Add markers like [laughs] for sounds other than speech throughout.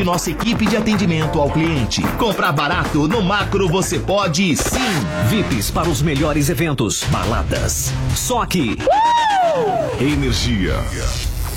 e nossa equipe de atendimento ao cliente. Comprar barato no macro você pode sim. VIPs para os melhores eventos, baladas. Só aqui. Uh! Energia.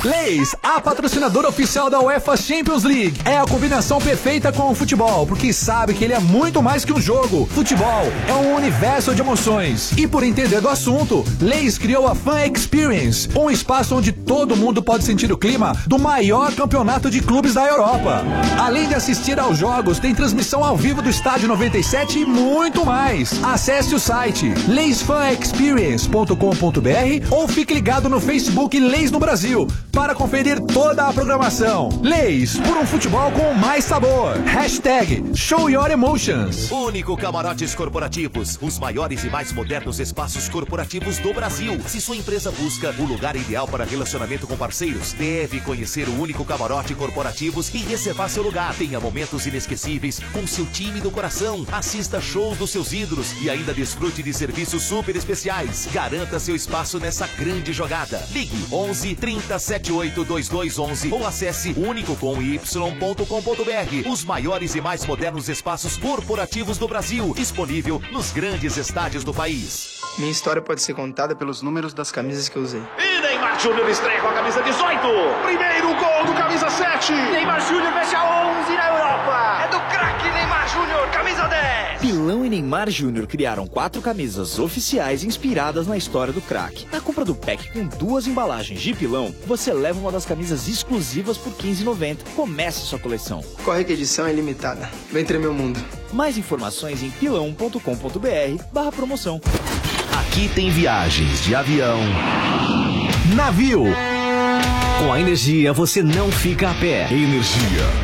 Leis, a patrocinadora oficial da UEFA Champions League. É a combinação perfeita com o futebol, porque sabe que ele é muito mais que um jogo. Futebol é um universo de emoções. E por entender do assunto, Leis criou a Fan Experience, um espaço onde todo mundo pode sentir o clima do maior campeonato de clubes da Europa. Além de assistir aos jogos, tem transmissão ao vivo do Estádio 97 e muito mais. Acesse o site leisfanexperience.com.br ou fique ligado no Facebook Leis no Brasil para conferir toda a programação. Leis, por um futebol com mais sabor. Hashtag Show Your Emotions. Único Camarotes Corporativos, os maiores e mais modernos espaços corporativos do Brasil. Se sua empresa busca o lugar ideal para relacionamento com parceiros, deve conhecer o Único Camarote Corporativos e reservar seu lugar. Tenha momentos inesquecíveis com seu time do coração. Assista shows dos seus ídolos e ainda desfrute de serviços super especiais. Garanta seu espaço nessa grande jogada. Ligue 11 30 782211 ou acesse unicocomy.com.br. Os maiores e mais modernos espaços corporativos do Brasil, disponível nos grandes estádios do país. Minha história pode ser contada pelos números das camisas que eu usei. E Neymar Júnior estreia com a camisa 18. Primeiro gol do camisa 7. Neymar Júnior fecha 11 na Europa. É do craque Neymar Júnior, camisa 10. Pilão e Neymar Júnior criaram quatro camisas oficiais inspiradas na história do craque. Na compra do pack com duas embalagens de pilão, você leva uma das camisas exclusivas por R$15,90. Comece sua coleção. Corre que edição é limitada. Vem tremer o mundo. Mais informações em pilão.com.br barra promoção. Aqui tem viagens de avião, navio. Com a energia você não fica a pé. Energia.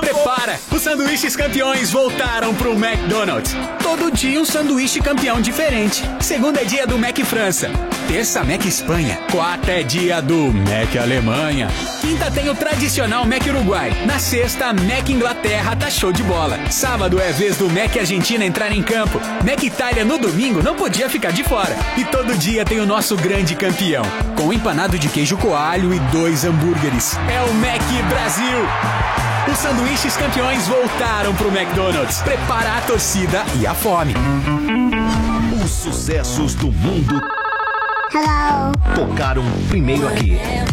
Prepara! Os sanduíches campeões voltaram pro McDonald's. Todo dia um sanduíche campeão diferente. Segunda é dia do Mac França. Terça, Mac Espanha. Quarta é dia do Mac Alemanha. Quinta tem o tradicional Mac Uruguai. Na sexta, Mac Inglaterra tá show de bola. Sábado é a vez do Mac Argentina entrar em campo. Mac Itália no domingo não podia ficar de fora. E todo dia tem o nosso grande campeão. Com empanado de queijo coalho e dois hambúrgueres. É o Mac Brasil! Os sanduíches campeões voltaram pro McDonald's. Prepara a torcida e a fome. Os sucessos do mundo Hello. tocaram primeiro aqui. É,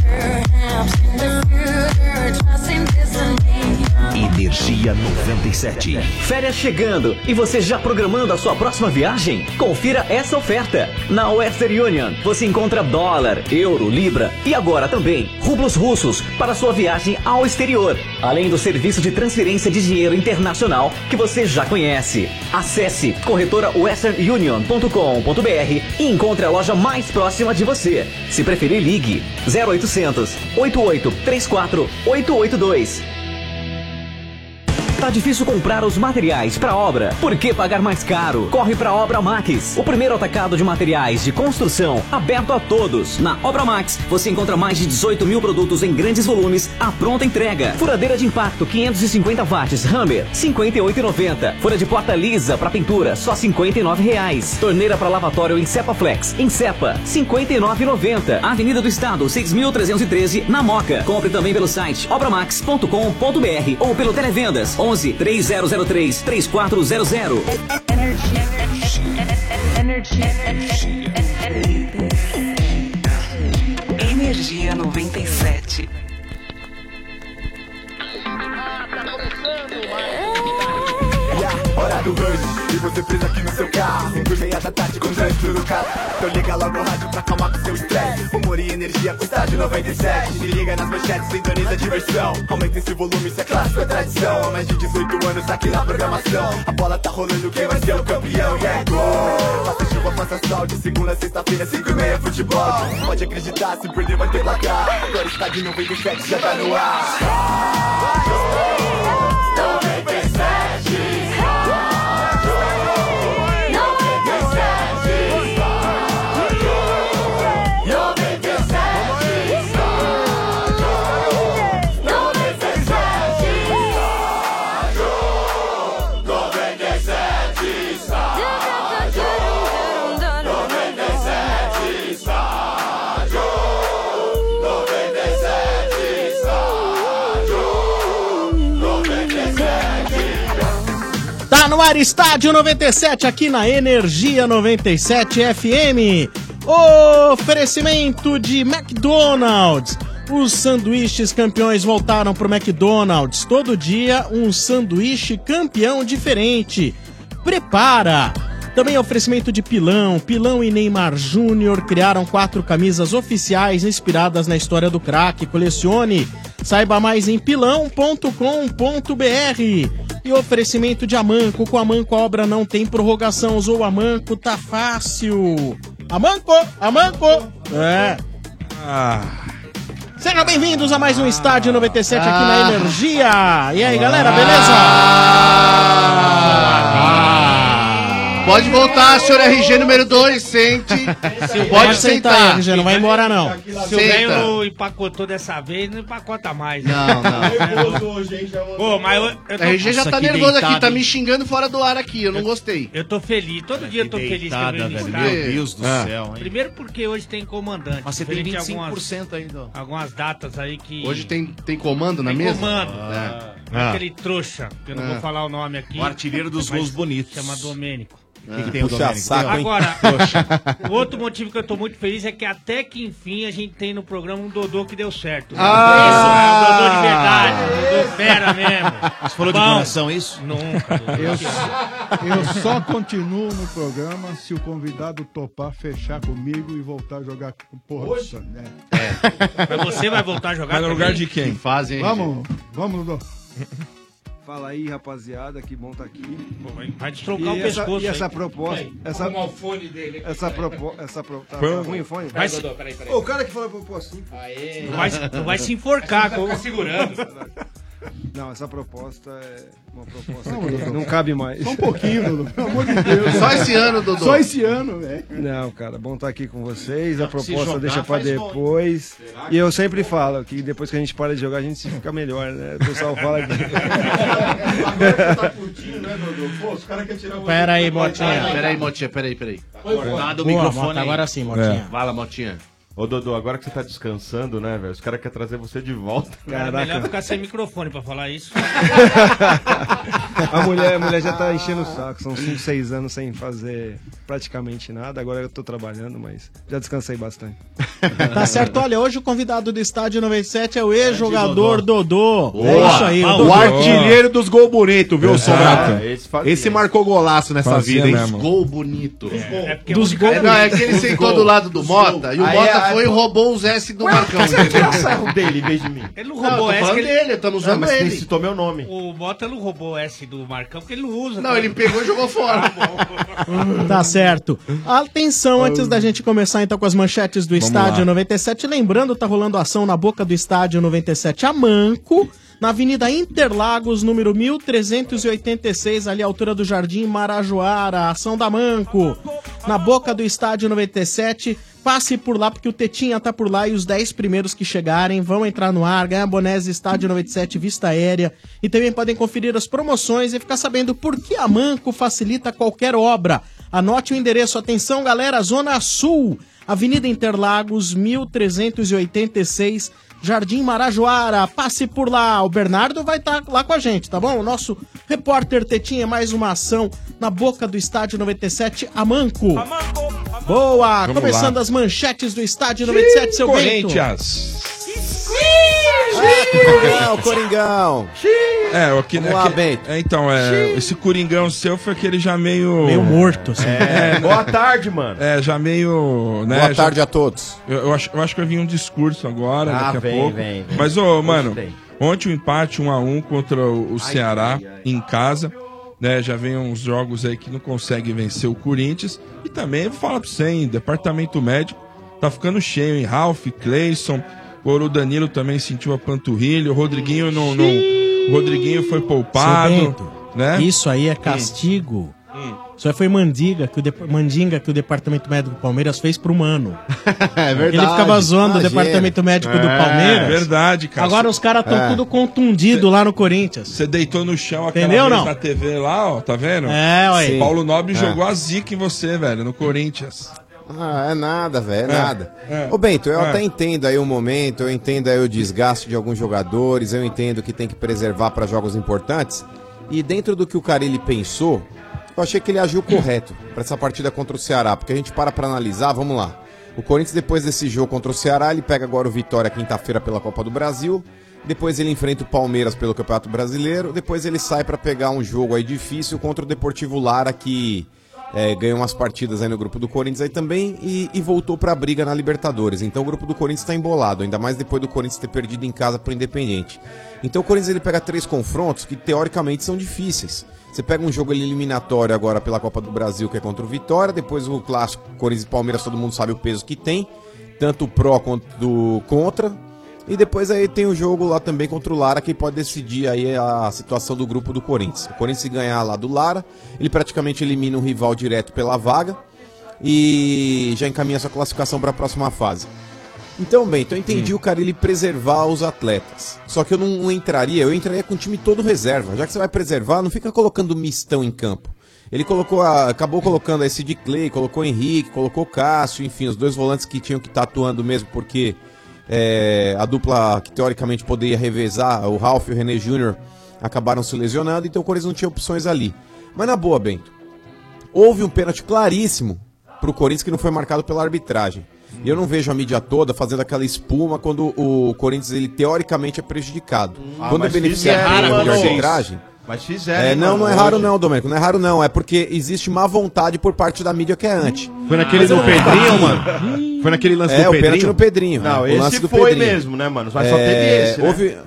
Energia 97. Férias chegando e você já programando a sua próxima viagem? Confira essa oferta. Na Western Union você encontra dólar, euro, libra e agora também rublos russos para sua viagem ao exterior. Além do serviço de transferência de dinheiro internacional que você já conhece. Acesse corretorawesternunion.com.br e encontre a loja mais próxima de você. Se preferir, ligue 0800 88 34 882. Tá difícil comprar os materiais para obra. Por que pagar mais caro? Corre para Obra Max, o primeiro atacado de materiais de construção aberto a todos. Na Obra Max, você encontra mais de 18 mil produtos em grandes volumes à pronta entrega. Furadeira de impacto 550 watts Hammer 58,90. Fura de porta lisa para pintura só 59 reais. Torneira para lavatório em Cepa Flex em Cepa 59,90. Avenida do Estado 6.313 na Moca. Compre também pelo site obramax.com.br ou pelo televendas 11 3003 3400. Energia 97. Hora do rush, e você presa aqui no seu carro Cinco e meia da tarde com trânsito no carro Então liga lá no rádio pra calmar com seu estresse Humor e energia com estágio 97 Me liga nas manchetes, sintoniza a diversão Aumenta esse volume, isso é clássico, é tradição Há mais de 18 anos aqui na programação A bola tá rolando, quem vai ser o campeão? E é gol! Faça chuva, faça sol, de segunda a sexta-feira Cinco e meia, futebol Pode acreditar, se perder vai ter placar Agora está de 97, já tá no ar Vai, vai, vai, vai, vai, vai, vai, vai, Tá no ar Estádio 97 aqui na Energia 97 FM. Oferecimento de McDonald's. Os sanduíches campeões voltaram pro McDonald's. Todo dia um sanduíche campeão diferente. Prepara! Também é oferecimento de Pilão. Pilão e Neymar Júnior criaram quatro camisas oficiais inspiradas na história do craque. Colecione. Saiba mais em pilão.com.br. E oferecimento de Amanco. Com Amanco a obra não tem prorrogação. Usou Amanco, tá fácil. Amanco, Amanco. É. Sejam bem-vindos a mais um Estádio 97 aqui na Energia. E aí, galera, beleza? Ah! Pode voltar, senhor RG número 2, sente. sentar, Pode sentar. RG, não vai embora não. Se o velho não empacotou dessa vez, não empacota mais. né? Não, não. Pô, mas eu, eu tô... A RG já tá nervoso aqui, tá me xingando fora do ar aqui, eu não gostei. Eu tô feliz, todo dia eu tô feliz que eu venho no estádio. Meu Deus do Ah. céu, hein? Primeiro porque hoje tem comandante. Mas você tem diferente de 25% ainda. Algumas datas aí que... Hoje tem, tem comando na Tem mesa? comando. Ah. Ah. É. Aquele trouxa, que eu não Ah. vou falar o nome aqui. O artilheiro dos mas gols bonitos. Chama Domênico. Ah. Que que tem o Puxa Domênico? saco, hein? [laughs] Agora, Trouxa. o outro motivo que eu tô muito feliz é que até que enfim a gente tem no programa um Dodô que deu certo. Ah! Isso, é um Dodô de verdade, um Dodô fera mesmo. Você falou de Bom, coração, isso? Nunca. Dodô. Eu, eu só continuo no programa se o convidado topar fechar comigo e voltar a jogar com porra. Hoje? É. né? Mas você vai voltar a jogar Mas no também? lugar de quem? Que fase, hein, Vamos, vamos, Dodô. Fala aí, rapaziada, que bom tá aqui. vai destrocar o E essa- pescoço E essa aí. proposta. Peraí, Essa, arrumar o fone dele aqui, Essa peraí. proposta. Essa pro, tá, Foi. um- tá ruim o fone? Vai se- Vai, Dodô, peraí, peraí. Ô, O cara que fala assim, proposta. Aê! Tu vai se- tu vai se enforcar, Vai ficar segurando. Não, essa proposta é uma proposta Não, que Dodô. não cabe mais. Só um pouquinho, Dodô. Pelo [laughs] amor de Deus. Só esse ano, velho. Não, cara, bom estar aqui com vocês. A Não, se proposta jogar, deixa pra faz gol, hein? depois. Será E eu sempre falo que depois que a gente para de jogar, a gente fica melhor, né? O pessoal fala que. [laughs] Pera aí, Motinha. Pera aí, Motinha, pera aí, pera aí. Acordado o Boa, microfone Mota, aí. agora sim, Motinha. Vai lá, Motinha. Ô Dodô, agora que você tá descansando, né, velho? Os caras querem trazer você de volta. Cara, melhor ficar sem microfone pra falar isso. A mulher, a mulher já tá enchendo o saco. São 5, 6 anos sem fazer praticamente nada. Agora eu tô trabalhando, mas já descansei bastante. Tá certo, olha, hoje o convidado do Estádio 97 é o ex-jogador Dodô. Boa. Ah, É isso aí, o artilheiro dos gols bonitos, viu, Sobrato? Ah, esse esse, fazia. marcou golaço nessa Fazia vida, hein? mesmo. Gol bonito. É, porque Dos é um- gols é, não, é que ele bonitos. sentou Dos do lado do gols. Mota e o Aí, Mota aí, foi e pô. roubou os S do Marcão. você tira sarro dele em vez de mim. Ele não Não, eu roubou tô essa. falando que dele, eu tô Não, usando mas quem ele. citou meu nome. O Bota não roubou S do Marcão porque ele não usa. Não, ele pegou e jogou fora. Tá certo. Atenção, antes da gente começar então com as manchetes do Vamos Estádio lá. 97, lembrando, tá rolando ação na boca do Estádio 97 a Manco, na Avenida Interlagos, número 1386, ali à altura do Jardim Marajoara, ação da Manco. Na boca do Estádio 97, passe por lá, porque o Tetinha tá por lá e os 10 primeiros que chegarem vão entrar no ar, ganhar bonés Estádio 97 Vista Aérea. E também podem conferir as promoções e ficar sabendo por que a Manco facilita qualquer obra. Anote o endereço, atenção galera, Zona Sul, Avenida Interlagos, 1386, Jardim Marajoara. Passe por lá, o Bernardo vai estar lá com a gente, tá bom? O nosso repórter Tetinha, é mais uma ação na boca do Estádio 97, a Manco. Boa, Vamos começando lá. as manchetes do Estádio 97, seu Bento. Corinthians. É, Coringão, Coringão. É, o que, Vamos lá, aque- é, então, é, esse Coringão seu foi aquele já meio. Meio morto, assim. É, Boa tarde, mano. É, já meio. né, Boa já- tarde a todos. Eu, eu acho, eu acho que vai vir um discurso agora, Ah, daqui a vem, pouco. vem, vem. Mas, ô, Hoje mano, tem. ontem o empate 1 a 1 contra o, o Ceará em casa. Né, já vem uns jogos aí que não consegue vencer o Corinthians. E também, vou falar pra você, hein, departamento médico tá ficando cheio, hein? Ralph, Cleison, o Danilo também sentiu a panturrilha, o Rodriguinho não. não o Rodriguinho foi Seu poupado. Bento, Né? Hum. Isso aí é castigo. Isso aí foi mandiga que, o dep- mandinga que o departamento médico do Palmeiras fez pro [laughs] Mano. É Ele verdade. ficava zoando Imagina. o departamento médico do É, Palmeiras. verdade, cara. Agora os caras estão É. tudo contundido lá no Corinthians. Você deitou no chão aquela Entendeu, vez não? na TV lá, ó, tá vendo? É, olha aí. Paulo Nobre É. jogou a zica em você, velho, no Corinthians. Ah, é nada, velho, é, É, nada. é. Ô, Bento, eu É. até entendo aí o momento, eu entendo aí o desgaste de alguns jogadores, eu entendo que tem que preservar para jogos importantes, E dentro do que o Carilli pensou, eu achei que ele agiu correto para essa partida contra o Ceará. Porque a gente para para analisar, vamos lá. O Corinthians, depois desse jogo contra o Ceará, ele pega agora o Vitória quinta-feira pela Copa do Brasil. Depois ele enfrenta o Palmeiras pelo Campeonato Brasileiro. Depois ele sai para pegar um jogo aí difícil contra o Deportivo Lara, que é, ganhou umas partidas aí no grupo do Corinthians aí também e, e voltou para a briga na Libertadores. Então o grupo do Corinthians está embolado, ainda mais depois do Corinthians ter perdido em casa para o Independente. Então o Corinthians ele pega três confrontos que teoricamente são difíceis. Você pega um jogo eliminatório agora pela Copa do Brasil que é contra o Vitória, depois o clássico Corinthians e Palmeiras todo mundo sabe o peso que tem, tanto o pró quanto o contra. E depois aí tem o jogo lá também contra o Lara que pode decidir aí a situação do grupo do Corinthians. O Corinthians se ganhar lá do Lara, ele praticamente elimina um rival direto pela vaga e já encaminha sua classificação para a próxima fase. Então, bem, então eu entendi o cara ele preservar os atletas. Só que eu não, não entraria, eu entraria com o time todo reserva. Já que você vai preservar, não fica colocando mistão em campo. Ele colocou a- acabou colocando aí Sid Clay, colocou Henrique, colocou Cássio, enfim, os dois volantes que tinham que estar atuando mesmo, porque é, a dupla que teoricamente poderia revezar, o Ralf e o René Júnior, acabaram se lesionando, então o Corinthians não tinha opções ali. Mas na boa, Bento, houve um pênalti claríssimo pro Corinthians que não foi marcado pela arbitragem. E eu não vejo a mídia toda fazendo aquela espuma quando o Corinthians, ele teoricamente é prejudicado. Ah, quando é mas beneficiado fizeram, pela mano. arbitragem... Mas fizeram. É, hein, não, mano, não é raro hoje. não, Domênico, não é raro não, é porque existe má vontade por parte da mídia que é antes. Foi naquele do um Pedrinho, mano? Foi naquele lance é, do o pênalti Pedrinho? no Pedrinho. é, Não, o esse lance do foi Pedrinho. É, mesmo, né, mano? Mas só teve esse, né? houve-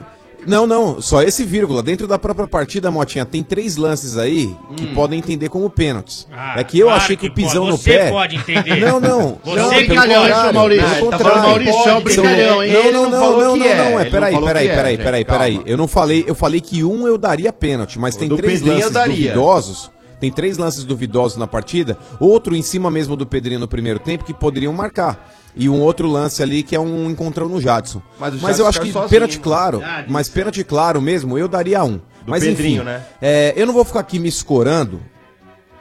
Não, não, só esse vírgula. Dentro da própria partida, Motinha, tem três lances aí que Hum. podem entender como pênaltis. é que eu Ah, claro achei que o que pisão pode. no Você pé... pode entender. Não, não. Você não, é pelo brincalhão, hein, seu contrário, Maurício? pelo Ele tá contrário. falando Maurício, é um brincalhão, hein? Não, Ele não, não não, falou não, que não, é, não, é, ele peraí, não falou peraí, que é, peraí, gente, peraí, peraí. Eu não falei, eu falei que um eu daria pênalti, mas tem do três Pedrinho eu lances lances daria. duvidosos. Tem três lances duvidosos na partida, outro em cima mesmo do Pedrinho no primeiro tempo que poderiam marcar. E um outro lance ali que é um encontrão no Jadson. Mas o Mas, Jadson eu acho caiu que sozinho, pênalti né? claro, Verdade, mas pênalti claro mesmo, eu daria um. mas Pedrinho, enfim, né? é, eu não vou ficar aqui me escorando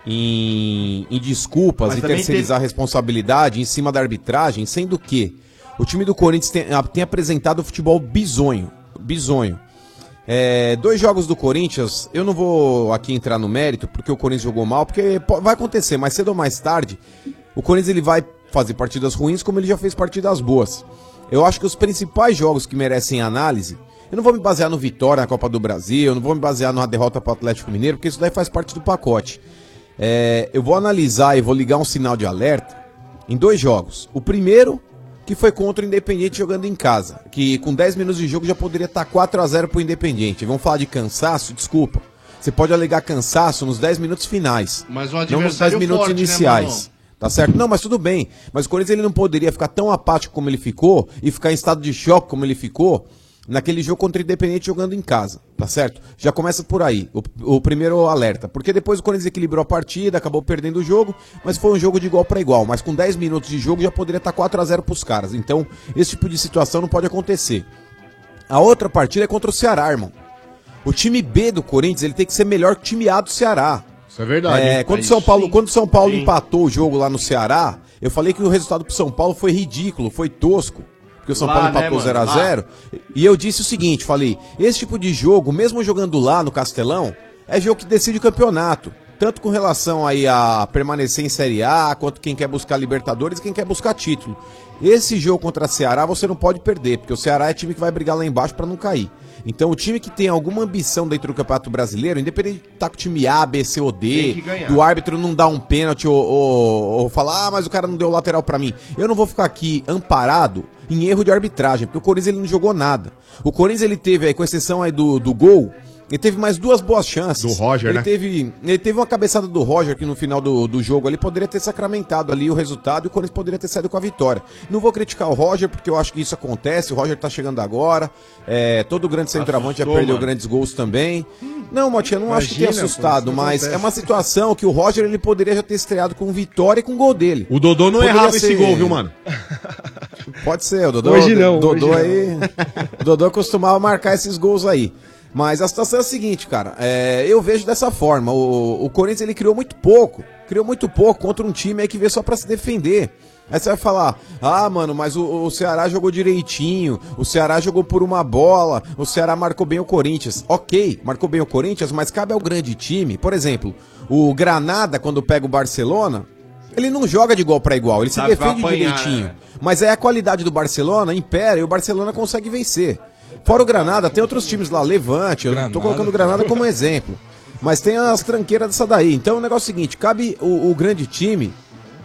em, em desculpas Mas e também terceirizar a responsabilidade em cima da arbitragem, sendo que o time do Corinthians tem, a- tem apresentado futebol bizonho. Bizonho. É, dois jogos do Corinthians, eu não vou aqui entrar no mérito porque o Corinthians jogou mal, porque po- vai acontecer, mais cedo ou mais tarde, o Corinthians ele vai fazer partidas ruins como ele já fez partidas boas. Eu acho que os principais jogos que merecem análise, eu não vou me basear no Vitória na Copa do Brasil, eu não vou me basear numa derrota para o Atlético Mineiro, porque isso daí faz parte do pacote. É, eu vou analisar e vou ligar um sinal de alerta em dois jogos. O primeiro, que foi contra o Independente jogando em casa, que com 10 minutos de jogo já poderia estar 4 a 0 pro Independente. Vamos falar de cansaço? Desculpa. Você pode alegar cansaço nos 10 minutos finais. Mas um Não nos 10 adversário minutos forte, né, iniciais. Tá certo? Não, mas tudo bem. Mas o Corinthians ele não poderia ficar tão apático como ele ficou e ficar em estado de choque como ele ficou naquele jogo contra o Independente jogando em casa, tá certo? Já começa por aí, o, o primeiro alerta. Porque depois o Corinthians equilibrou a partida, acabou perdendo o jogo, mas foi um jogo de igual para igual. Mas com 10 minutos de jogo já poderia estar 4 a 0 pros caras. Então, esse tipo de situação não pode acontecer. A outra partida é contra o Ceará, irmão. O time B do Corinthians, ele tem que ser melhor que o time A do Ceará. Isso é verdade. É, hein? quando É o São Paulo, quando o São Paulo Sim. empatou o jogo lá no Ceará, eu falei que o resultado pro São Paulo foi ridículo, foi tosco. Porque o São Lá, Paulo né, empatou mano? 0 a 0 E eu disse o seguinte, falei, esse tipo de jogo, mesmo jogando lá no Castelão, é jogo que decide o campeonato. Tanto com relação aí a permanecer em Série A, quanto quem quer buscar Libertadores e quem quer buscar título. Esse jogo contra o Ceará você não pode perder, porque o Ceará é time que vai brigar lá embaixo pra não cair. Então o time que tem alguma ambição dentro do Campeonato Brasileiro, independente de estar com o time A, B, C ou Tem D, que ganhar. do o árbitro não dá um pênalti ou, ou, ou falar, ah, mas o cara não deu lateral pra mim. Eu não vou ficar aqui amparado em erro de arbitragem, porque o Corinthians ele não jogou nada. O Corinthians ele teve, aí, com exceção aí do, do gol, ele teve mais duas boas chances. Do Roger, ele né? Teve, ele teve uma cabeçada do Roger que no final do, do jogo ali poderia ter sacramentado ali o resultado e o Corinthians poderia ter saído com a vitória. Não vou criticar o Roger, porque eu acho que isso acontece, o Roger tá chegando agora, é, todo grande centroavante Assustou, já perdeu mano. grandes gols também. Não, Motinha, não acho que tenha Imagina, pô, assustado, isso mas acontece. é uma situação que o Roger ele poderia já ter estreado com vitória e com gol dele. O Dodô não Poderia errava esse ser- gol, viu, mano? Pode ser, o Dodô. Hoje não, Dodô hoje aí. [laughs] o Dodô costumava marcar esses gols aí. Mas a situação é a seguinte, cara. é, eu vejo dessa forma. O, o Corinthians ele criou muito pouco. Criou muito pouco contra um time aí que veio só pra se defender. Aí você vai falar: ah, mano, mas o, o Ceará jogou direitinho, o Ceará jogou por uma bola, o Ceará marcou bem o Corinthians. Ok, marcou bem o Corinthians, mas cabe ao grande time. Por exemplo, o Granada, quando pega o Barcelona, ele não joga de igual para igual, ele se Sabe, vai defende apanhar, direitinho. né? Mas é a qualidade do Barcelona impera e o Barcelona consegue vencer. Fora o Granada, tem outros times lá, Levante, eu não tô colocando o Granada como exemplo. Mas tem as tranqueiras dessa daí. Então o negócio é o seguinte, cabe o, o grande time,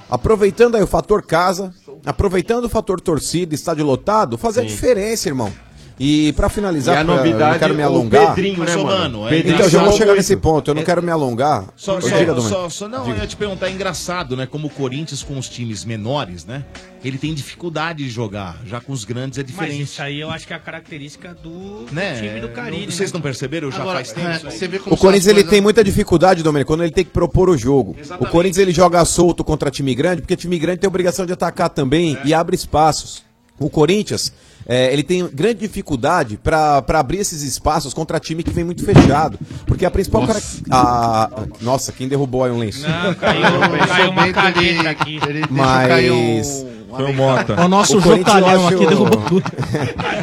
aproveitando aí o fator casa, aproveitando o fator torcida, estádio lotado, fazer a diferença, irmão. E pra finalizar, E a pra- eu novidade, não quero me o alongar. Pedrinho, né, Mas, ô, mano? um mano, é então, eu já vou engraçado chegar muito. nesse ponto, eu não quero me alongar. É. Só, Ô, só, diga, Domênico. só, só- não, Diga. eu ia te perguntar, é engraçado, né? Como o Corinthians com os times menores, né? Ele tem dificuldade de jogar, já com os grandes é Mas diferente. isso aí eu acho que é a característica do, do Né? time do Caribe. Não- vocês não perceberam já Agora, faz tempo? é, isso aí? você vê O Corinthians ele tem muita dificuldade, Domênico, quando ele tem que propor o jogo. O Corinthians ele joga solto contra time grande, porque time grande tem a obrigação de atacar também e abre espaços. O Corinthians é, ele tem grande dificuldade pra pra abrir esses espaços contra time que vem muito fechado, porque a principal cara... a... nossa, quem derrubou aí um lenço? caiu, caiu uma caneta aqui. [laughs] um Mas um Foi o Mota. O nosso Corinthians, jocalhão eu acho- aqui derrubou tudo.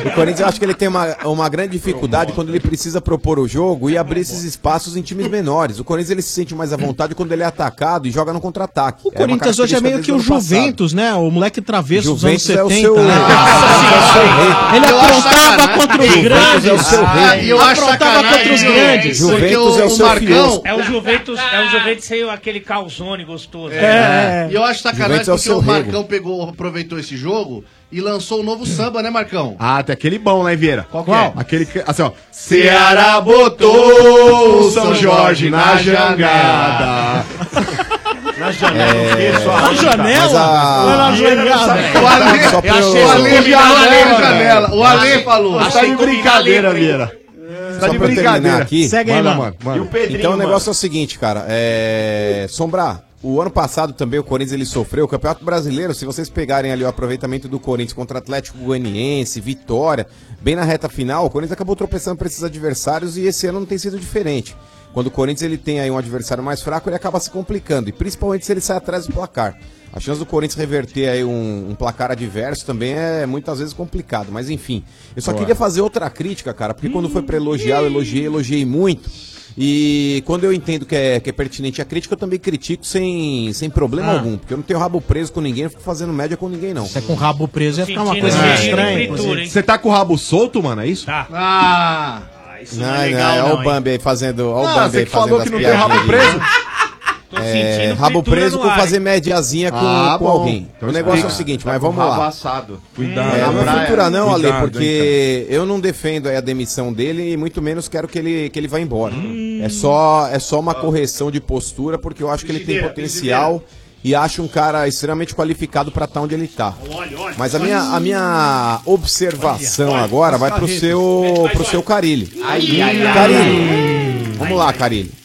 o Corinthians eu acho que ele tem uma, uma grande um dificuldade quando ele precisa propor o jogo e abrir esses espaços em times menores. O Corinthians ele se sente mais à vontade quando ele é atacado e joga no contra-ataque. O Corinthians hoje é meio que o Juventus, né? O moleque travesso dos anos Juventus é o 70. seu- né? é Ele Eu acho aprontava sacanagem. contra os Juventus grandes. é o seu rei. Eu acho aprontava sacanagem, contra os é, grandes. Juventus Porque é o seu Marcão- É o Juventus, é o Juventus sem aquele calzone gostoso. Né? É. E eu acho sacanagem Juventus é o porque seu o rego. Marcão pegou, aproveitou esse jogo e lançou o novo samba, né, Marcão? Ah, tem aquele bom, né, Vieira? Qual que é? Aquele que- assim, ó. Ceará botou o São Jorge na jangada. Na É. Na janela? Mas a- Foi na jangada. O Ale- Só pra eu achei eu- essa O Ale é combinada, falou, né, né, mano? janela. O Ale Tá falou. de Achei brincadeira, combinado, Vieira. Tá Só de pra eu terminar brincadeira. aqui. Manda, E o Pedrinho, então o negócio é o seguinte, cara. É... Sombrar. O ano passado também o Corinthians ele sofreu. O Campeonato Brasileiro, se vocês pegarem ali o aproveitamento do Corinthians contra Atlético Goianiense, Vitória, bem na reta final, o Corinthians acabou tropeçando para esses adversários e esse ano não tem sido diferente. Quando o Corinthians ele tem aí um adversário mais fraco, ele acaba se complicando, e principalmente se ele sai atrás do placar. A chance do Corinthians reverter aí um, um placar adverso também é muitas vezes complicado, mas enfim. Eu só Boa. queria fazer outra crítica, cara, porque quando foi pra elogiar, eu elogiei, elogiei muito. E quando eu entendo que é, que é pertinente a crítica, eu também critico sem, sem problema Ah. é algum, porque eu não tenho rabo preso com ninguém, não fico fazendo média com ninguém, não. Com o rabo preso ia ficar uma coisa Sentindo meio cheiro estranha. de inclusive. Você tá com o rabo solto, mano? É isso? Tá. Ah! Não, é não, olha o Bambi aí fazendo. Olha o Ah, Bambi você aí que fazendo falou as que não tem piadinhas rabo aí. preso. É, sentindo rabo fritura preso no por ar, fazer hein? mediazinha com, Ah, com bom. alguém. Então o negócio é o explica. seguinte, Tá mas com vamos rabo lá. assado. Cuidado. É, não Na é praia. fritura não, Ale, Cuidado, hein, porque eu não defendo aí a demissão dele e muito menos quero que ele, que ele vá embora. Hum. É, só, é só uma correção de postura, porque eu acho que ele tem Frigideira, potencial e acho um cara extremamente qualificado pra estar onde ele tá. Olha, olha. Mas a minha, a minha observação agora vai pro carretas. seu, pro seu Carilli. Ai, ai, ai. Carilli, vamos lá, Carilli.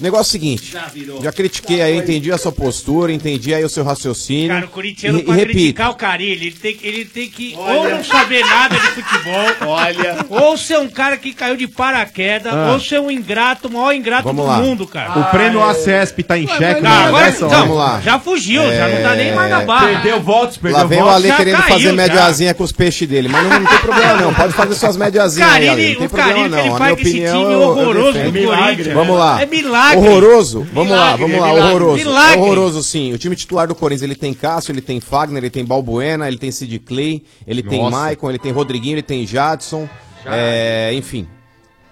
Negócio é o seguinte, Já virou. já critiquei aí, entendi a sua postura, entendi aí o seu raciocínio. Cara, o corintiano e, e pra repito, criticar o Carilli, ele tem, que- ele tem que ou Olha. não saber nada de futebol, [laughs] Olha. ou ser um cara que caiu de paraquedas, Ah. ou ser um ingrato, o maior ingrato Vamos do lá. mundo, cara. Ah, é. O prêmio Ah, é. ACESP tá em Ué, xeque, mas não, mano, agora- nessa então, hora. já fugiu, já não tá nem mais na barra. Perdeu votos, perdeu Lá vem o votos. Ale querendo fazer mediazinha com os peixes dele, mas não, não tem problema não, pode fazer suas mediazinhas aí, Ale, não tem o Carilli problema que ele não, a faz minha com esse opinião time eu- eu horroroso defendo. do né? Corinthians. Vamos lá. É milagre. Horroroso? Vamos lá, Milagre, vamos lá, é milagre. horroroso. Milagre. Horroroso sim, o time titular do Corinthians, ele tem Cássio, ele tem Fagner, ele tem Balbuena, ele tem Sid Clay, ele tem Nossa. Maicon, ele tem Rodriguinho, ele tem Jadson, é, enfim...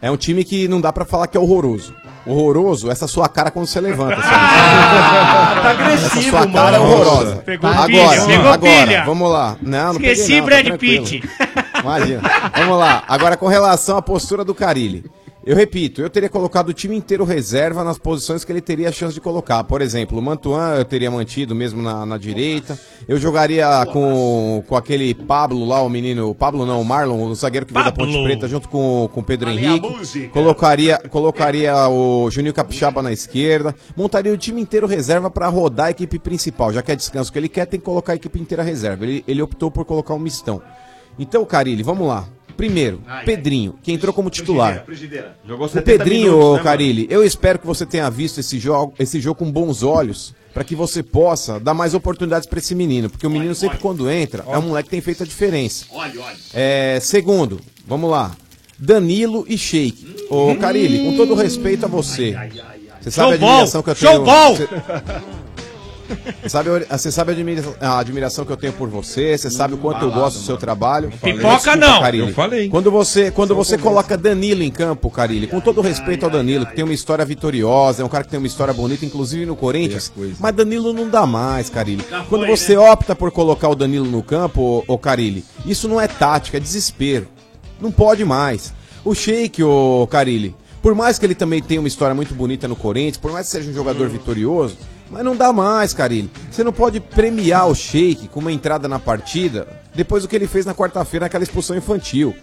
É um time que não dá pra falar que é horroroso. Horroroso, essa sua cara quando você levanta. sabe? [laughs] tá Essa sua cara é horrorosa. Pegou Tá, pilha, agora, pegou agora, pilha. vamos lá. Não, não Esqueci peguei não, tá Brad tranquilo. Pitt. [laughs] Imagina. Vamos lá. Agora, com relação à postura do Carilli. Eu repito, eu teria colocado o time inteiro reserva nas posições que ele teria a chance de colocar. Por exemplo, o Mantuan eu teria mantido mesmo na, na direita. Eu jogaria com, com aquele Pablo lá, o menino. O Pablo não, o Marlon, o zagueiro que veio da Ponte Preta junto com, com o Pedro Henrique. Colocaria, colocaria o Juninho Capixaba na esquerda. Montaria o time inteiro reserva para rodar a equipe principal. Já que é descanso que ele quer, tem que colocar a equipe inteira reserva. Ele, ele optou por colocar o mistão. Então, Carilli, vamos lá. Primeiro, Pedrinho, que entrou como titular. Jogou O 70 Pedrinho, minutos, né, Carilli, eu espero que você tenha visto esse jogo, esse jogo com bons olhos. Pra que você possa dar mais oportunidades pra esse menino. Porque o menino sempre quando entra, é um moleque que tem feito a diferença. Olha, olha. É, segundo, vamos lá. Danilo e Sheik. Ô, Hum. Carilli, com todo respeito a você. Você sabe a Showball! admiração que eu tenho. Showball! Você- Você sabe, a- você sabe a, admira- a admiração que eu tenho por você, você sabe o quanto eu gosto do seu trabalho. Pipoca não. Carilli. Eu falei. um Quando você, quando você coloca Danilo em campo, Carilli, com todo o respeito ao Danilo, que tem uma história vitoriosa, é um cara que tem uma história bonita, inclusive no Corinthians, mas Danilo não dá mais, Carilli. Quando você opta por colocar o Danilo no campo, ô, ô Carilli, isso não é tática, é desespero. Não pode mais. O Sheik, ô Carilli, por mais que ele também tenha uma história muito bonita no Corinthians, por mais que seja um jogador vitorioso, mas não dá mais, Carilli. Você não pode premiar o Sheik com uma entrada na partida depois do que ele fez na quarta-feira naquela expulsão infantil.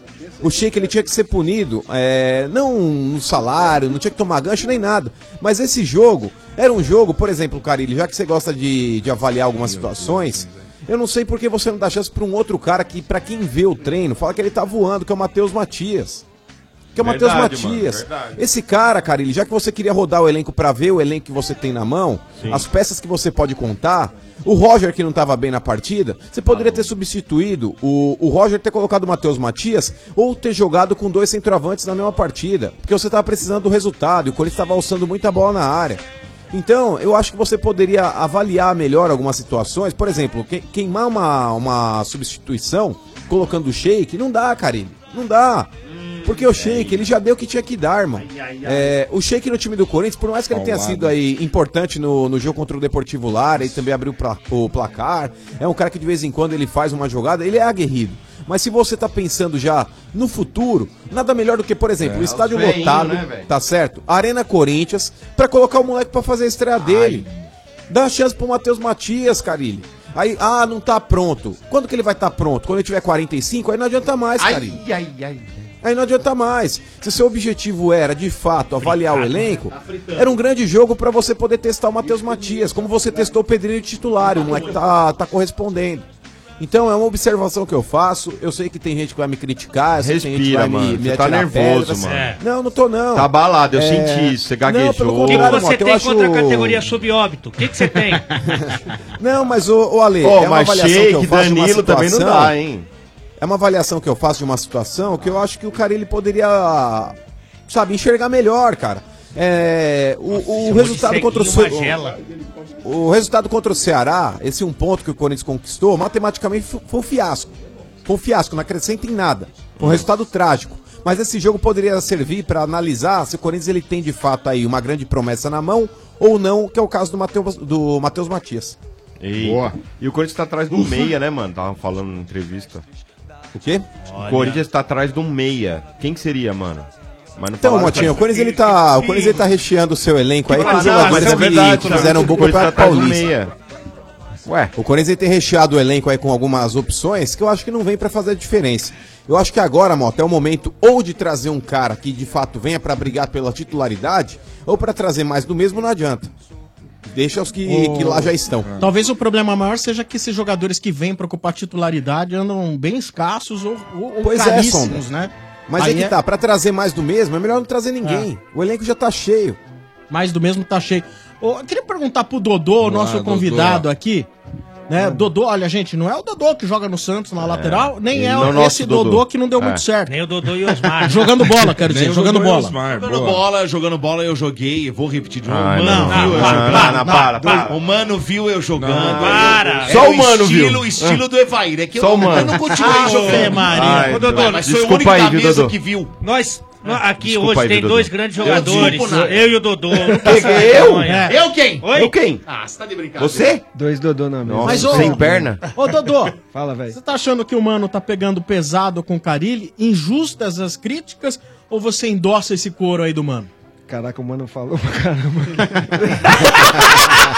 O Sheik ele tinha que ser punido, é, não no salário, não tinha que tomar gancho nem nada. Mas esse jogo era um jogo, por exemplo, Carilli, já que você gosta de, de avaliar algumas situações, eu não sei por que você não dá chance pra um outro cara que, pra quem vê o treino, fala que ele tá voando, que é o Matheus Matias. Que é o Matheus Verdade, mano, Matias. verdade. Esse cara, Carilli, já que você queria rodar o elenco pra ver o elenco que você tem na mão, as peças que você pode contar, o Roger que não tava bem na partida, você poderia ter substituído o, o Roger ter colocado o Matheus Matias ou ter jogado com dois centroavantes na mesma partida, porque você tava precisando do resultado e o Corinthians tava alçando muita bola na área. Então, eu acho que você poderia avaliar melhor algumas situações. Por exemplo, que- queimar uma, uma substituição colocando o shake, não dá, Karine. Não dá. Porque o shake, ele já deu o que tinha que dar, irmão. É, o shake no time do Corinthians, por mais que ele tenha Paulada. sido aí importante no, no jogo contra o Deportivo Lara, ele também abriu pra- o placar. É um cara que de vez em quando ele faz uma jogada, ele é aguerrido. Mas se você tá pensando já no futuro, nada melhor do que, por exemplo, É, o estádio os veinhos, lotado, né, velho? tá certo? Arena Corinthians, pra colocar o moleque pra fazer a estreia dele. Dá a chance pro Matheus Matias, Carilli. Aí, ah, não tá pronto. Quando que ele vai estar tá pronto? Quando ele tiver 45, aí não adianta mais, Carilli. Ai, ai, ai. Aí não adianta mais. Se seu objetivo era, de fato, avaliar o né? elenco, Tá era um grande jogo pra você poder testar o Matheus Matias, como você testou o Pedrinho titular, e o moleque tá, tá correspondendo. Então é uma observação que eu faço. Eu sei que tem gente que vai me criticar, eu sei que tem gente que vai Respira, mano. me, me Você tá atirar nervoso, pedras. mano. É. Não, não tô não. É. Tá abalado, eu senti isso, você gaguejou. Então, Não, pelo O O que, que contrário, você Mota, eu tem acho- contra a categoria subóbito? O que, que você tem? Não, mas o, Ale, Ô, é uma mas avaliação que eu Sheik, faço de uma Danilo também não situação- dá, hein? É uma avaliação que eu faço de uma situação que eu acho que o cara ele poderia, sabe, enxergar melhor, cara. É, o- o, resultado contra o Ce- o resultado contra o Ceará, esse um ponto que o Corinthians conquistou, matematicamente fu- foi um fiasco. Foi um fiasco, não acrescenta em nada. Foi um resultado trágico. Mas esse jogo poderia servir para analisar se o Corinthians ele tem de fato aí uma grande promessa na mão ou não, que é o caso do Matheus do Matheus Matias. Eita. Boa. E o Corinthians tá atrás do meia, né, mano? Tava falando na entrevista. O quê? O Corinthians tá atrás do meia. Quem que seria, mano? Mas não Então, falaram, Motinha, o cara. Corinthians ele tá, o Corinthians ele tá recheando o seu elenco aí com Mas, ah, mas é jogadores verdade, tá. que fizeram um bom O Corinthians tá campeonato atrás do paulista. meia. Ué, o Corinthians ele tem recheado o elenco aí com algumas opções que eu acho que não vem pra fazer a diferença. Eu acho que agora, Mota, é o momento ou de trazer um cara que de fato venha pra brigar pela titularidade, ou pra trazer mais do mesmo não adianta. Deixa os que, O- É. que lá já estão. Talvez o problema maior seja que esses jogadores que vêm para ocupar titularidade andam bem escassos ou, ou, ou Pois é, caríssimos, Sombra. né? Mas Aí é que é- tá, pra trazer mais do mesmo, é melhor não trazer ninguém. O elenco já tá cheio. Mais do mesmo tá cheio. Ô, eu queria perguntar pro Dodô, Vamos Ah, nosso lá, convidado aqui. Né? Dodô, olha, gente, não é o Dodô que joga no Santos na lateral, nem é Não o o- nosso esse Dodô, Dodô. que não deu É. muito certo. [laughs] Nem o Dodô e o Osmar. Ah, Jogando bola, quero Nem dizer, o jogando Dodô e o bola. Osmar, Jogando bola, jogando bola eu joguei, eu vou repetir de novo. Ai, Mano, Ah, não, não, viu eu não, jogando. não, não, para, para. O mano viu eu jogando. Não, para. Só É o mano estilo, viu. O estilo Ah. do Evair. É que Só eu, o mano. eu não continuei Ah, jogando. Ave Maria. Ai, Ô, Dodô, mas foi o desculpa único aí, da viu, mesa Dodô? Ah, que viu. Nós, nó- aqui Desculpa hoje aí, tem Dodô. dois grandes Eu jogadores. desculpo Eu, nada. e o Dodô. eu? É. Eu quem? Oi? Eu quem? Ah, você tá de brincadeira. Você? Dois Dodô na mesa. Mas, ô- sem perna. Ô, Dodô, Fala, velho. você tá achando que o Mano tá pegando pesado com o Carilli? Injustas as críticas? Ou você endossa esse couro aí do Mano? Caraca, o mano falou pra caramba. [laughs]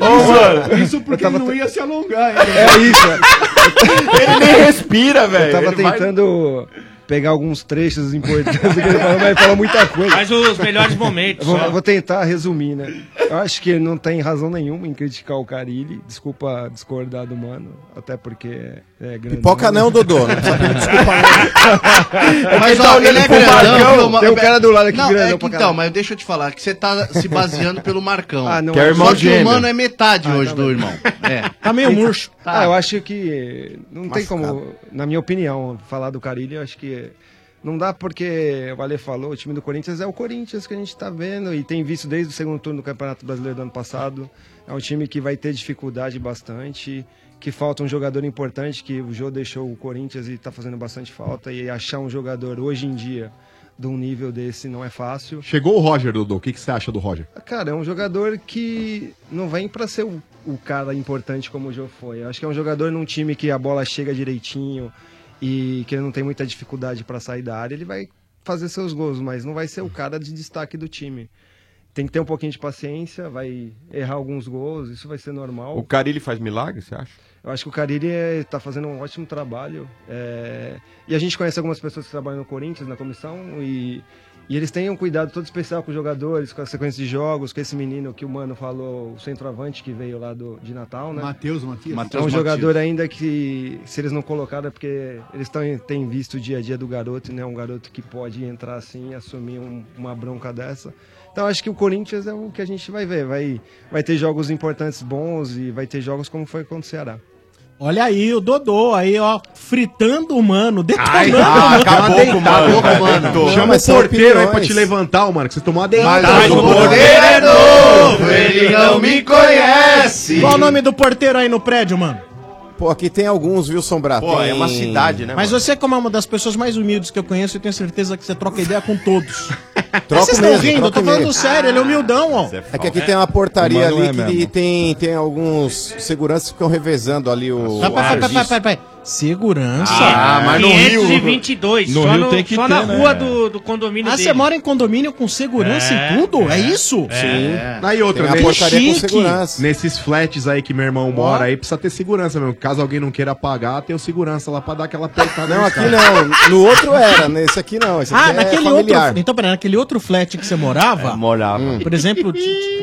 Ô, mano. Isso porque ele não ia se alongar, hein? É isso, é. Ele nem respira, velho. Eu tava Ele vai- tentando pegar alguns trechos importantes do que ele falou, mas ele falou muita coisa. Mas os melhores momentos. Eu vou, só. eu vou tentar resumir, né? Eu acho que ele não tem razão nenhuma em criticar o Carilli. Desculpa discordar do mano, até porque é, é grande. Pipoca não, [laughs] Dodô. Não precisa pedir desculpa, né? não. Mas ó, ele é grandão. pelo ma- Tem um cara do lado aqui não, grandão é que, pra Então, caralho. mas deixa eu te falar, que você tá se baseando pelo Marcão. Ah, não, Só é irmão que o gêmeo. humano é metade Ah, hoje tá do bem. irmão. É. Tá meio murcho. Tá. Ah, eu acho que não tem Machucado. como, na minha opinião, falar do Carilli, eu acho que não dá porque o Ale falou, o time do Corinthians é o Corinthians que a gente tá vendo e tem visto desde o segundo turno do Campeonato Brasileiro do ano passado. É um time que vai ter dificuldade bastante, que falta um jogador importante que o Jô deixou o Corinthians e tá fazendo bastante falta e achar um jogador hoje em dia de um nível desse não é fácil. Chegou o Roger, Dodô. O que, que você acha do Roger? Cara, é um jogador que não vem pra ser o, o cara importante como o Jô foi. Eu acho que é um jogador num time que a bola chega direitinho e que ele não tem muita dificuldade pra sair da área, ele vai fazer seus gols, mas não vai ser o cara de destaque do time. Tem que ter um pouquinho de paciência, vai errar alguns gols, isso vai ser normal. O Carilli faz milagre, você acha? Eu acho que o Cariri está fazendo um ótimo trabalho. é, E a gente conhece algumas pessoas que trabalham no Corinthians, na comissão, e, e eles têm um cuidado todo especial com os jogadores, com a sequência de jogos, com esse menino que o Mano falou, o centroavante que veio lá do, de Natal, né? Matheus Matias. É um jogador ainda que, se eles não colocaram, é porque eles tão, têm visto o dia a dia do garoto, né? Um garoto que pode entrar assim e assumir um- uma bronca dessa. Então acho que o Corinthians é o que a gente vai ver. Vai, vai ter jogos importantes bons e vai ter jogos como foi contra o Ceará. Olha aí, o Dodô aí, ó, fritando o mano, detonando Ai, ah, o mano. acabou com o mano. Não, Chama o mas são porteiro aí pra opiniões. te levantar, ô, mano, que você tomou a Mas dentada. o porteiro é novo, ele não me conhece. Qual o nome do porteiro aí no prédio, mano? Pô, aqui tem alguns, viu, Sombra? Pô, Tem- é uma cidade, né? Mas você, como é uma das pessoas mais humildes que eu conheço, eu tenho certeza que você troca ideia com todos. Mas vocês estão mesmo, rindo, eu [laughs] troca tô falando mesmo. sério, ele é humildão, ó. É que aqui tem uma portaria Mas não ali é que mesmo. tem, tem alguns seguranças que ficam revezando ali o. Pai, pai, pai, pai, pai, pai. Segurança. Ah, mas no Rio- 522, no só, Rio no- tem que só ter, na né? rua do, do condomínio Ah, dele. você mora em condomínio com segurança É, e tudo? É, isso? Sim. Aí outra, Que chique. Nesses flats aí que meu irmão mora aí, precisa ter segurança mesmo. Caso alguém não queira pagar, tem o segurança lá pra dar aquela apertada. Não, no aqui cara. não. No outro era, nesse aqui não. Esse aqui Ah, é naquele familiar. É, outro. Então, peraí, naquele outro flat que você morava? morava. Por exemplo, t-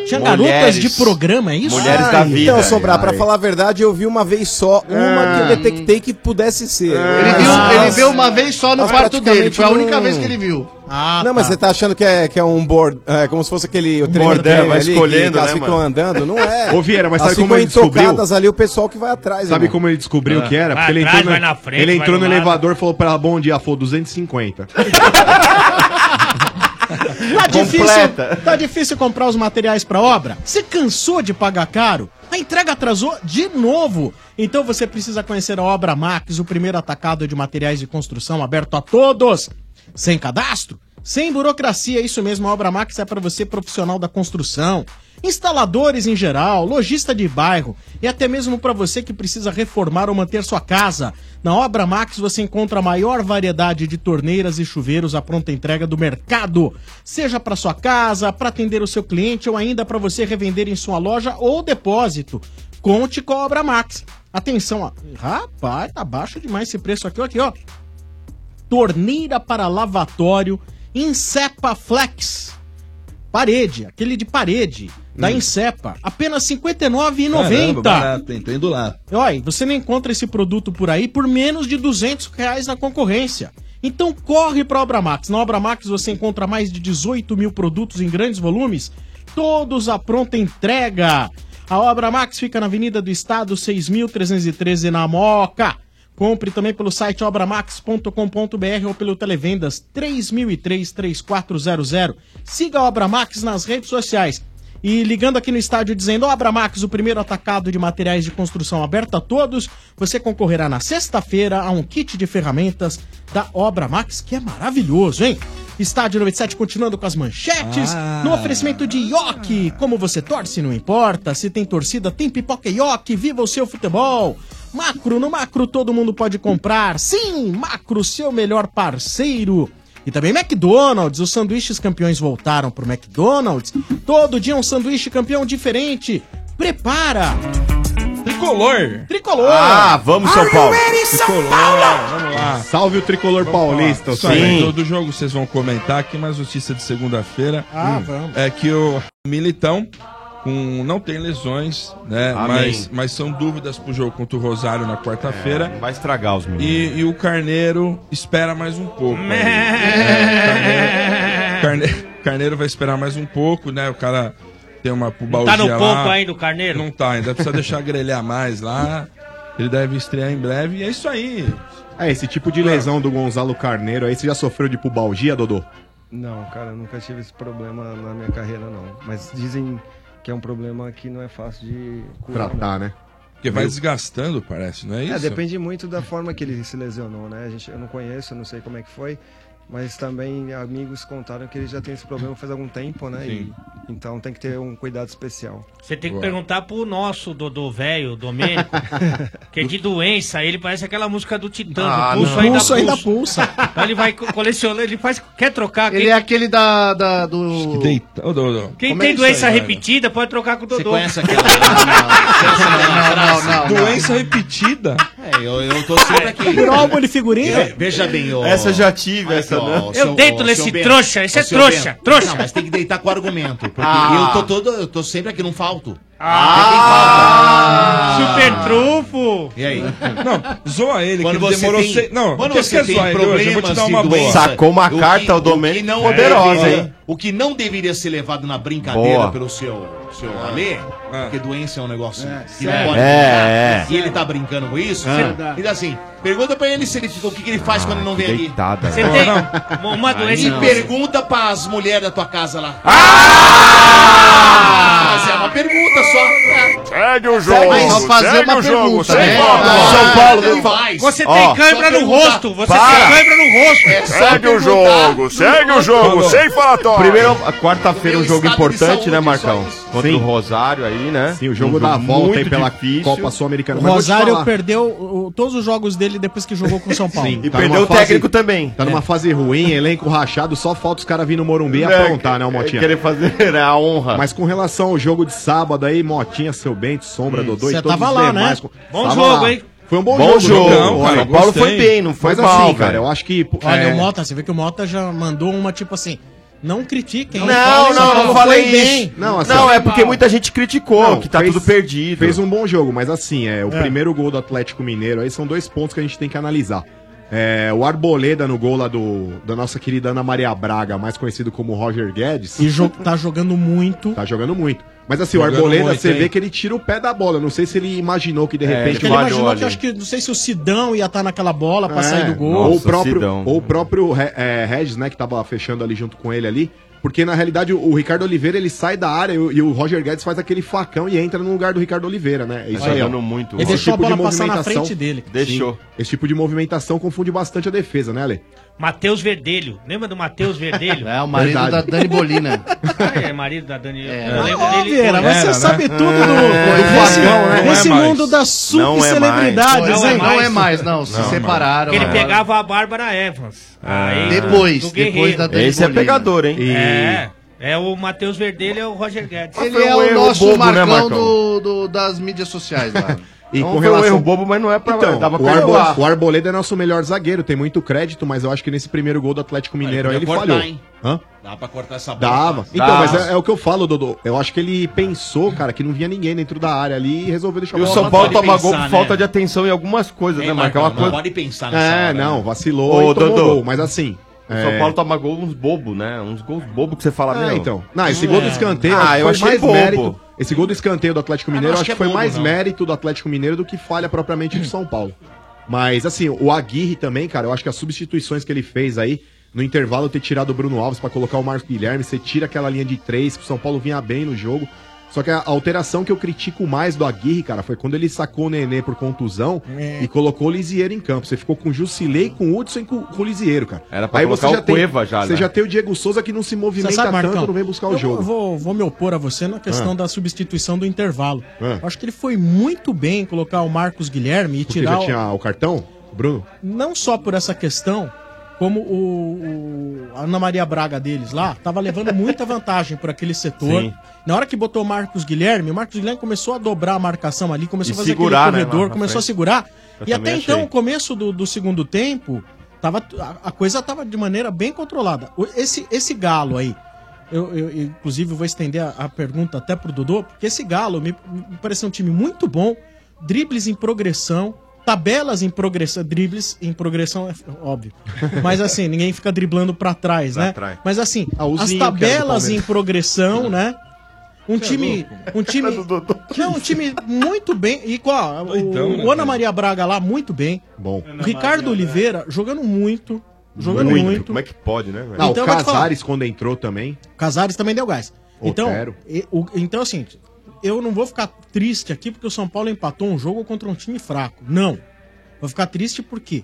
tinha Mulheres. garotas de programa, é isso? Ah, Então, Sobrar, pra falar a verdade, eu vi uma vez só uma Ah. que eu detectei que pudesse ser. Ele viu, ele viu uma vez só no Mas quarto dele. Ah, praticamente Foi a única não- vez que ele viu. não, mas você tá achando que é, que é um board, é, como se fosse aquele o bordel, é, trem vai ali, escolhendo, que elas né, ficam mano? andando, não é? Ô, Vieira, mas Elas sabe como ficam ele descobriu? intocadas ali o pessoal que vai atrás. Sabe irmão. como ele descobriu Ah. que era? Vai Porque ele atrás, entrou, no, vai na frente, ele entrou no vai do lado. elevador e falou pra ela, bom dia, ela falou 250. Tá difícil, Completa. tá difícil comprar os materiais pra obra? Você cansou de pagar caro? A entrega atrasou de novo. Então você precisa conhecer a Obra Max, o primeiro atacado de materiais de construção aberto a todos. Sem cadastro, sem burocracia, isso mesmo. A Obra Max é pra você, profissional da construção, instaladores em geral, lojista de bairro e até mesmo pra você que precisa reformar ou manter sua casa. Na Obra Max você encontra a maior variedade de torneiras e chuveiros à pronta entrega do mercado, seja para sua casa, para atender o seu cliente ou ainda para você revender em sua loja ou depósito. Conte com a Obra Max. Atenção, ó. rapaz, tá baixo demais esse preço aqui, ó, aqui, ó torneira para lavatório Insepa Flex. Parede, aquele de parede da Insepa, apenas R$ 59,90. Hum. Caramba, barato, hein? Tô indo lá. Olha, você não encontra esse produto por aí por menos de 200 reais na concorrência. Então corre para a Obra Max. Na Obra Max você encontra mais de 18 mil produtos em grandes volumes, todos à pronta entrega. A Obra Max fica na Avenida do Estado, 6.313 na Moca. Compre também pelo site obramax.com.br ou pelo Televendas 3003-3400. Siga a Obra Max nas redes sociais. E ligando aqui no estádio dizendo: Obra Max, o primeiro atacado de materiais de construção aberto a todos, você concorrerá na sexta-feira a um kit de ferramentas da Obra Max, que é maravilhoso, hein? Estádio 97 continuando com as manchetes, Ah. no oferecimento de Yoki. Como você torce, não importa. Se tem torcida, tem pipoca Yoki. Viva o seu futebol! Macro, no macro todo mundo pode comprar. Sim, macro, seu melhor parceiro. E também McDonald's, os sanduíches campeões voltaram pro McDonald's. Todo dia um sanduíche campeão diferente. Prepara! Tricolor! Tricolor! Ah, vamos, São Paulo. Tricolor, Vamos lá. Salve o tricolor paulista, Isso São aí. Paulo. Todo jogo Hum. vocês vão comentar aqui, mas notícia de segunda-feira Ah, vamos. é que o Militão com não tem lesões, né? Amém. Mas, mas são dúvidas pro jogo contra o Rosário na quarta-feira. É, vai estragar os meninos. E, e o Carneiro espera mais um pouco. aí. É, o Carneiro, Carne- Carneiro vai esperar mais um pouco, né? O cara tem uma pubalgia Tá no ponto lá. ainda o Carneiro? Não tá, ainda precisa deixar grelhar mais lá. Ele deve estrear em breve. E é isso aí. É, esse tipo de lesão do Gonzalo Carneiro aí, você já sofreu de pubalgia, Dodô? Não, cara, eu nunca tive esse problema na minha carreira, não. Mas dizem que é um problema que não é fácil de curar. Tratar, não. né? Porque vai tá, Meu- desgastando, parece, não é isso? É, depende muito da forma que ele se lesionou, né? A gente, eu não conheço, eu não sei como é que foi, mas também amigos contaram que ele já tem esse problema faz algum tempo, né? E- Sim. então tem que ter um cuidado especial. Você tem que Boa. perguntar pro nosso Dodô velho, [laughs] Domênico, que é de doença, ele parece aquela música do Titã, Ah, do pulso, não. ainda Pulso ainda pulsa. [laughs] Então ele vai co- colecionando, ele faz, quer Tá, trocar. Ele quem é aquele da. da- do. Deita. Ô, Dodô. quem Como é tem isso doença aí, velho? repetida pode trocar com o Dodô. conhece aquela? Ah, Não, não, não. Doença repetida? É, eu, eu tô sempre aqui. Virou um álbum de figurinha? Eu- É, veja bem, ó. Essa eu já tive, essa não. Eu deito nesse trouxa, esse é trouxa, trouxa. Não, mas tem que deitar com argumento. Porque eu, Ah. tô todo, eu tô sempre aqui, não falto. Ah. Super trufo! E aí? Não, zoa ele, Quando que ele você demorou tem- seis... Não, quando que você quer tem zoar ele hoje, eu vou te problemas dar de uma boa. doença, Sacou uma o carta que- ao Domênico o que É, não poderosa, deveria- hein? O que não deveria ser levado na brincadeira é. Boa. pelo seu, seu Alê, porque doença é um negócio que não sério. pode É, brincar, E ele tá brincando com isso. Ah. você- Então assim, pergunta pra ele se ele ficou, o que, que ele faz quando ele não vem aqui. deitada, Você né? tem uma- uma doença- E não. pergunta pras mulheres da tua casa lá. Mas é uma pergunta só. Segue o jogo, Mas fazer segue uma o jogo, pergunta, segue né? o jogo. Ah, São Paulo, não eu faz. falo- Você Ó, tem só câimbra no perguntar. rosto, você Para. tem câimbra no rosto. É. Segue o jogo, segue o jogo, sem falatório. Primeiro, a quarta-feira um jogo importante, né, Marcão? Contra Sim. o Rosário aí, né? Sim, o jogo da volta aí muito pela difícil. Copa Sul-Americana. O Mas vou te Rosário falar, perdeu o- todos os jogos dele depois que jogou com o São [laughs] Paulo. Sim, tá numa fase- Tá numa fase ruim, elenco rachado, só falta os caras vir no Morumbi É, aprontar, né, o Motinha? é, querer fazer [laughs] a honra. Mas com relação ao jogo de sábado aí, Motinha, seu Bento, Sombra, Dodô cê e todos tava os lá, demais. né? com- Bom jogo, hein? Foi um bom, Bom jogo, né? não, cara, Olha, o Paulo foi gostei. bem, né? não foi Mas mal, assim, cara, velho. eu acho que... pô, Olha, é, o Mota, você vê que o Mota já mandou uma tipo assim. Não critiquem. Não, não, não, falei isso. Não, assim, não, ó, é porque muita gente criticou Não, que tá fez- tudo perdido. Fez um bom jogo, mas assim, é, o É. primeiro gol do Atlético Mineiro aí são dois pontos que a gente tem que analisar. É, o Arboleda no gol lá do, da nossa querida Ana Maria Braga, mais conhecido como Roger Guedes. E jo- tá jogando muito. Tá jogando muito. Mas assim, Jogando o Arboleda, muito, você hein? vê que ele tira o pé da bola. Não sei se ele imaginou que de repente. Porque ele imaginou que eu acho que não sei se o Sidão ia estar naquela bola pra É, sair do gol. ou o próprio, ou o próprio Re- é, Regis, né, que tava fechando ali junto com ele ali. Porque na realidade o, o Ricardo Oliveira ele sai da área e o, e o Roger Guedes faz aquele facão e entra no lugar do Ricardo Oliveira, né? É isso Tá aí. ó. jogando muito. Esse Ele deixou tipo a de bola passar na movimentação- frente dele. Sim. Deixou. Esse tipo de movimentação confunde bastante a defesa, né, Ale? Matheus Verdelho. Lembra do Matheus Verdelho? [laughs] É, o marido da Dani Bolina. Ah, é, marido da Dani. Eu lembro Ô, dele- Vieira, você Era, sabe né? tudo do, É, desse, desse mundo das subcelebridades, Não é hein? mais, não, é mais, não. Se separaram. Ele agora. Ah. pegava a Bárbara Evans. Aí, Depois, do Guerreiro. depois da Dani Ah. Esse é Bolina. pegador, hein? É. É o Matheus Verdelho e o Roger Guedes. Ele é o nosso Marcão, do- do- das mídias sociais lá. E Então com foi um relação... erro bobo, mas não é pra- então, dava o, pra Arbo... perdoar. o Arboleda é nosso melhor zagueiro, tem muito crédito, mas eu acho que nesse primeiro gol do Atlético Mineiro aí podia ele cortar, falhou. hein? Hã? Dá pra cortar essa bola. Dava. fácil. Então, mas é, é o que eu falo, Dodô. Eu acho que ele pensou, cara, que não vinha ninguém dentro da área ali e resolveu deixar E o bola São pra Paulo trás. toma gol por falta de atenção em algumas coisas, né, Marcão? Uma coisa- É, né? não, vacilou Ô, e tomou Dodô. gol, mas assim... O é, São Paulo toma gol uns bobo, né? Uns gols bobo que você fala, É, meu. então. Não, esse gol do escanteio Ah, eu foi achei mais bobo. mérito. Esse gol do escanteio do Atlético Mineiro, eu acho acho que que é foi bobo, mais não. mérito do Atlético Mineiro do que falha propriamente do São Paulo. Mas assim, o Aguirre também, cara, eu acho que as substituições que ele fez aí no intervalo ter tirado o Bruno Alves pra colocar o Marcos Guilherme, você tira aquela linha de três, que o São Paulo vinha bem no jogo. Só que a alteração que eu critico mais do Aguirre, cara, foi quando ele sacou o Nenê por contusão É. e colocou o Lisieiro em campo. Você ficou com o Jusilei, com o Hudson e com, com o Lisieiro, cara. Era pra colocar o Cueva já, Você né? já tem o Diego Souza que não se movimenta Você sabe, Marcão, tanto, não vem buscar o eu jogo. Vou, vou me opor a você na questão Ah. da substituição do intervalo. Ah. Eu Acho que ele foi muito bem em colocar o Marcos Guilherme e Porque tirar. já o- tinha o cartão, Bruno? Não só por essa questão, como o, o- a Ana Maria Braga deles lá tava levando muita vantagem por aquele setor. Sim. Na hora que botou o Marcos Guilherme, o Marcos Guilherme começou a dobrar a marcação ali, começou E a fazer segurar, né, aquele corredor, lá na começou a frente. segurar. Eu e até também então, achei. o começo do, do segundo tempo, tava, a, a coisa tava de maneira bem controlada. O- Esse, esse galo aí, eu, eu- eu, inclusive, eu vou estender a, a pergunta até pro Dodô, porque esse Galo me, me parece um time muito bom, dribles em progressão, tabelas em progressão, dribles em progressão, é f- óbvio. Mas assim, ninguém fica driblando pra trás, Pra né? trás. Mas assim, Ah, o as Zinho, que era do tabelas em Palmeiras. progressão, né? Um Você é time, louco. [laughs] um time, não, um time muito bem. E qual? O, Doidão, né, o Ana Maria Braga lá muito bem. Bom. O Ricardo Oliveira jogando muito, jogando Muito. muito. Como é que pode, né, velho? Então, eu o vou te falar. Casares, quando entrou também. Casares também deu gás. Então, Otero. e- o- então, assim, eu não vou ficar triste aqui porque o São Paulo empatou um jogo contra um time fraco. Não. Vou ficar triste porque,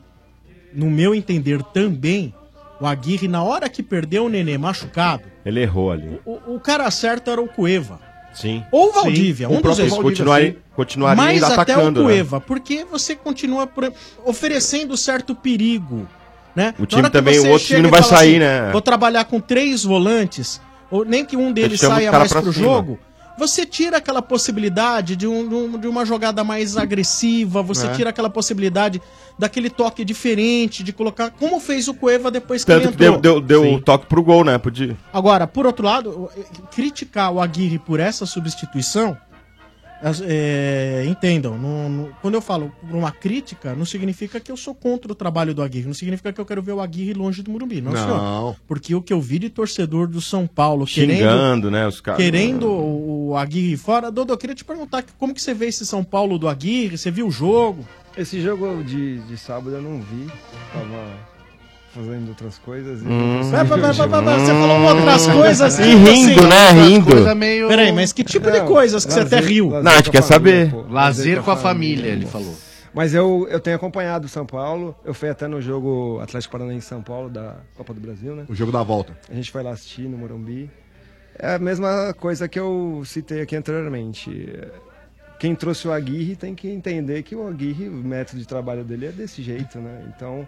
no meu entender também, o Aguirre, na hora que perdeu o Nenê machucado, Ele errou ali. o, o cara certo era o Cueva. Sim. Ou o Valdívia, Sim. um o dos próprio dois. continuarem, continuarem Mas ainda até atacando. o né? Cueva, porque você continua por- oferecendo certo perigo, né? O Na time hora que também- você o outro chega time não e vai fala assim, sair, né? Vou trabalhar com três volantes, ou nem que um deles chama o saia cara mais pra pro cima. jogo. Você tira aquela possibilidade de, um- de um- de uma jogada mais agressiva, você Hum. É. tira aquela possibilidade daquele toque diferente, de colocar. Como fez o Cueva depois que Tanto ele que entrou. deu, deu, deu o toque pro gol, né? Podia... Agora, por outro lado, criticar o Aguirre por essa substituição, as- é, entendam, não- não- quando eu falo por uma crítica, não significa que eu sou contra o trabalho do Aguirre, não significa que eu quero ver o Aguirre longe do Murumbi, não, Não. senhor. Porque o que eu vi de torcedor do São Paulo Xingando, né, os caras. Querendo o o Aguirre fora, Dodô, eu queria te perguntar como que você vê esse São Paulo do Aguirre, você viu o jogo? Esse jogo de, de sábado eu não vi. Tava fazendo outras coisas. e Hum. não Vai, vai, vai, vai, vai, vai, você falou Hum. outras [laughs] coisas que, E rindo, assim, né? outras Rindo. coisas meio- Peraí, mas que tipo de coisas que você até riu? Não, a gente quer saber. Lazer com a família, ele pô. falou. Mas eu, eu tenho acompanhado o São Paulo. Eu fui até no jogo Atlético Paranaense São Paulo da Copa do Brasil, né? O jogo da volta. A gente foi lá assistir no Morumbi. É a mesma coisa que eu citei aqui anteriormente. Quem trouxe o Aguirre tem que entender que o Aguirre, o método de trabalho dele é desse jeito, né? Então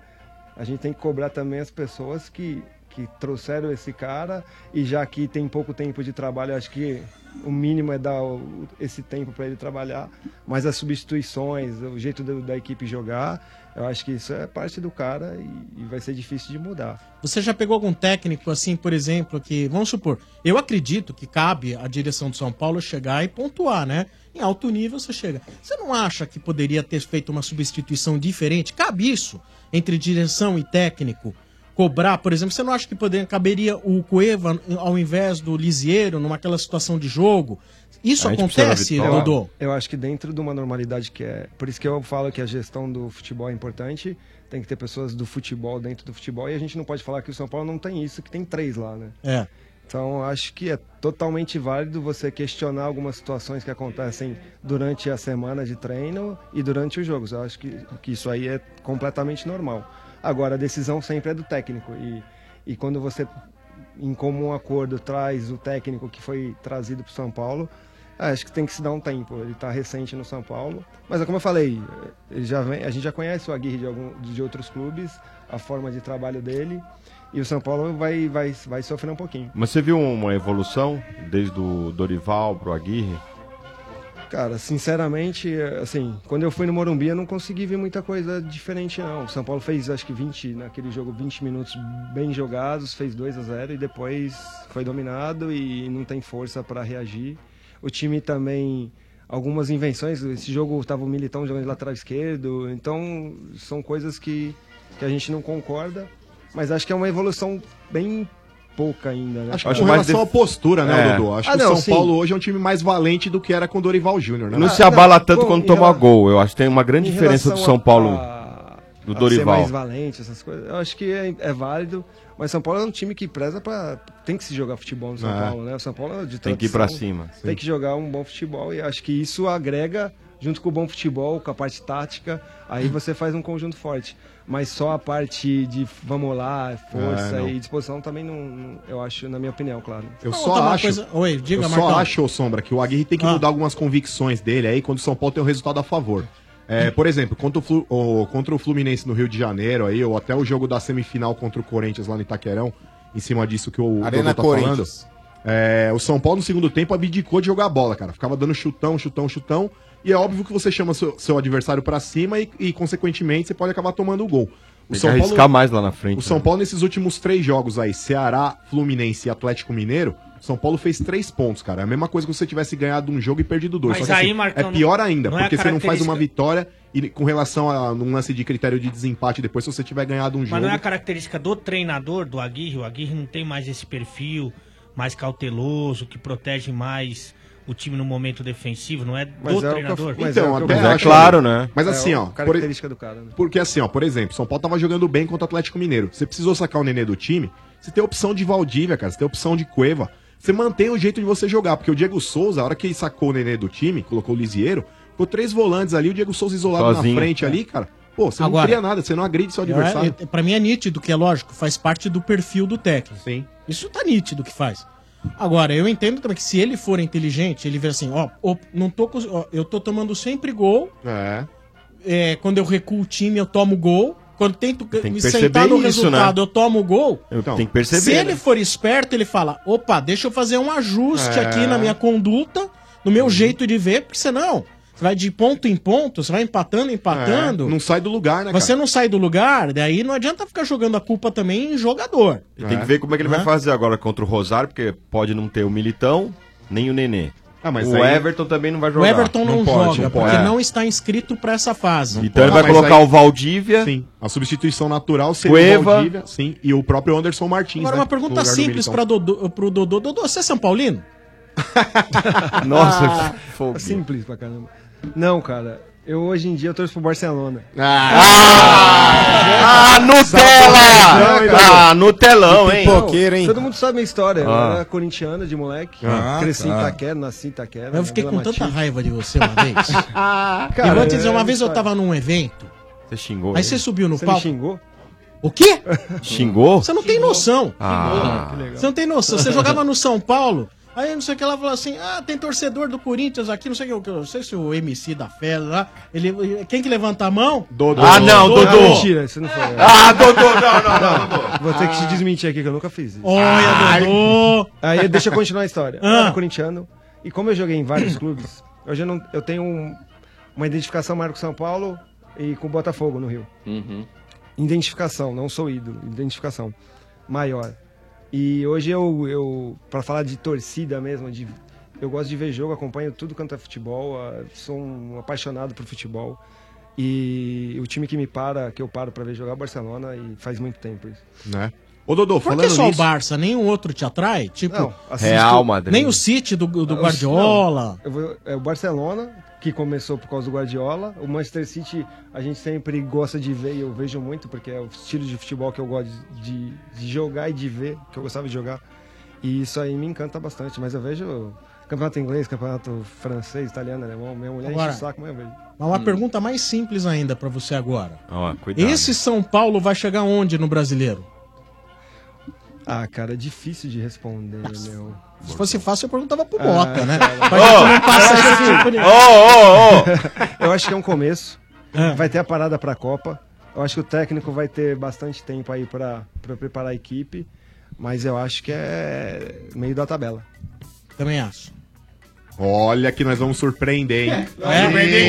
a gente tem que cobrar também as pessoas que, que trouxeram esse cara e já que tem pouco tempo de trabalho, acho que o mínimo é dar o- esse tempo para ele trabalhar, mas as substituições, o jeito do- da equipe jogar, eu acho que isso é parte do cara e- e vai ser difícil de mudar. Você já pegou algum técnico, assim, por exemplo, que, vamos supor, eu acredito que cabe à direção do São Paulo chegar e pontuar, né? Em alto nível você chega. Você não acha que poderia ter feito uma substituição diferente? Cabe isso entre direção e técnico? Cobrar, por exemplo, você não acha que poderia, caberia o Cueva ao invés do Lisieiro numa aquela situação de jogo? Isso acontece, Dodô? Eu acho que dentro de uma normalidade que é. Por isso que eu falo que a gestão do futebol é importante. Tem que ter pessoas do futebol dentro do futebol. E a gente não pode falar que o São Paulo não tem isso, que tem três lá, né? É. Então, acho que é totalmente válido você questionar algumas situações que acontecem durante a semana de treino e durante os jogos. Eu acho que, que isso aí é completamente normal. Agora, a decisão sempre é do técnico. E, e quando você, em comum acordo, traz o técnico que foi trazido para o São Paulo, acho que tem que se dar um tempo. Ele está recente no São Paulo. Mas, é como eu falei, ele já vem- a gente já conhece o Aguirre de, algum, de outros clubes, a forma de trabalho dele. E o São Paulo vai, vai, vai sofrer um pouquinho. Mas você viu uma evolução desde o Dorival pro Aguirre? Cara, sinceramente, assim, quando eu fui no Morumbi eu não consegui ver muita coisa diferente não. O São Paulo fez acho que 20 naquele jogo 20 minutos bem jogados, fez 2 a 0 e depois foi dominado e não tem força para reagir. O time também algumas invenções, esse jogo tava o Militão jogando de lateral esquerdo, então são coisas que que a gente não concorda, mas acho que é uma evolução bem pouca ainda, né? Acho que com relação à postura, É. né, Dudu? Acho Ah, que o não, São sim. Paulo hoje é um time mais valente do que era com o Dorival Júnior, né? Não Ah, se abala tanto bom, quando em toma relação- gol. Eu acho que tem uma grande em diferença do relação São a- Paulo do a Dorival. Ser mais valente, essas coisas. Eu acho que é, é válido. Mas São Paulo é um time que preza pra. Tem que se jogar futebol no São É. Paulo, né? O São Paulo é de Tem que ir tradição, pra cima. Tem Sim. que jogar um bom futebol. E acho que isso agrega, junto com o bom futebol, com a parte tática, aí Uhum. você faz um conjunto forte. Mas só a parte de vamos lá, força É, não. e disposição também não- não. Eu acho, na minha opinião, claro. Eu só acho. eu só acho, ô Sombra, que o Aguirre tem que mudar algumas convicções dele aí quando o São Paulo tem um resultado a favor. É, por exemplo, contra o, Flu- o- contra o Fluminense no Rio de Janeiro aí, ou até o jogo da semifinal contra o Corinthians lá no Itaquerão, em cima disso que o Arena Dodô tá Corinthians. é, o São Paulo no segundo tempo abdicou de jogar bola, cara. Ficava dando chutão, chutão, chutão. E é óbvio que você chama seu, seu adversário pra cima e, e, consequentemente, você pode acabar tomando o gol. O Tem que arriscar mais lá na frente, O São né? Paulo, nesses últimos três jogos aí, Ceará, Fluminense e Atlético Mineiro, São Paulo fez três pontos, cara. É a mesma coisa que se você tivesse ganhado um jogo e perdido dois. Mas Só que, aí, Marcão, é pior não- ainda, não é porque você não faz característica- uma vitória e com relação a um lance de critério de desempate depois, se você tiver ganhado um Mas jogo. não é a característica do treinador, do Aguirre. O Aguirre não tem mais esse perfil mais cauteloso, que protege mais o time no momento defensivo, não é do treinador. Então, até mas é acho- claro, né? Mas É, assim, ó. uma por- característica do cara, né? Porque assim, ó, por exemplo, São Paulo tava jogando bem contra o Atlético Mineiro. Você precisou sacar o Nenê do time, você tem a opção de Valdívia, cara, você tem a opção de Cueva. Você mantém o jeito de você jogar, porque o Diego Souza, a hora que ele sacou o Nenê do time, colocou o Lisieiro, ficou três volantes ali, o Diego Souza isolado Sozinho. na é. frente ali, cara. Pô, você Agora- não cria nada, você não agride seu adversário. É, é, pra mim é nítido que é lógico, faz parte do perfil do técnico. Sim. Isso tá nítido que faz. Agora, eu entendo também que se ele for inteligente, ele vê assim, ó, ó, não tô cons- ó, eu tô tomando sempre gol. É. quando eu recuo o time, eu tomo gol. Quando tento que me perceber sentar no isso, resultado, né? eu tomo gol. Eu tenho que perceber, Então, Se ele né? for esperto, ele fala: opa, deixa eu fazer um ajuste É. Uhum. aqui na minha conduta, no meu jeito de ver, porque senão você vai de ponto em ponto, você vai empatando, empatando. É, não sai do lugar, né? Você não sai do lugar, daí não adianta ficar jogando a culpa também em jogador. E Tem que ver como é que ele vai fazer agora contra o Rosário, porque pode não ter o Militão, nem o Nenê. Ah, mas o aí- Everton também não vai O jogar. Everton não, joga, porque É. não está inscrito para essa fase. Então Ah, ele vai colocar o Valdívia. Sim. A substituição natural seria o Cueva. Valdívia, sim, e o próprio Anderson Martins. Agora, né, uma no pergunta lugar do simples Militão. para Dodô, pro Dodô. Dodô, você é São Paulino? [laughs] Ah. Nossa, fogo. Simples pra caramba. Não, cara. Eu hoje em dia eu torço pro Barcelona. Ah, Nutella! Ah, Nutelão, hein? Todo mundo sabe a minha história. Ah. Eu era corintiana de moleque. Ah, cresci em tá. Itaquera, nasci em Itaquera. Eu fiquei na com Vila tanta Matilde. raiva de você uma vez. eu vou te dizer, uma vez eu tava num evento, Você xingou. aí ele? você subiu no Você me palco. xingou? O quê? Xingou? Você não tem noção. Ah. Você não tem noção. Você jogava no São Paulo, aí não sei o que ela falou assim: ah, tem torcedor do Corinthians aqui, não sei o que, não sei se o MC da Fera lá. Ele, quem que levanta a mão? Dodô. Ah, não, Dodô. Dodô. mentira, isso não foi. Ah, Dodô, não, não, não, [laughs] Vou ter que Ah. te desmentir aqui que eu nunca fiz isso. Olha, Dodô! Aí deixa eu continuar a história. Eu Ah. era corintiano e como eu joguei em vários clubes, hoje eu, não, eu tenho um- uma identificação maior com São Paulo e com o Botafogo no Rio. Uhum. Identificação, não sou ídolo, identificação maior. E hoje eu, eu para falar de torcida mesmo, de, eu gosto de ver jogo, acompanho tudo quanto é futebol, ah, sou um apaixonado por futebol. E o time que me para, que eu paro para ver jogar é o Barcelona e faz muito tempo isso. Né? Ô, Dodô, Por falando que só o nisso- Barça? Nenhum outro te atrai? Tipo, Não, assim, assisto- Real Madrid. Nem o City do, Tipo do Os- Guardiola. não, eu vou- é o Barcelona, que começou por causa do Guardiola. O Manchester City, a gente sempre gosta de ver, e eu vejo muito, porque é o estilo de futebol que eu gosto de, de jogar e de ver, que eu gostava de jogar. E isso aí me encanta bastante. Mas eu vejo campeonato inglês, campeonato francês, italiano, alemão. Minha mulher Agora- enche o saco, mas eu vejo. Mas uma pergunta mais simples ainda pra você agora. Hum. Ó, cuidado. Esse São Paulo vai chegar onde no brasileiro? Ah, cara, é difícil de responder, meu. Se fosse fácil, eu perguntava pro Bota, Ah, [laughs] né? cara. Pra gente não passar esse tipo de. Eu acho que é um começo. Ah. Vai ter a parada pra Copa. Eu acho que o técnico vai ter bastante tempo aí pra pra preparar a equipe. Mas eu acho que é meio da tabela. Também acho. Olha que nós vamos surpreender, hein? É? Surpreender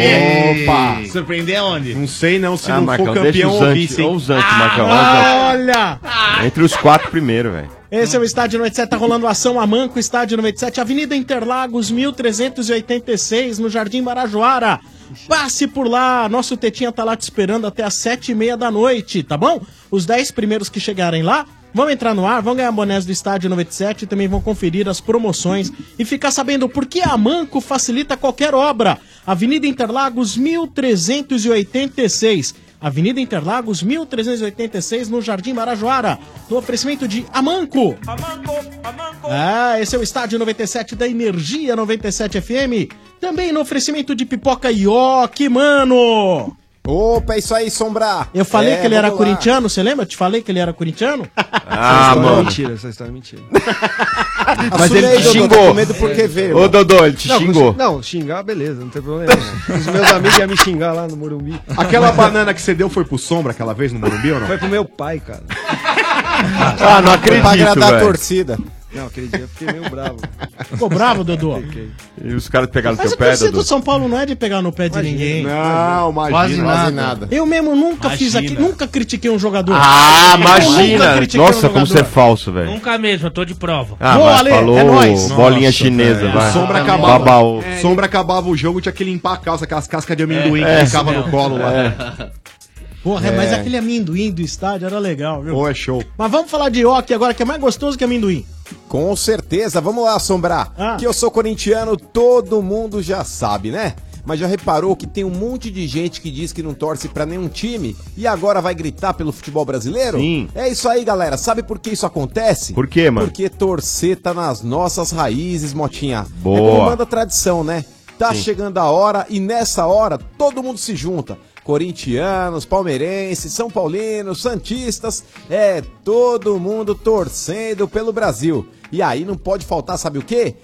quem? Opa! Surpreender aonde? Não sei não se Ah, não Marcão, for deixa campeão o ou Zante, vice, ou o hein? Zante, Marcão. ó, Ah, Olha! o Zante. Entre os quatro primeiro, velho. Esse é o Estádio 97, tá rolando ação Amanco, Estádio 97, Avenida Interlagos, 1386, no Jardim Marajoara. Passe por lá, nosso Tetinha tá lá te esperando até às sete e meia da noite, tá bom? Os 10 primeiros que chegarem lá vão entrar no ar, vão ganhar bonés do Estádio 97 e também vão conferir as promoções e ficar sabendo por que a Amanco facilita qualquer obra. Avenida Interlagos, 1386. Avenida Interlagos, 1386, no Jardim Marajoara, no oferecimento de Amanco. Ah, esse é o Estádio 97 da Energia 97 FM, também no oferecimento de Pipoca Ioki, mano. Opa, é isso aí, Sombra. Eu falei É, que ele era vamos lá. corintiano, você lembra? Eu te falei que ele era corintiano? Ah, história é mano. mentira, essa história é mentira. [laughs] Mas ele te tá xingou. Ô, Dodô, ele te Não, xingou. Não, xingar, beleza, não tem problema. nenhum. Os meus amigos iam me xingar lá no Morumbi. Aquela banana que você deu foi pro Sombra aquela vez no Morumbi ou não? Foi pro meu pai, cara. [laughs] Ah, não acredito, Pra agradar a velho. torcida. Não, aquele dia eu fiquei meio bravo. Ficou bravo, Dodô? Fiquei. E os caras pegaram Mas seu a pé, torcida Dudu? do São Paulo não é de pegar no pé de ninguém. Não, imagina, Quase quase nada. nada. Eu mesmo nunca fiz Imagina. aqui, nunca critiquei um jogador. Ah, Eu nunca imagina! critiquei um Nossa, como jogador. você é falso, velho. Nunca mesmo, eu tô de prova. Ah, Boa, mas Ale, falou é nóis. bolinha Nossa, chinesa, velho. é vai. Sombra acabava. Babaú. Sombra acabava o jogo, tinha que limpar a calça, aquelas cascas de amendoim É, que ficava é. no colo lá. É. Porra, é, mas É. aquele amendoim do estádio era legal, viu? Pô, é show. Mas vamos falar de hockey agora, que é mais gostoso que amendoim. Ah. Com certeza, vamos lá, Sombrar. Que eu sou corintiano, todo mundo já sabe, né? Mas já reparou que tem um monte de gente que diz que não torce pra nenhum time e agora vai gritar pelo futebol brasileiro? Sim. É isso aí, galera. Sabe por que isso acontece? Por quê, mano? Porque torcer tá nas nossas raízes, Motinha. Boa. É como manda a tradição, né? Tá Sim. chegando a hora e nessa hora todo mundo se junta. Corintianos, palmeirenses, São Paulinos, Santistas, é todo mundo torcendo pelo Brasil. E aí não pode faltar, sabe o quê?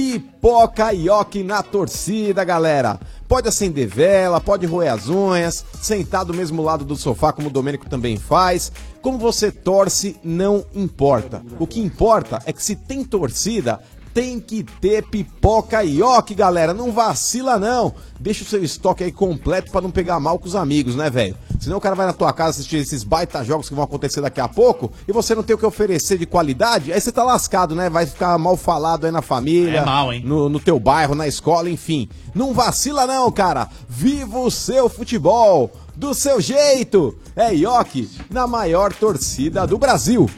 Pipoca e oque na torcida, galera. Pode acender vela, pode roer as unhas, sentar do mesmo lado do sofá, como o Domênico também faz. Como você torce, não importa. O que importa é que se tem torcida, tem que ter pipoca e ok, galera. Não vacila, não. Deixa o seu estoque aí completo pra não pegar mal com os amigos, né, velho? Senão o cara vai na tua casa assistir esses baita jogos que vão acontecer daqui a pouco e você não tem o que oferecer de qualidade, aí você tá lascado, né? Vai ficar mal falado aí na família. É mal, hein? No, no teu bairro, na escola, enfim. Não vacila, não, cara. Viva o seu futebol! Do seu jeito! É Ioki, na maior torcida do Brasil.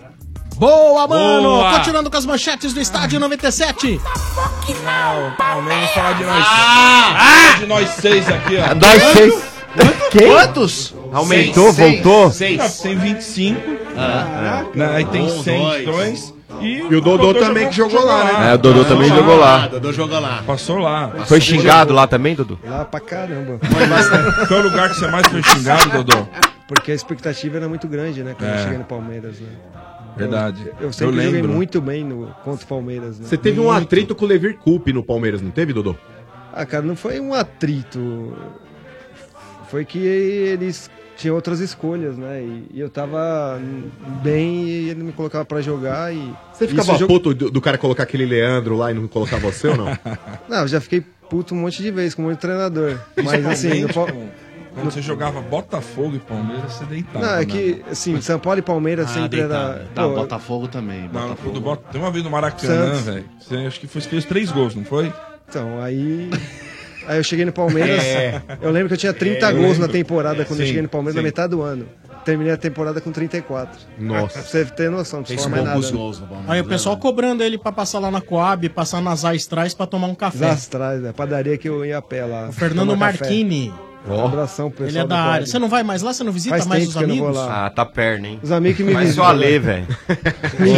Boa, Mano, continuando com as manchetes do estádio 97. Não, ao menos falar de nós. Ah! Falar de nós seis aqui, ó. Nós seis. Quem? Quantos? Aumentou, voltou? Ah, tem 25. Ah, né, Aí tem Um, 100 dois. dois. E, o Dodô também que jogou lá, né? É, o Dodô também jogou lá. Dodô jogou lá. Passou lá. Foi xingado lá também, Dudu? Lá pra caramba. [laughs] Qual é o lugar que você mais foi xingado, Dodô? Porque a expectativa era muito grande, né? Quando É. eu cheguei no Palmeiras, né? Verdade. Eu, eu sempre Eu joguei lembro. muito bem no, contra o Palmeiras, né? Você teve um Muito. atrito com o Levir Coupe no Palmeiras, não teve, Dodô? Ah, cara, não foi um atrito. Foi que eles tinham outras escolhas, né? E, e eu tava bem e ele me colocava pra jogar e... Você ficava isso eu puto do, do cara colocar aquele Leandro lá e não colocar você ou não? Não, eu já fiquei puto um monte de vezes com um monte [laughs] de treinador. Mas assim, no, Principalmente, Pal- Quando você jogava Botafogo e Palmeiras, você deitava. não, é né? que assim, São Paulo e Palmeiras Ah, sempre deitado. era. Tá, pô, Botafogo também. Não, do Bota- Tem uma vez no Maracanã, Santos. velho. Você acho que foi, fez três gols, não foi? Então, aí. Aí eu cheguei no Palmeiras. É. Eu lembro que eu tinha 30 É, eu gols na lembro. temporada quando eu Sim, cheguei no Palmeiras sim. na metade do ano. Terminei a temporada com 34. Nossa. Pra você ter noção, não Fez precisa mais nada. né? poucos gols no Palmeiras, Aí o pessoal cobrando ele pra passar lá na Coab, passar nas Astrais pra tomar um café. Desastrais, né? Padaria que eu ia a pé lá. Fernando tomar café. [laughs] Marchini. Um Abração, pro pessoal. Ele é do da área. Coab. Você não vai mais lá? Você não visita Faz mais tempo os que eu não amigos? vou lá. Ah, tá perna, hein? Os amigos que me Mas o visitam, Alê, né? [laughs] velho.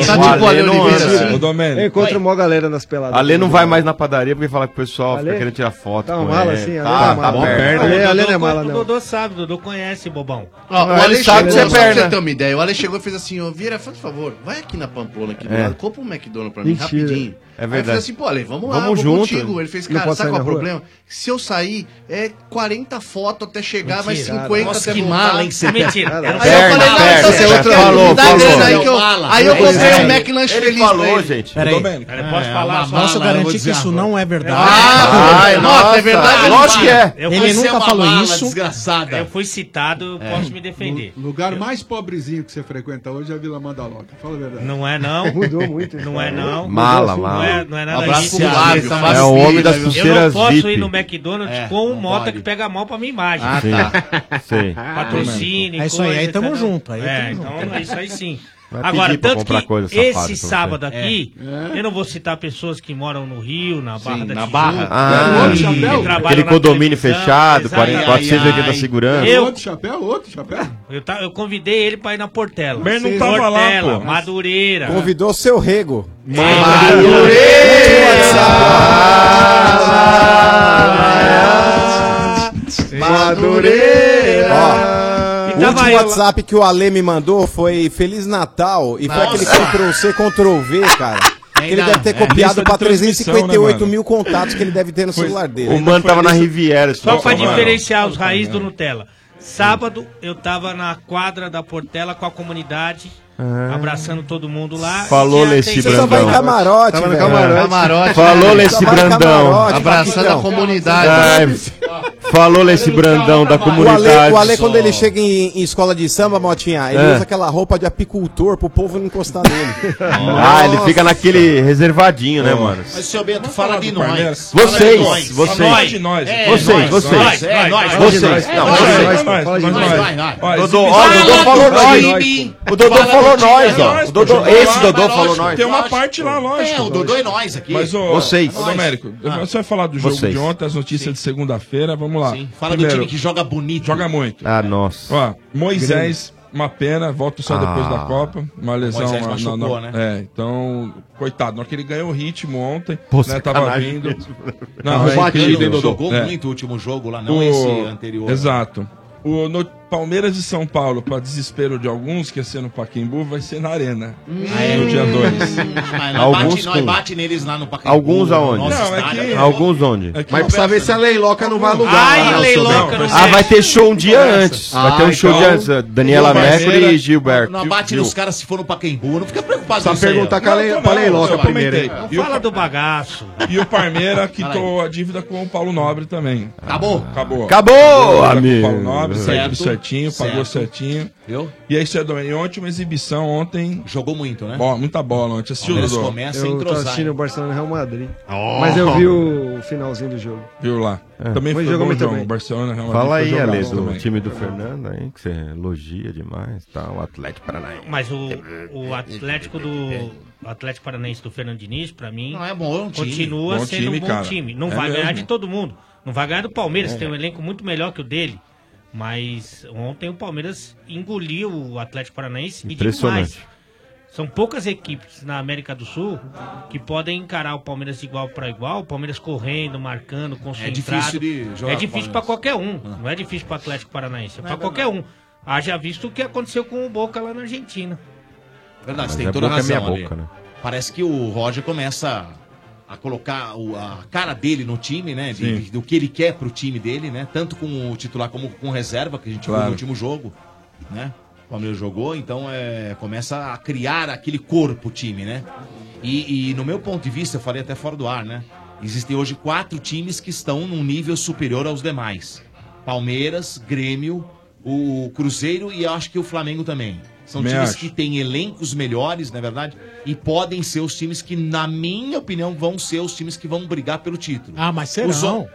Tá O tipo Ale o Ale não Oliveira, anda, assim. Ô, Domênico. Eu encontro mó galera nas peladas. Alê não vai mais na padaria porque fala que o pessoal Alê? fica querendo tirar foto. Tá com uma mala, ele. assim, Alê é Tá, uma tá mala. perna. Alê- Alê não é Dodô- mala, não. O Dodô sabe, o Dodô conhece, bobão. Ó, o Ele Ale sabe chegou- que você é Só pra perna. ter uma ideia, o Ale chegou e fez assim, ô, Vieira, faz favor, vai aqui na Pamplona aqui do É. lado, compra um McDonald's pra mim, Mentira. rapidinho. É Aí eu verdade. falei assim, pô, Ale, vamos lá, Vamos vou junto. contigo. Ele fez, Não cara, posso sabe sair qual é o na rua? problema? Se eu sair, é 40 fotos até chegar, mais Mentira. 50 Nossa, até que voltar. É mala, hein, que você- Mentira. Aí eu Era falei, perna, não, então perna. você outra Falou, me dá falou. grana aí que eu... Mala. Aí eu Pois comprei é. um McLanche Ele feliz falou, pra ele. gente. Peraí. Cara, posso É, falar uma só? Posso lá, eu vou garantir que dizer isso agora. não é verdade. Ah, Ai, Ai, nossa, nossa, é verdade. lógico que é. Eu Ele fui nunca ser uma falou mala isso. Desgraçada. Eu fui citado, É. eu posso me defender. O lugar mais pobrezinho que você frequenta hoje é a Vila Mandaloca. Fala a verdade. Não é [laughs] não. Mudou muito. Não é não. Mala, Não mala. é, não é nada Um abraço disso. pro Fábio, Tá Fábio. É o vacilo, homem das viu? Eu não pulseiras posso ir VIP. no McDonald's É, com um não Mota pode. que pega mal pra minha imagem. Ah, [laughs] tá. Sim. Patrocínio, É isso aí, aí coisa, tamo tá, não? junto, aí é, tamo junto. então é isso aí sim. Vai Agora, pedir pra tanto comprar que coisa, safado, pra esse você. sábado aqui, É. eu não vou citar pessoas que moram no Rio, na Barra da na Tijuca, Barra. Ah, que Outro chapéu? trabalham Aquele na condomínio televisão, fechado, exato. 40, 480 segurança. Eu, Outro chapéu, outro chapéu. eu, ta- eu convidei ele pra ir na Portela. Mas não Sim. tava lá, Portela, pô. Madureira. Convidou seu rego. O E tava último eu lá. WhatsApp que o Ale me mandou foi Feliz Natal e Nossa. foi aquele Ctrl C, Ctrl V, cara. Que ele deve Ainda- ter é, lista copiado de pra transmissão, 358 né, mil contatos que ele deve ter no Pois- celular dele. O mano tava na Riviera. Só pra Mano. diferenciar os raiz do Nutella. Sábado eu tava na quadra da Portela com a comunidade. Ah. Abraçando todo mundo lá. Falou, E a Leci atenção- Brandão. Tava em camarote, Tava no velho. camarote. Camarote, Falou, né? Leci Tava no Brandão. camarote, Abraçando Paquitão. a comunidade. Ai, falou esse Brandão da O Ale, comunidade. o Ale, quando ele chega em, em escola de samba, Motinha, ele É. usa aquela roupa de apicultor pro povo não encostar nele. Ah, ele fica naquele reservadinho, né, mano? Mas, seu Bento, fala de nós. Palmeiras. Vocês, vocês. Fala de nós. É, Vocês, nós, vocês. nós, É, nós. Vocês. nós, Não, nós, vocês. Nós, nós, nós, nós, nós, nós. nós, Ó, nós. Dodô, ó, o Dodô Fala falou do nós. time. O Dodô Fala do falou time, nós, é ó. nós, O Dodô- pô, esse jogou lá, Dodô mas falou lógico, nós. Tem uma Lógico. parte lá, É, lógico. o Dodô e nós aqui. Mas, ô, Vocês. ô, Domérico, Ah. você vai falar do jogo Vocês. de ontem, as notícias de segunda-feira, vamos lá. Sim, Fala do time que joga bonito. Joga muito. Ah, nossa. Ó, Moisés, uma pena, volta só depois Ah. da Copa. Uma lesão. Moisés na- na- machucou, na- né? É, então, coitado. Na hora que ele ganhou o ritmo ontem, Pô, né? Tava sacanagem [laughs] vindo. mesmo. Não, é o Batido, incrível. hein, Dodô? É. Muito o último jogo lá, não esse anterior. Exato. O no- Palmeiras e São Paulo, para desespero de alguns, que ia ser no Paquembu, vai ser na Arena. No dia 2. Hum. [laughs] Mas nós Alguns bate, nós com- bate neles lá no Pacaembu. Alguns no aonde? nosso Não, é estádio. que- Alguns onde? É que Mas precisa ver se a Leiloca não vai alugar. Ai, lá, né, o seu Leiloca, Bento. não Ah, vai ter show um dia antes. Ah, vai ter um show então- de antes. eh, Daniela Não, mas- Mercury e Gilberto. Não, bate Gil. nos caras se for no Pacaembu. Não fica preocupado Só com isso aí, perguntar ó. com a Lei- Não, pra não, Leiloca não, primeiro, comentei. hein? E o- Fala do bagaço. E [laughs] o Fala Parmeira quitou a dívida com o Paulo Nobre também. Acabou? Acabou. Acabou, Dívida amigo. Com o Paulo Nobre, saiu tudo Certo. certinho, pagou Certo. certinho. Viu? E é isso aí, Domênio. E Ontem uma exibição, ontem... Jogou muito, né? Bom, muita bola ontem. Assistiu, Palmeiras Dodô? começa Eu em tô entrosar, assistindo. Assistindo hein? o Barcelona e Real Madrid. Oh. Mas eu vi o finalzinho do jogo. É. Viu lá. Também Mas foi jogou bom muito jogo. bem. O Barcelona realmente Fala foi aí, jogaço Ale, do também. time do Fernando aí, que você elogia demais, tá? O Atlético Paranaense. Mas o, é, o Atlético do. o Atlético Paranaense do Fernando Diniz, pra mim, Não, é bom, é um time. continua Bom sendo time, um bom cara. time. Não É vai ganhar mesmo. de todo mundo. Não vai ganhar do Palmeiras, É. tem um elenco muito melhor que o dele. Mas ontem o Palmeiras engoliu o Atlético Paranaense e digo Impressionante. mais. São poucas equipes na América do Sul que podem encarar o Palmeiras de igual para igual, o Palmeiras correndo, marcando, concentrado. É difícil de jogar com o É difícil Palmeiras. para qualquer um. Não é difícil para o Atlético Paranaense, é para Nada, qualquer um. Haja visto o que aconteceu com o Boca lá na Argentina. Verdade, Mas Ah, você tem é toda a boca, é razão. minha Ale. boca, né? Parece que o Roger começa a colocar o- a cara dele no time, né? de- Sim. de- do que ele quer pro time dele, né? Tanto com o titular como com reserva, que a gente viu Claro. no último jogo, né? O Palmeiras jogou, então é, começa a criar aquele corpo o time, né? E, e no meu ponto de vista, eu falei até fora do ar, né? Existem hoje quatro times que estão num nível superior aos demais. Palmeiras, Grêmio, o Cruzeiro e eu acho que o Flamengo também. São Também times acho. que têm elencos melhores, na é verdade, e podem ser os times que, na minha opinião, vão ser os times que vão brigar pelo título. Ah, mas serão. Os o-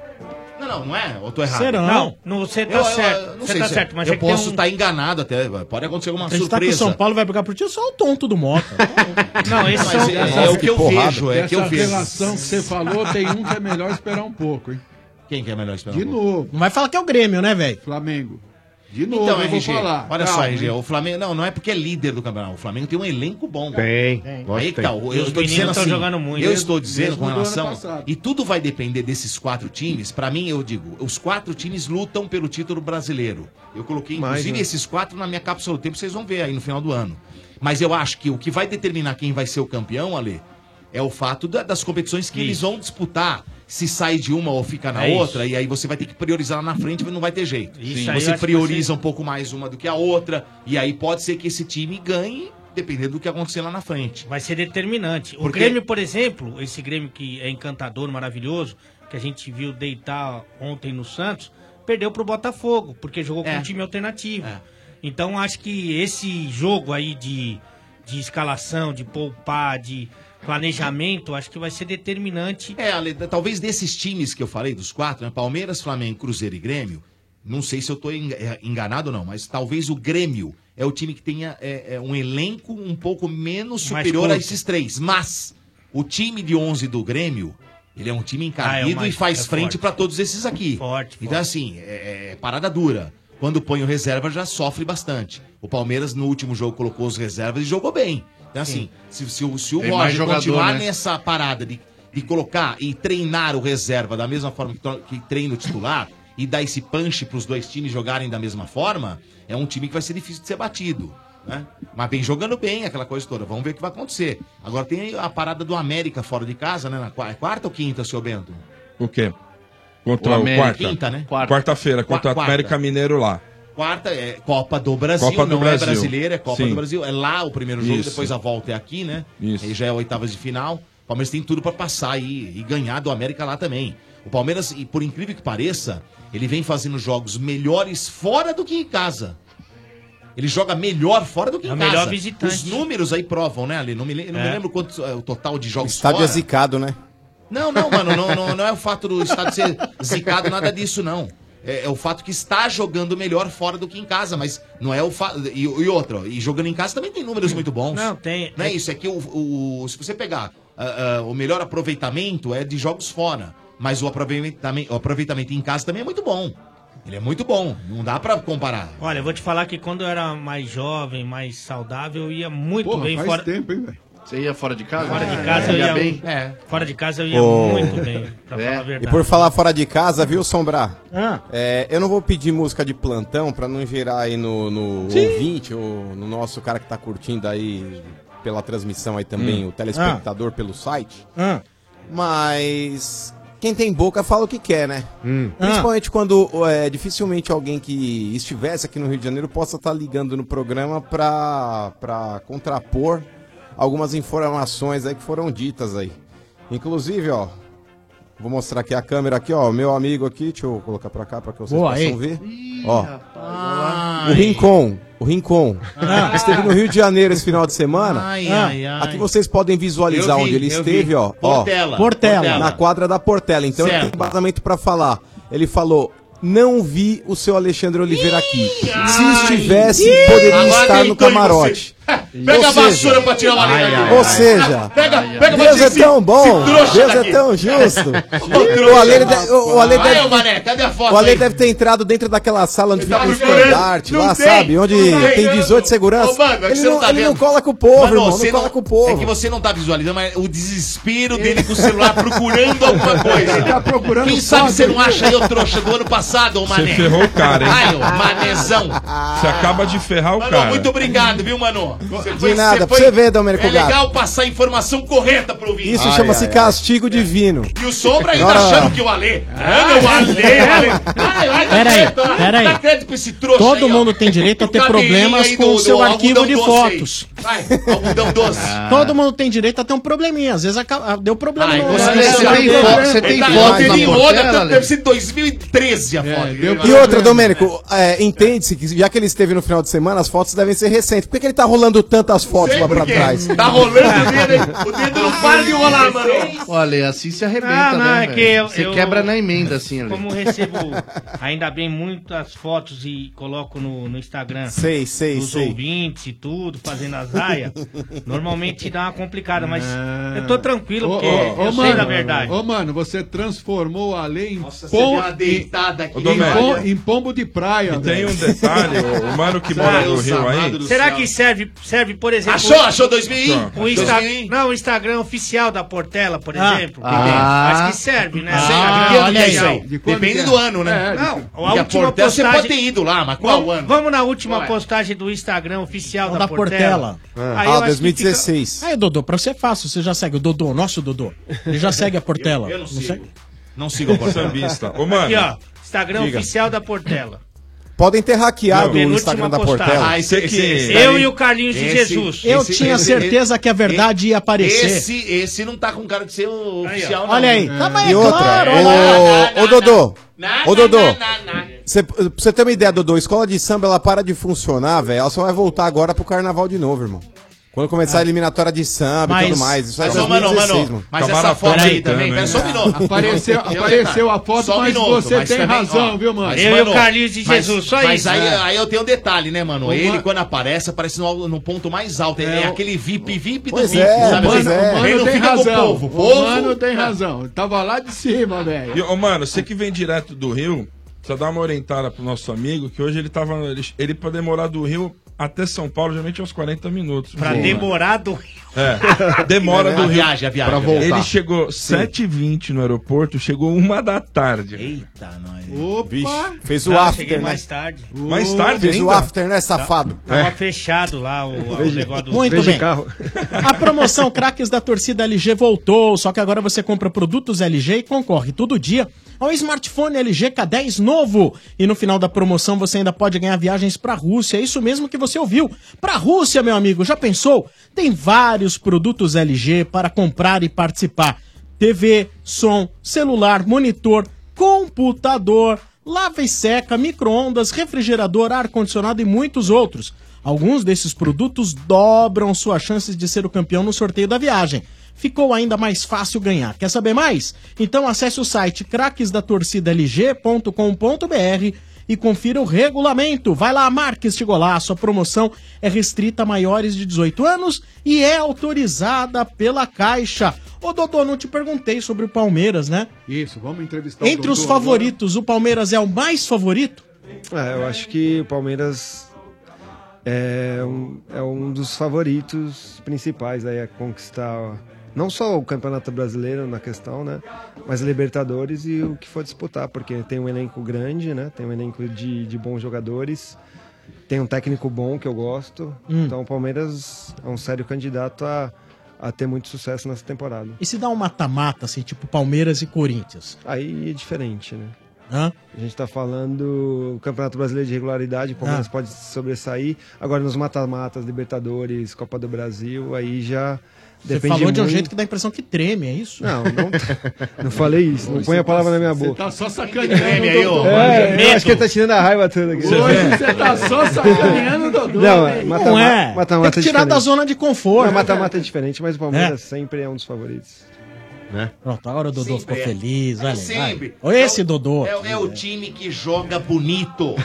Não, não, não é? Ou tô errado? Serão. Não, não, você tá Eu- eu- certo, eu não você sei tá se é. certo, mas eu é que tem posso um- estar enganado até. Pode acontecer alguma Ele tá está que o surpresa. São Paulo vai brigar por ti, é só o tonto do moto. Não, esses são- é- é o que eu vejo, é o que eu Essa vejo. relação que você falou, tem um que é melhor esperar um pouco, hein? Quem que é melhor esperar? De um pouco? novo. Não vai falar que é o Grêmio, né, velho? Flamengo. De novo, então, eu vou RG, falar. olha só, Calma, RG, hein? o Flamengo. Não, não é porque é líder do campeonato. O Flamengo tem um elenco bom. Tem, Aí lógico que que tá. tem. Eu E os estou dizendo meninos tão assim. jogando muito. Eu estou dizendo Mesmo com do ano relação. passado. E tudo vai depender desses quatro times. Pra mim, eu digo, os quatro times lutam pelo título brasileiro. Eu coloquei, Mais, inclusive, né? esses quatro na minha cápsula do tempo. Vocês vão ver aí no final do ano. Mas eu acho que o que vai determinar quem vai ser o campeão, Ale, é o fato da- das competições que eles vão disputar. Se sai de uma ou fica na É isso. outra, e aí você vai ter que priorizar lá na frente, mas não vai ter jeito. Isso aí eu você acho que prioriza um pouco mais uma do que a outra, e aí pode ser que esse time ganhe, dependendo do que acontecer lá na frente. Vai ser determinante. O Porque- Grêmio, por exemplo, esse Grêmio que é encantador, maravilhoso, que a gente viu deitar ontem no Santos, perdeu pro Botafogo, porque jogou com É. um time alternativo. Então acho que esse jogo aí de, de escalação, de poupar, de planejamento, acho que vai ser determinante. É, Ale, da- talvez desses times que eu falei, dos quatro, né? Palmeiras, Flamengo, Cruzeiro e Grêmio, não sei se eu tô en- eh, enganado ou não, mas talvez o Grêmio é o time que tenha eh, eh, um elenco um pouco menos Mais superior a curto. esses três. Mas o time de 11 do Grêmio, ele é um time Ah, é o encardido mais- e faz é frente forte. pra todos esses aqui. Então, assim, é, é parada dura. Quando põe o reserva, já sofre bastante. O Palmeiras, no último jogo, colocou os reservas e jogou bem. Então, assim, se, se o, se o Tem mais Roger jogador, continuar né? nessa parada de, de colocar e treinar o reserva da mesma forma que, to- que treina o titular e dar esse punch pros dois times jogarem da mesma forma, é um time que vai ser difícil de ser batido. Né? Mas vem jogando bem aquela coisa toda. Vamos ver o que vai acontecer. Agora tem a parada do América fora de casa, né? Na qua- é quarta ou quinta, seu Bento? O quê? Contra O o, América. quarta. Quinta, né? Quarta. Quarta-feira, contra o Quarta. América Mineiro lá. Quarta é Copa do Brasil, Copa do não Brasil. é brasileira, é Copa Sim. do Brasil. É lá o primeiro jogo, Isso. depois a volta é aqui, né? Isso. Aí já é oitavas de final. O Palmeiras tem tudo pra passar e, e ganhar do América lá também. O Palmeiras, e por incrível que pareça, ele vem fazendo jogos melhores fora do que em casa. Ele joga melhor fora do que em É o casa. melhor visitante. Os números aí provam, né, Ali? Não me, le- não me É. lembro quanto é o total de jogos Estádio é fora. zicado, né? Não, não, mano, não, não, não é o fato do estado ser zicado, nada disso, não. É, é o fato que está jogando melhor fora do que em casa, mas não é o fato. E, e outra, e jogando em casa também tem números muito bons. Não, tem- Não é isso, é que o, o- se você pegar ah, ah, o melhor aproveitamento é de jogos fora, mas o aproveitamento, o aproveitamento em casa também é muito bom. Ele é muito bom, não dá pra comparar. Olha, eu vou te falar que quando eu era mais jovem, mais saudável, eu ia muito Porra, bem faz fora. tempo, hein, velho? Você ia fora de casa? Fora de casa eu Ia ia bem? É. É. Fora de casa eu ia Ô. muito bem, pra falar a verdade. E por falar fora de casa, viu, Sombrar? Ah. É, eu não vou pedir música de plantão pra não gerar aí no, no ouvinte ou no nosso cara que tá curtindo aí pela transmissão aí também, Hum. o telespectador pelo site. Ah. Mas quem tem boca fala o que quer, né? Principalmente quando é, dificilmente alguém que estivesse aqui no Rio de Janeiro possa estar ligando no programa pra pra contrapor algumas informações aí que foram ditas aí. Inclusive, ó, vou mostrar aqui a câmera aqui, ó, o meu amigo aqui, deixa eu colocar pra cá pra que vocês Boa, possam aí. ver. ó, Ah, o Rincon, o Rincon, esteve no Rio de Janeiro esse final de semana. Ah. Ai, ai, ai. Aqui vocês podem visualizar Eu vi, onde ele eu esteve, vi. ó. Portela, ó. Portela. Portela. Na quadra da Portela. Então ele Certo. tem embasamento pra falar. Ele falou. Não vi o seu Alexandre Oliveira aqui. Se estivesse, Ih, poderia agora estar no gritou em camarote. você. Pega a vassoura pra tirar o Alexandre daqui. Ou Ai, seja, Pega- pega Deus você, é esse- tão bom, esse trouxa Deus daqui. é tão [laughs] justo. trouxa, o Ale, de- o, o Ale Vai, deve ô, Mané, cadê a foto o Ale aí? deve ter entrado dentro daquela sala onde fica o procurando. estandarte, tá Não lá, tem, Ah, sabe? Onde não tem, tem eu não- 18 segurança. Ô, mano, é que ele você não não, tá ele não vendo. cola com o povo, Mano, irmão. você Não cola não- com o povo. É que você não tá visualizando, mas o desespero dele com o celular [laughs] procurando alguma coisa. Ele tá procurando Quem sabe você não acha aí o trouxa do ano passado, ô Você mané? ferrou o cara, hein? Ai, ô, manezão. Você acaba de ferrar o Mano, cara. muito obrigado, viu, mano? De nada, pra você ver, Domênico É Gato. legal passar a informação correta pro ouvinte. Isso chama-se É. castigo divino. E o Sombra ainda Agora- achando que o Alê. Ah, meu Alê, Alê. Ai, ai, dá Peraí, crédito, né? peraí. Dá crédito pra esse trouxa Todo aí, ó. mundo tem direito a ter problemas aí com o do- seu do arquivo algodão de doce fotos. aí. Vai, algodão doce. Ah. Todo mundo tem direito a ter um probleminha. Às vezes acaba- deu problema. Ai, no- você, você no- no- tem no- foto, você no- tem no- foto. no- Tem no- outra, deve ser 2013 a foto. E outra, Domênico, é, entende-se que já que ele esteve no final de semana, as fotos devem ser recentes. Por que, que ele tá rolando tantas fotos lá pra trás? Tá é rolando o dedo, hein? o dedo não para de rolar, mano. Olha, assim se arrebenta, Ah, não, né? é que é velho? eu- Você eu- quebra na emenda, assim, ali. Como um recebo, ainda bem, muitas fotos e coloco no, no Instagram Sei, sei, dos sei. ouvintes e tudo, fazendo a zaia, normalmente dá uma complicada, mas eu Ah. tô tranquilo, porque eu sei da verdade. Ô, mano, você transformou a lei em, você deu uma deitada aqui, em, pom- olha. em pombo de praia. E tem um detalhe, o- o mano que mora no Rio aí. Será que serve, serve, por exemplo... Achou, um? achou 2000? O Insta... 2000? Não, o Instagram oficial da Portela, por Ah. exemplo. Ah. Mas que serve, né? Ah, Instagram que ano que é oficial. isso aí? De quando Depende que é? do ano, né? É, Não, de- a de última a Portela, você postagem... pode ter ido lá, mas qual vamos, ano? Vamos na última Qual é? postagem do Instagram oficial da, da Portela. Portela. Ah, Aí eu acho que Aí, Dodô, pra você é fácil. Você já segue o Dodô, nosso Dodô. Ele [laughs] já segue a Portela. Eu não Não sigo. segue? Não sigo a Portela. Sambista. Ô, mano. Aqui, ó. Instagram Diga. oficial da Portela. Podem ter hackeado o penúltima Instagram da postagem. Portela. Ah, esse- esse- esse Eu aí- e o Carlinhos de esse- Jesus. Eu Esse- tinha esse- certeza que a verdade ia aparecer. Esse, esse não tá com cara de ser o oficial, não. Olha aí. Tá, mas é E outra, claro, ô- ô, Dodô, ô Dodô, cê- pra você ter uma ideia, Dodô, escola de samba ela para de funcionar, velho, ela só vai voltar agora pro carnaval de novo, irmão. Quando começar a eliminatória de samba e tudo mais, isso aí é Ah. Mas, ô, mano, 2016, mano, mano. mas Então essa foto aí também, né? pera só um minuto. Apareceu- apareceu a foto, Só um mas você tem razão, viu, mano? mas, Eu e o mano, Carlinhos de mas- Jesus, só mas isso, Aí, né? aí eu tenho um detalhe, né, mano? Ô, Ele, mano. quando aparece, aparece no, no ponto mais alto. É, É, o- aquele VIP, VIP do Pois VIP, é, pois assim? é. O Ele mano não tem fica com razão. o povo. O O povo mano tem razão. Tava lá de cima, velho. E, ô, mano, você que vem direto do Rio, precisa dar uma orientada pro nosso amigo, que hoje ele tava. Ele, ele pra demorar do Rio até São Paulo, geralmente é uns 40 minutos. Pra Boa. demorar do É, demora A do Rio. viagem, a viagem, Pra a viagem. Ele chegou Sim. 7h20 no aeroporto, chegou uma da tarde. Eita, nós. Opa! fez o Não, eu after, Tá, cheguei né? mais tarde. Mais tarde Fez o ainda? É. after, né, safado? Tava fechado lá o, o negócio do... Muito bem. carro. A promoção Craques da Torcida LG voltou, só que agora você compra produtos LG e concorre todo dia ao smartphone LG K10 novo. E no final da promoção você ainda pode ganhar viagens para a Rússia. É isso mesmo que você ouviu. Para a Rússia, meu amigo, já pensou? Tem vários produtos LG para comprar e participar. TV, som, celular, monitor, computador, lava e seca, micro-ondas, refrigerador, ar-condicionado e muitos outros. Alguns desses produtos dobram suas chances de ser o campeão no sorteio da viagem. Ficou ainda mais fácil ganhar. Quer saber mais? Então acesse o site craquesdatorcidalg.com.br e confira o regulamento. Vai lá, marque este golaço. A promoção é restrita a maiores de 18 anos e é autorizada pela Caixa. Ô, Dodô, não te perguntei sobre o Palmeiras, né? Isso, vamos Então, entrevistar Entre o os Dodô agora. favoritos, o Palmeiras é o mais favorito? É, eu acho que o Palmeiras é um, é um dos favoritos principais aí a conquistar não só o Campeonato Brasileiro na questão, né, mas a Libertadores e o que for disputar, porque tem um elenco grande, né, tem um elenco de, de bons jogadores, tem um técnico bom que eu gosto, Hum. então o Palmeiras é um sério candidato a, a ter muito sucesso nessa temporada. E se dá um mata-mata, assim, tipo Palmeiras e Corinthians? Aí é diferente, né? A gente tá falando o Campeonato Brasileiro de Regularidade, o Palmeiras Ah. pode sobressair. Agora nos mata-matas, Libertadores, Copa do Brasil, aí já Você depende falou de um muito- jeito que dá a impressão que treme, é isso? [laughs] Não, não, tá. não falei isso, não põe a palavra na minha boca. só sacaneando aí, ô. É, eu Medo. acho que ele tá tirando a raiva toda aqui. É. Hoje você tá só sacaneando o Dodô. Não, velho. mata, Não é. mata, Tem que tirar da zona de conforto. Mata-mata é diferente, mas o Palmeiras sempre é um dos favoritos. Né? Pronto, agora o Dodô ficou é. feliz, olha aí. sempre. vai. Esse Dodô. É, é o time que joga [laughs] bonito.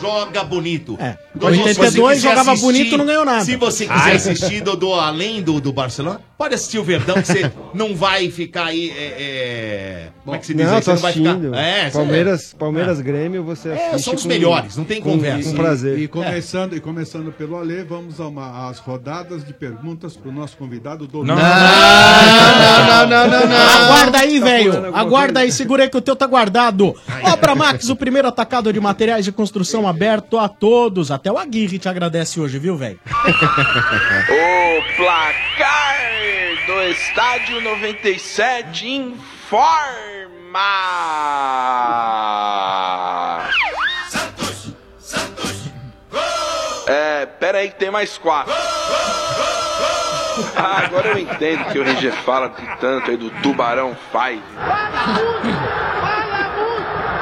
joga bonito. É. 82 jogava bonito, não ganhou nada. Se você quiser Ai. assistir, Dodô, além do, do Barcelona, pode assistir o Verdão, que você não vai ficar aí. é, é, Como é que se diz não, aí? tô Você não vai ficar. assistindo. É, você- Palmeiras, Palmeiras É. Grêmio, você É, assiste são os com- melhores, não tem com- conversa. Com prazer. E é começando, e começando pelo Alê, vamos a uma- às rodadas de perguntas para o nosso convidado, Dodô. Não, não, não, Tá não. né, Aguarda aí, velho. Aguarda aí, segura aí que o teu tá guardado. Obra Max, o primeiro atacado de materiais de construção aberto a todos. Até o Aguirre te agradece hoje, viu, velho? O placar do estádio 97 informa. Santos, Santos, gol! É, pera aí que tem mais quatro. Ah, agora eu entendo que o RG fala de tanto aí do Tubarão Fight.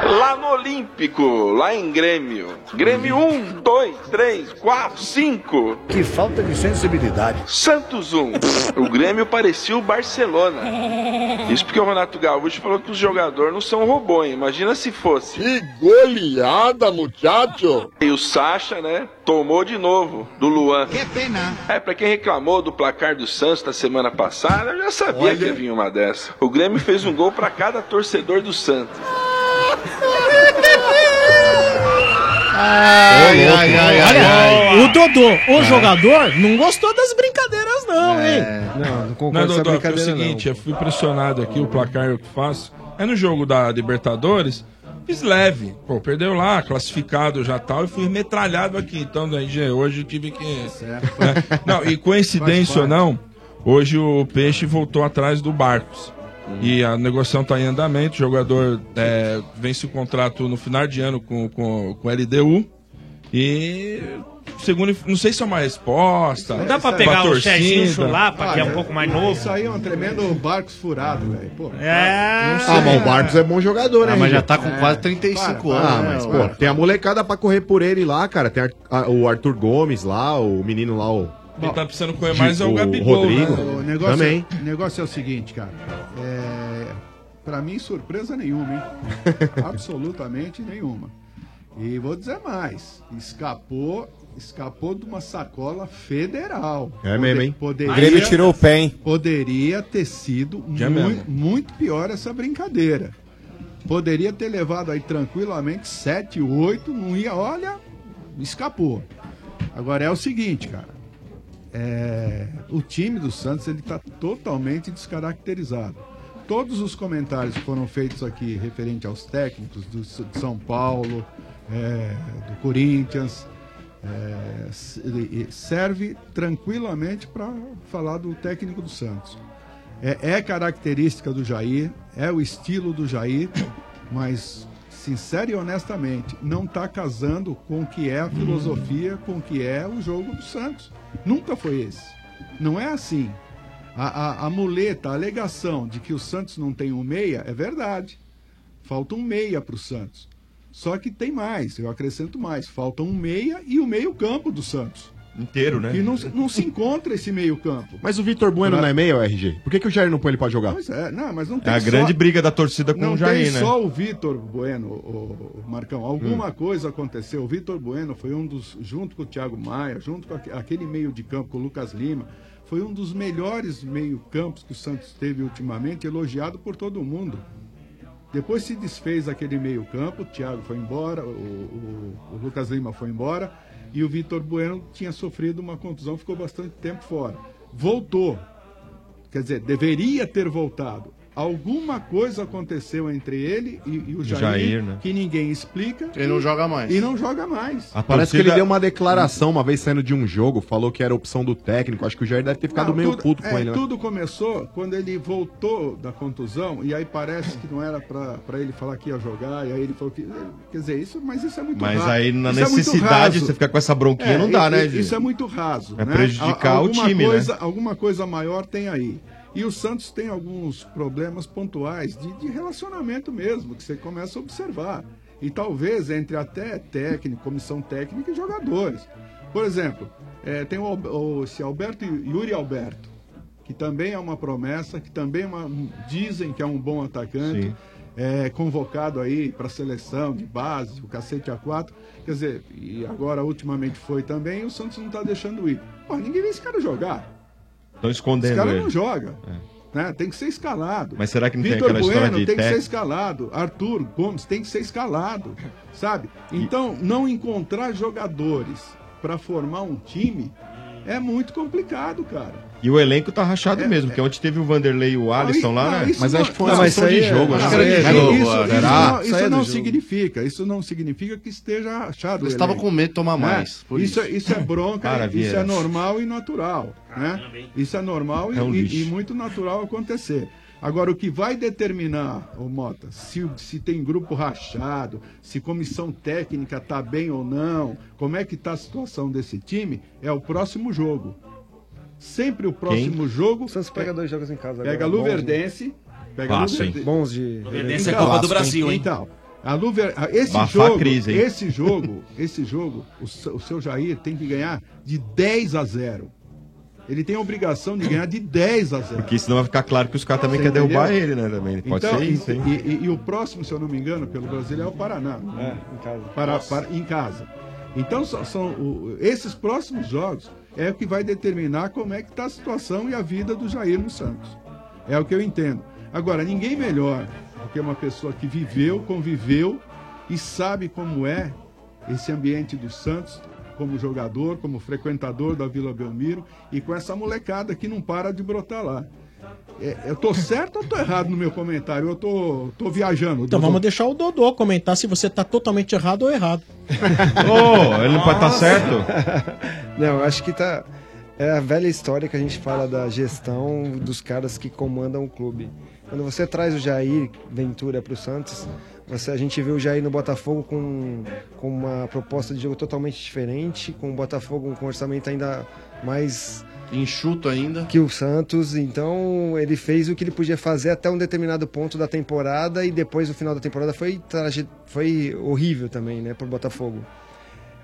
Lá no Olímpico, lá em Grêmio. Grêmio 1, 2, 3, 4, 5. Que falta de sensibilidade. Santos 1. O Grêmio parecia o Barcelona. Isso porque o Renato Gaúcho falou que os jogadores não são robô, hein? Imagina se fosse. Que goleada, muchacho! E o Sacha, né? Tomou de novo do Luan. Que pena. É, pra quem reclamou do placar do Santos da semana passada, eu já sabia que ia vir uma dessa. O Grêmio fez um gol pra cada torcedor do Santos. Ai, Ah. ai, ai, Olha, ai, o Dodô, o jogador, não gostou das brincadeiras, não, hein? Não, não Não, Dodô, foi o seguinte, eu fui pressionado aqui, o placar que eu faço é no jogo da Libertadores, fiz leve, pô, perdeu lá, classificado já tal, e fui metralhado aqui, então, do RG, hoje eu tive que... né? Não, e coincidência ou não, hoje o Peixe voltou atrás do Barcos, e a negociação tá em andamento, o jogador é, vence o contrato no final de ano com, com, com o LDU, e... Segundo, não sei se é uma resposta. é Não dá pra uma é pegar um o torcida. Serginho Chulapa, um Olha, Isso aí é um tremendo Barcos furado, velho. É. Pô, não sei. né? É, Ah, mas o Barcos é bom jogador, Ah, né? mas já gente? tá com quase 35 anos, Ah, né, mas, o pô, Barcos? tem a molecada pra correr por ele lá, cara. Tem a- a- o Arthur Gomes lá, o menino lá, o. Quem tá precisando correr mais é o Tipo, o Gabigol. Rodrigo. né? O negócio, Também. O negócio é o seguinte, cara. É, pra mim, surpresa nenhuma, hein? [laughs] Absolutamente nenhuma. E vou dizer mais: escapou. Escapou de uma sacola federal. É mesmo, hein? Poderia, O Grêmio tirou o pé, hein? Poderia ter sido é Já mui- mesmo. muito pior essa brincadeira. Poderia ter levado aí tranquilamente 7, 8, não ia, olha, escapou. Agora é o seguinte, cara. É, o time do Santos ele está totalmente descaracterizado. Todos os comentários que foram feitos aqui referente aos técnicos do S- de São Paulo, é, do Corinthians, é, s- e- e serve tranquilamente para falar do técnico do Santos. É, é característica do Jair, é o estilo do Jair. Mas, sincero e honestamente, não está casando com o que é a filosofia, com o que é o jogo do Santos. Nunca foi esse. Não é assim. A, a, a muleta, a alegação de que o Santos não tem um meia é verdade. Falta um meia para o Santos. Só que tem mais, eu acrescento mais. Falta um meia e o meio-campo do Santos. Inteiro, né? E não, se- não se encontra esse meio-campo. Mas o Vitor Bueno não é meio, RG? Por que, que o Jair não põe ele pra jogar? Pois é, não, mas não É tem a só- grande briga da torcida com não o Jair, tem né? Hum. só o Vitor Bueno, o, Marcão. Alguma coisa aconteceu. O Vitor Bueno foi um dos, junto com o Thiago Maia, junto com aque- aquele meio de campo, com o Lucas Lima, foi um dos melhores meio-campos que o Santos teve ultimamente, elogiado por todo mundo. Depois se desfez aquele meio-campo, o Thiago foi embora, o, o- o Lucas Lima foi embora e o Vitor Bueno tinha sofrido uma contusão, ficou bastante tempo fora. Voltou, quer dizer, deveria ter voltado. Alguma coisa aconteceu entre ele e, e o Jair, Jair, né? que ninguém explica. Ele não joga mais. E não joga mais. A Parece que torcida- ele deu uma declaração uma vez saindo de um jogo, falou que era opção do técnico. Acho que o Jair deve ter ficado Não, meio tudo- puto é, com ele, né? Tudo começou quando ele voltou da contusão e aí parece que não era pra pra ele falar que ia jogar e aí ele falou que quer dizer isso, mas isso é muito Mas raro. aí, na Isso é muito necessidade, raso. você ficar com essa bronquinha não dá, e- né, e- Gil? Isso é muito raso, É né? prejudicar o alguma time, né? coisa- Alguma coisa maior tem aí. E o Santos tem alguns problemas pontuais de, de relacionamento mesmo, que você começa a observar. E talvez entre até técnico, comissão técnica e jogadores. Por exemplo, eh, tem o, Al- o- esse Alberto Yuri Alberto, que também é uma promessa, que também é uma- um- dizem que é um bom atacante, é, convocado aí para seleção de base, o cacete A4. Quer dizer, e agora ultimamente foi também, e o Santos não está deixando ir. Pô, ninguém vê esse cara jogar. Estão Esse escondendo cara ele. É. não joga. né? Tem que ser escalado. Mas será que não tem Vitor aquela história bueno de tem que ser técnico? escalado. Arthur Gomes tem que ser escalado. Sabe? Então, não encontrar jogadores para formar um time é muito complicado, cara. E o elenco tá rachado mesmo, porque ontem teve o Vanderlei e o Alisson Não, lá, não, né? isso não- não, uma mas ação isso de aí é- jogo, acho isso que aí é- era de jogo. isso- isso será? não- Saia Isso do não jogo. significa, isso não significa que esteja achado. né? Eles estavam com medo de tomar mais, por Isso, isso. isso é bronca, Maravilha. isso é normal e natural. Né? Isso é normal e, É um e- lixo. e muito natural acontecer. Agora, o que vai determinar, ô Mota, se, o- se tem grupo rachado, se comissão técnica está bem ou não, como é que está a situação desse time, é o próximo jogo. Sempre o próximo jogo. O Santos pega dois jogos em casa Pega agora, Luverdense. Pega Ah, Fácil, Luverde- hein? Bons de- Luverdense é Copa do Brasil, hein? Então, a Luver... a- esse Abafar a jogo, crise, hein? [laughs] esse jogo, esse jogo, o, seu- o seu Jair tem que ganhar de 10 a 0. Ele tem a obrigação de ganhar de 10 a 0. Porque senão vai ficar claro que os caras também Você querem derrubar entendeu? ele, né? Também. Pode Então, ser e- isso, hein? E, e- e o próximo, se eu não me engano, pelo Brasil é o Paraná. né? em casa. Para- para- em casa. Então, só- são o- esses próximos jogos é o que vai determinar como é que está a situação e a vida do Jair no Santos. É o que eu entendo. Agora, ninguém melhor do que uma pessoa que viveu, conviveu e sabe como é esse ambiente do Santos como jogador, como frequentador da Vila Belmiro e com essa molecada que não para de brotar lá. É, eu tô certo ou tô errado no meu comentário? Eu tô, tô viajando. Então Dodô? vamos deixar o Dodô comentar se você tá totalmente errado ou errado. Ô, ele não pode estar certo? Não, eu acho que tá. É a velha história que a gente fala da gestão dos caras que comandam o clube. Quando você traz o Jair Ventura para o Santos, você, a gente vê o Jair no Botafogo com, com uma proposta de jogo totalmente diferente, com o Botafogo com um orçamento ainda mais Enxuto ainda. que o Santos. Então ele fez o que ele podia fazer até um determinado ponto da temporada e depois o final da temporada foi, trage- foi horrível também, né, para o Botafogo.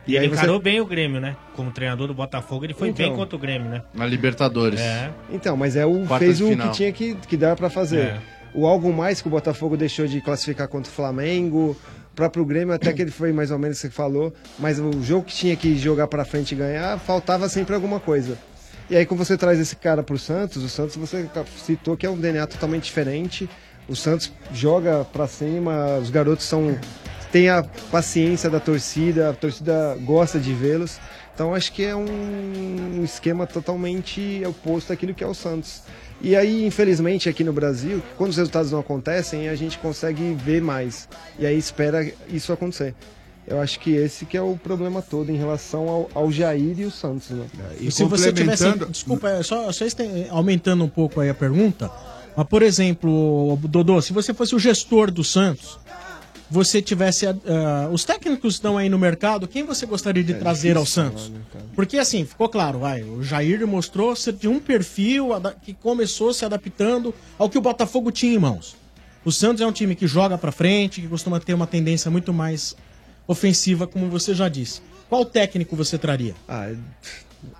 E, ele encarou bem o Grêmio, né? Como treinador do Botafogo, ele foi bem Então. contra o Grêmio, né? Na Libertadores. É. Então, mas é o Quartas fez de o final. que tinha que, que dar pra fazer. É. O algo mais que o Botafogo deixou de classificar contra o Flamengo, o próprio Grêmio até que ele foi mais ou menos o que você falou, mas o jogo que tinha que jogar pra frente e ganhar, faltava sempre alguma coisa. E aí quando você traz esse cara pro Santos, o Santos você citou que é um DNA totalmente diferente. O Santos joga pra cima, os garotos são tem a paciência da torcida, a torcida gosta de vê-los. Então acho que é um esquema totalmente oposto àquilo que é o Santos. E aí, infelizmente, aqui no Brasil, quando os resultados não acontecem, a gente consegue ver mais. E aí espera isso acontecer. Eu acho que esse que é o problema todo em relação ao, ao Jair e o Santos, né? É, E se você tivesse. Desculpa, é só vocês têm- aumentando um pouco aí a pergunta. Mas, por exemplo, Dodô, se você fosse o gestor do Santos, você tivesse. ah, os técnicos que estão aí no mercado, quem você gostaria de trazer ao É difícil Santos? Porque assim, ficou claro, vai, o Jair mostrou ser de um perfil ada- que começou se adaptando ao que o Botafogo tinha em mãos. O Santos é um time que joga pra frente, que costuma ter uma tendência muito mais ofensiva, como você já disse. Qual técnico você traria? Ah,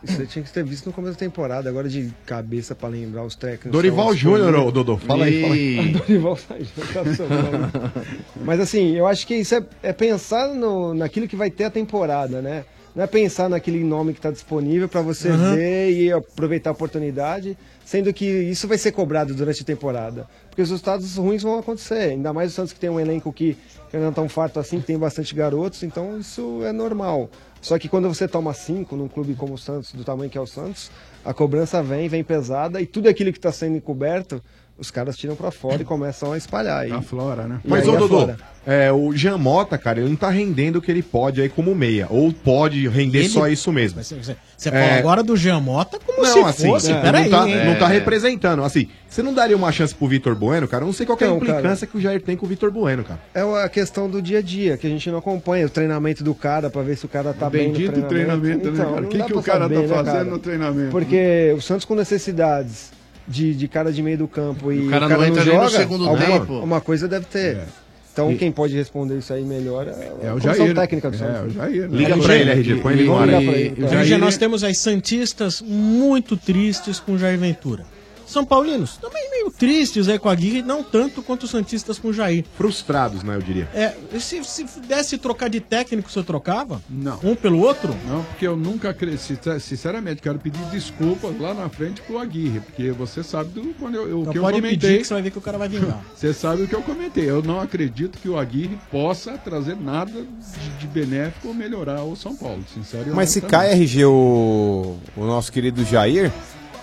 isso eu tinha que ter visto no começo da temporada, agora de cabeça pra lembrar os técnicos. Dorival São as Júnior, coisas- ô, Dodô, fala aí, fala aí. [laughs] Dorival Júnior, tá [laughs] São Paulo. Mas assim, eu acho que isso é, é pensar no, naquilo que vai ter a temporada, né? Não é pensar naquele nome que está disponível para você Aham. ver e aproveitar a oportunidade, sendo que isso vai ser cobrado durante a temporada. Porque os resultados ruins vão acontecer, ainda mais o Santos que tem um elenco que, que não é tão farto assim, que tem bastante garotos, então isso é normal. Só que quando você toma cinco num clube como o Santos, do tamanho que é o Santos, a cobrança vem, vem pesada, e tudo aquilo que está sendo encoberto, os caras tiram para fora e começam a espalhar. A flora, né? Mas, ô Dodô, é, o Jean Mota, cara, ele não tá rendendo o que ele pode aí como meia. Ou pode render Ele- É só isso mesmo. Mas é, Você, você- você É. fala agora do Jean Mota como não, se assim, fosse. não, peraí. tá, hein? não tá representando. Assim, você não daria uma chance pro Vitor Bueno, cara? Eu não sei qual que é a Então, cara- implicância que o Jair tem com o Vitor Bueno, cara. É a questão do dia a dia, que a gente não acompanha o treinamento do cara para ver se o cara tá bem no Bendito treinamento. treinamento, né, Então, cara? O não que, dá que pra o cara saber, né, tá fazendo cara? no treinamento? né? Porque o Santos com necessidades de, de cara de meio do campo e O cara não entra nem no segundo alguma, tempo. Uma coisa deve ter. Então É. E- quem pode responder isso aí melhor é, É a o comissão Jair. técnica do É, Santos. o né? Jair, né? É, Liga o pra Jair. ele, RG, põe ele no Vamos ar. ligar E- pra ele, então. o Jair- é Hoje nós temos aí Santistas muito tristes com Jair Ventura. São Paulinos também meio tristes aí com a Guirre, não tanto quanto os Santistas com Jair. Frustrados, né, eu diria. É, e se, se desse trocar de técnico, você trocava? Não. Um pelo outro? Não, porque eu nunca cresci. Sinceramente, quero pedir desculpas lá na frente pro Aguirre, porque você sabe do quando eu, o Então que eu pode pedir comentei. que você vai ver que o cara vai vingar. Você sabe o que eu comentei. Eu não acredito que o Aguirre possa trazer nada de, de benéfico ou melhorar o São Paulo, sinceramente. Mas se também. cai RG o, o nosso querido Jair,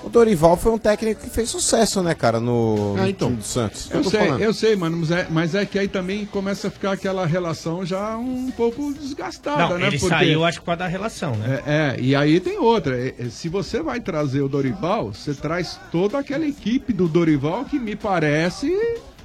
o Dorival foi um técnico que fez sucesso, né, cara, no, Ah, então. no time do Santos. Eu tô sei, falando. eu sei, mano, mas é, mas é que aí também começa a ficar aquela relação já um pouco desgastada, Não, né? ele saiu, acho que, por causa da relação, né? É, é, e aí tem outra. É, é, Se você vai trazer o Dorival, você traz toda aquela equipe do Dorival que me parece.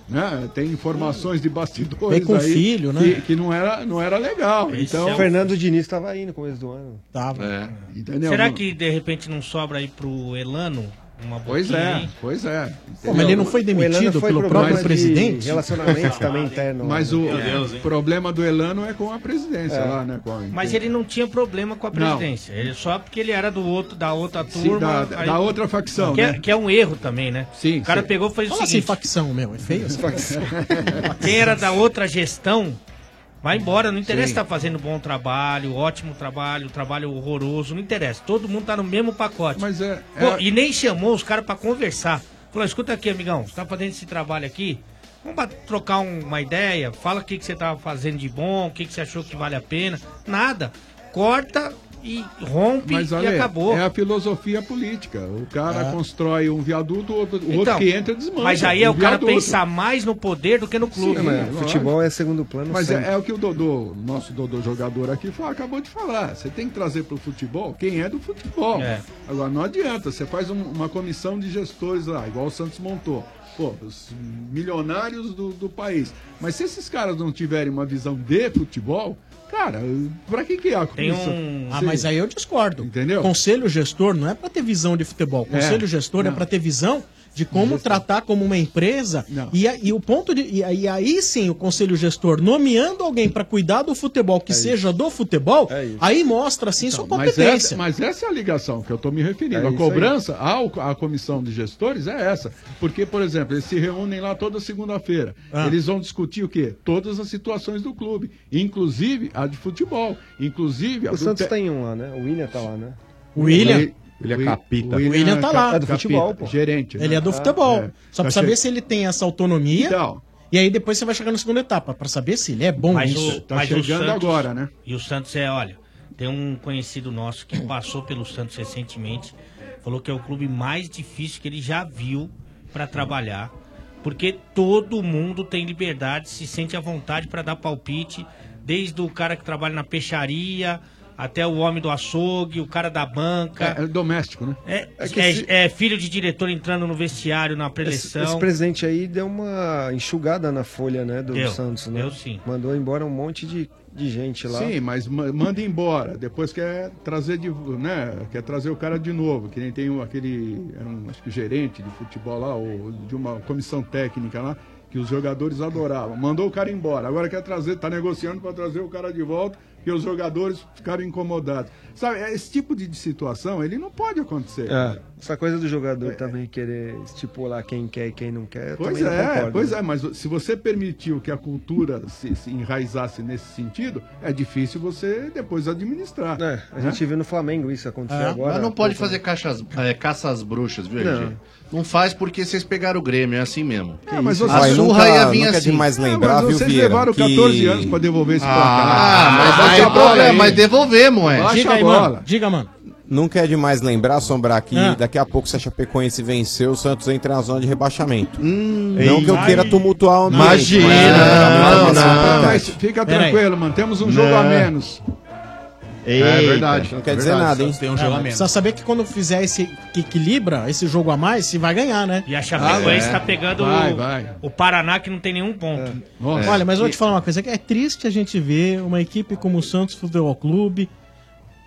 Né? Tem informações de bastidores Vem com aí filho, né? que, que não era não era legal. é então É. o Fernando Diniz estava aí no começo do ano. Tava. entendeu? Será Não- que de repente não sobra aí pro Elano uma Pois boquinha é, aí? pois é. Pô, mas ele não foi demitido O Elano foi pelo problema próprio de presidente? [laughs] relacionamentos também interno lá, Mas né? o É. Meu Deus, hein? problema do Elano é com a presidência É. lá, né? Com a- Mas ele não tinha problema com a presidência. Ele, só porque ele era do outro, da outra turma. da- da outra facção, que, é- né? que é um erro também, né? Sim, o cara sim. pegou e fez o Fala assim, seguinte: facção, meu, é feio? essa facção? quem era da outra gestão, vai embora. Não interessa estar tá fazendo bom trabalho, ótimo trabalho, trabalho horroroso. Não interessa. Todo mundo tá no mesmo pacote. Mas é. Pô, é- E nem chamou os caras pra conversar. Falou, escuta aqui, amigão, você tá fazendo esse trabalho aqui? Vamos ba- trocar um- uma ideia? Fala o que, que você tava fazendo de bom, o que, que você achou que vale a pena. Nada. Corta e rompe Mas, e Ale, acabou. É a filosofia política. O cara É. constrói um viaduto, o outro, o outro Então, que entra desmancha. Mas aí é Um o cara viaduto. pensar mais no poder do que no clube. Sim, né? lógico. Futebol é segundo plano Mas sempre. é, é o que o Dodô, nosso Dodô jogador aqui, falou, acabou de falar. Você tem que trazer para o futebol quem é do futebol. É. Agora, não adianta. Você faz um- uma comissão de gestores lá, igual o Santos montou. Pô, os milionários do, do país. Mas se esses caras não tiverem uma visão de futebol, cara, pra que que é a Tem comissão? um... Ah, Sim. mas aí eu discordo. Entendeu? Conselho gestor não é pra ter visão de futebol. Conselho É, gestor é não. pra ter visão de como tratar como uma empresa. E, a- e o ponto de e, aí- aí sim o conselho gestor nomeando alguém pra cuidar do futebol É que seja do futebol, aí mostra sim sua Então, Mas competência. essa, mas essa é a ligação que eu estou me É referindo. a isso cobrança ao- à comissão de gestores é essa. Porque, por exemplo, eles se reúnem lá toda segunda-feira. Ah. Eles vão discutir o quê? Todas as situações do clube, inclusive a de futebol. Inclusive a O do Santos te- é tem um lá, né? O William tá lá, né? William? é William Capita. O William tá lá. É do futebol, pô. Gerente. né? Ele é do futebol. Só pra saber saber se ele tem essa autonomia. Tá Então. E aí depois você vai chegar na segunda etapa, pra saber se ele é bom Mas nisso. o- Tá mas o Santos- né? E o Santos é, olha, tem um conhecido nosso que passou pelo Santos recentemente, falou que é o clube mais difícil que ele já viu pra trabalhar, porque todo mundo tem liberdade, se sente à vontade pra dar palpite, desde o cara que trabalha na peixaria, até o homem do açougue, o cara da banca. É, é doméstico, né? É, É que é- se- é filho de diretor entrando no vestiário, na preleção. Esse presidente aí deu uma enxugada na folha, né, do Deu, Santos, né? deu sim. Mandou embora um monte de, de gente lá. Sim, mas ma- manda embora. Depois quer trazer de, né? Quer trazer o cara de novo, que nem tem um- aquele, era um, acho que gerente de futebol lá ou de uma comissão técnica lá, que os jogadores adoravam. Mandou o cara embora. Agora quer trazer, tá negociando para trazer o cara de volta e os jogadores ficaram incomodados. Sabe, esse tipo de de situação, ele não pode acontecer. É, essa coisa do jogador também querer estipular quem quer e quem não quer. eu Pois também não é, concordo. né? pois é, mas se você permitiu que a cultura se, se enraizasse nesse sentido, é difícil você depois administrar. né? A gente viu no Flamengo isso acontecer É, agora. mas não pode fazer caixas, é, caça às bruxas, viu, Não. RG? Não faz porque vocês pegaram o Grêmio, é assim mesmo. É, mas a vocês- surra Nunca- ia vir nunca é assim. demais lembrar, mas viu, vocês Vieira, levaram que- 14 anos pra devolver esse ah, placar. Ah, mas, Baixa aí a o problema, bola aí. mas devolvemos, é. Baixa Diga a aí, bola. mano. Diga, mano. Nunca é demais lembrar, assombrar que Ah. daqui a pouco se a Chapecoense vencer, o Santos entra na zona de rebaixamento. não que eu Ai. queira tumultuar o ambiente, Hum, Imagina, mas- tá não, mas- não. mas- Fica tranquilo, mano, temos um jogo a menos. É verdade. Não quer dizer nada, hein? Tem Ah, mas Precisa saber que quando fizer esse que equilibra, esse jogo a mais, se vai ganhar, né? E a Chapecoense Ah, é. está pegando Vai, o, vai. o Paraná, que não tem nenhum ponto. Nossa. Olha, mas eu vou te falar uma coisa: que é triste a gente ver uma equipe como o Santos Futebol Clube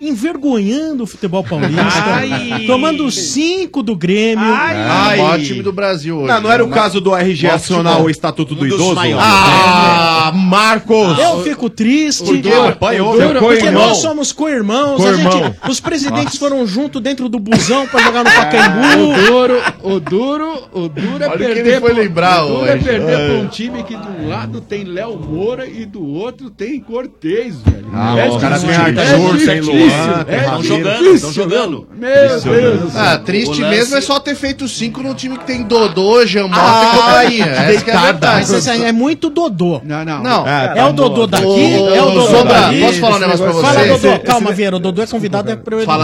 envergonhando o futebol paulista, Ai. tomando cinco do Grêmio. Ah, o maior time do Brasil hoje. né? Não, não era o caso do RG Maior acionar futebol. o Estatuto do Um dos Idoso? maiores. É. Ah, Marcos! Eu fico triste. O Duro apanhou, O Duro, né? porque Co-irmão. nós somos co-irmãos. a Co-irmão. gente- os presidentes foram junto dentro do busão pra [laughs] jogar no Pacaembu. O duro, o duro, o duro Olha é o que perder. ele foi pro- lembrar o duro é hoje. perder É. pra um time que de um lado tem Léo Moura e do outro tem Cortez, velho. É Ah, os caras difícil, têm Arthur, tem difícil, Luan, tem é Ramiro. é difícil. Tão jogando. Meu Deus. né? do céu. Ah, triste O lance- mesmo é só ter feito cinco num time que tem Dodô, Jamota Ah, e companhia. Essa que é a Mas verdade. esse aí é muito Dodô. Não, não. Não. é, Ah, o Dodô amor. daqui, Ô, é o Dodô Sombra, dali. posso falar um negócio pra Fala, você? Dodô. Esse- Calma, esse- Vieira. O Dodô é convidado, é prioridade.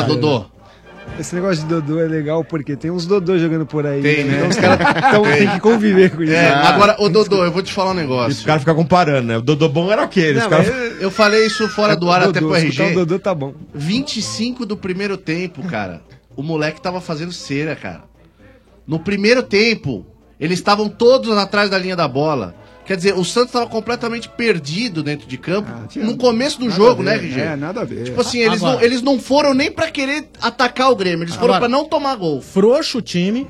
Esse negócio de Dodô é legal porque tem uns Dodô jogando por aí. Tem, né? Então os caras [laughs] tão- tem que conviver com isso. É, Ah. agora, ô Dodô, eu vou te falar um negócio. Os caras ficam comparando, né? O Dodô bom era aquele. os Não, caras mas eu- Eu falei isso fora do ar Dodô, até pro escutar RG. o Dodô tá bom. 25 do primeiro tempo, cara. O moleque tava fazendo cera, cara. No primeiro tempo, eles estavam todos atrás da linha da bola. Quer dizer, o Santos tava completamente perdido dentro de campo. no começo do Ah, nada jogo, a né, ver, RG? É, nada a ver. Tipo assim, eles Agora- não, eles não foram nem pra querer atacar o Grêmio, eles foram Agora- pra não tomar gol. Tá, Frouxo o time,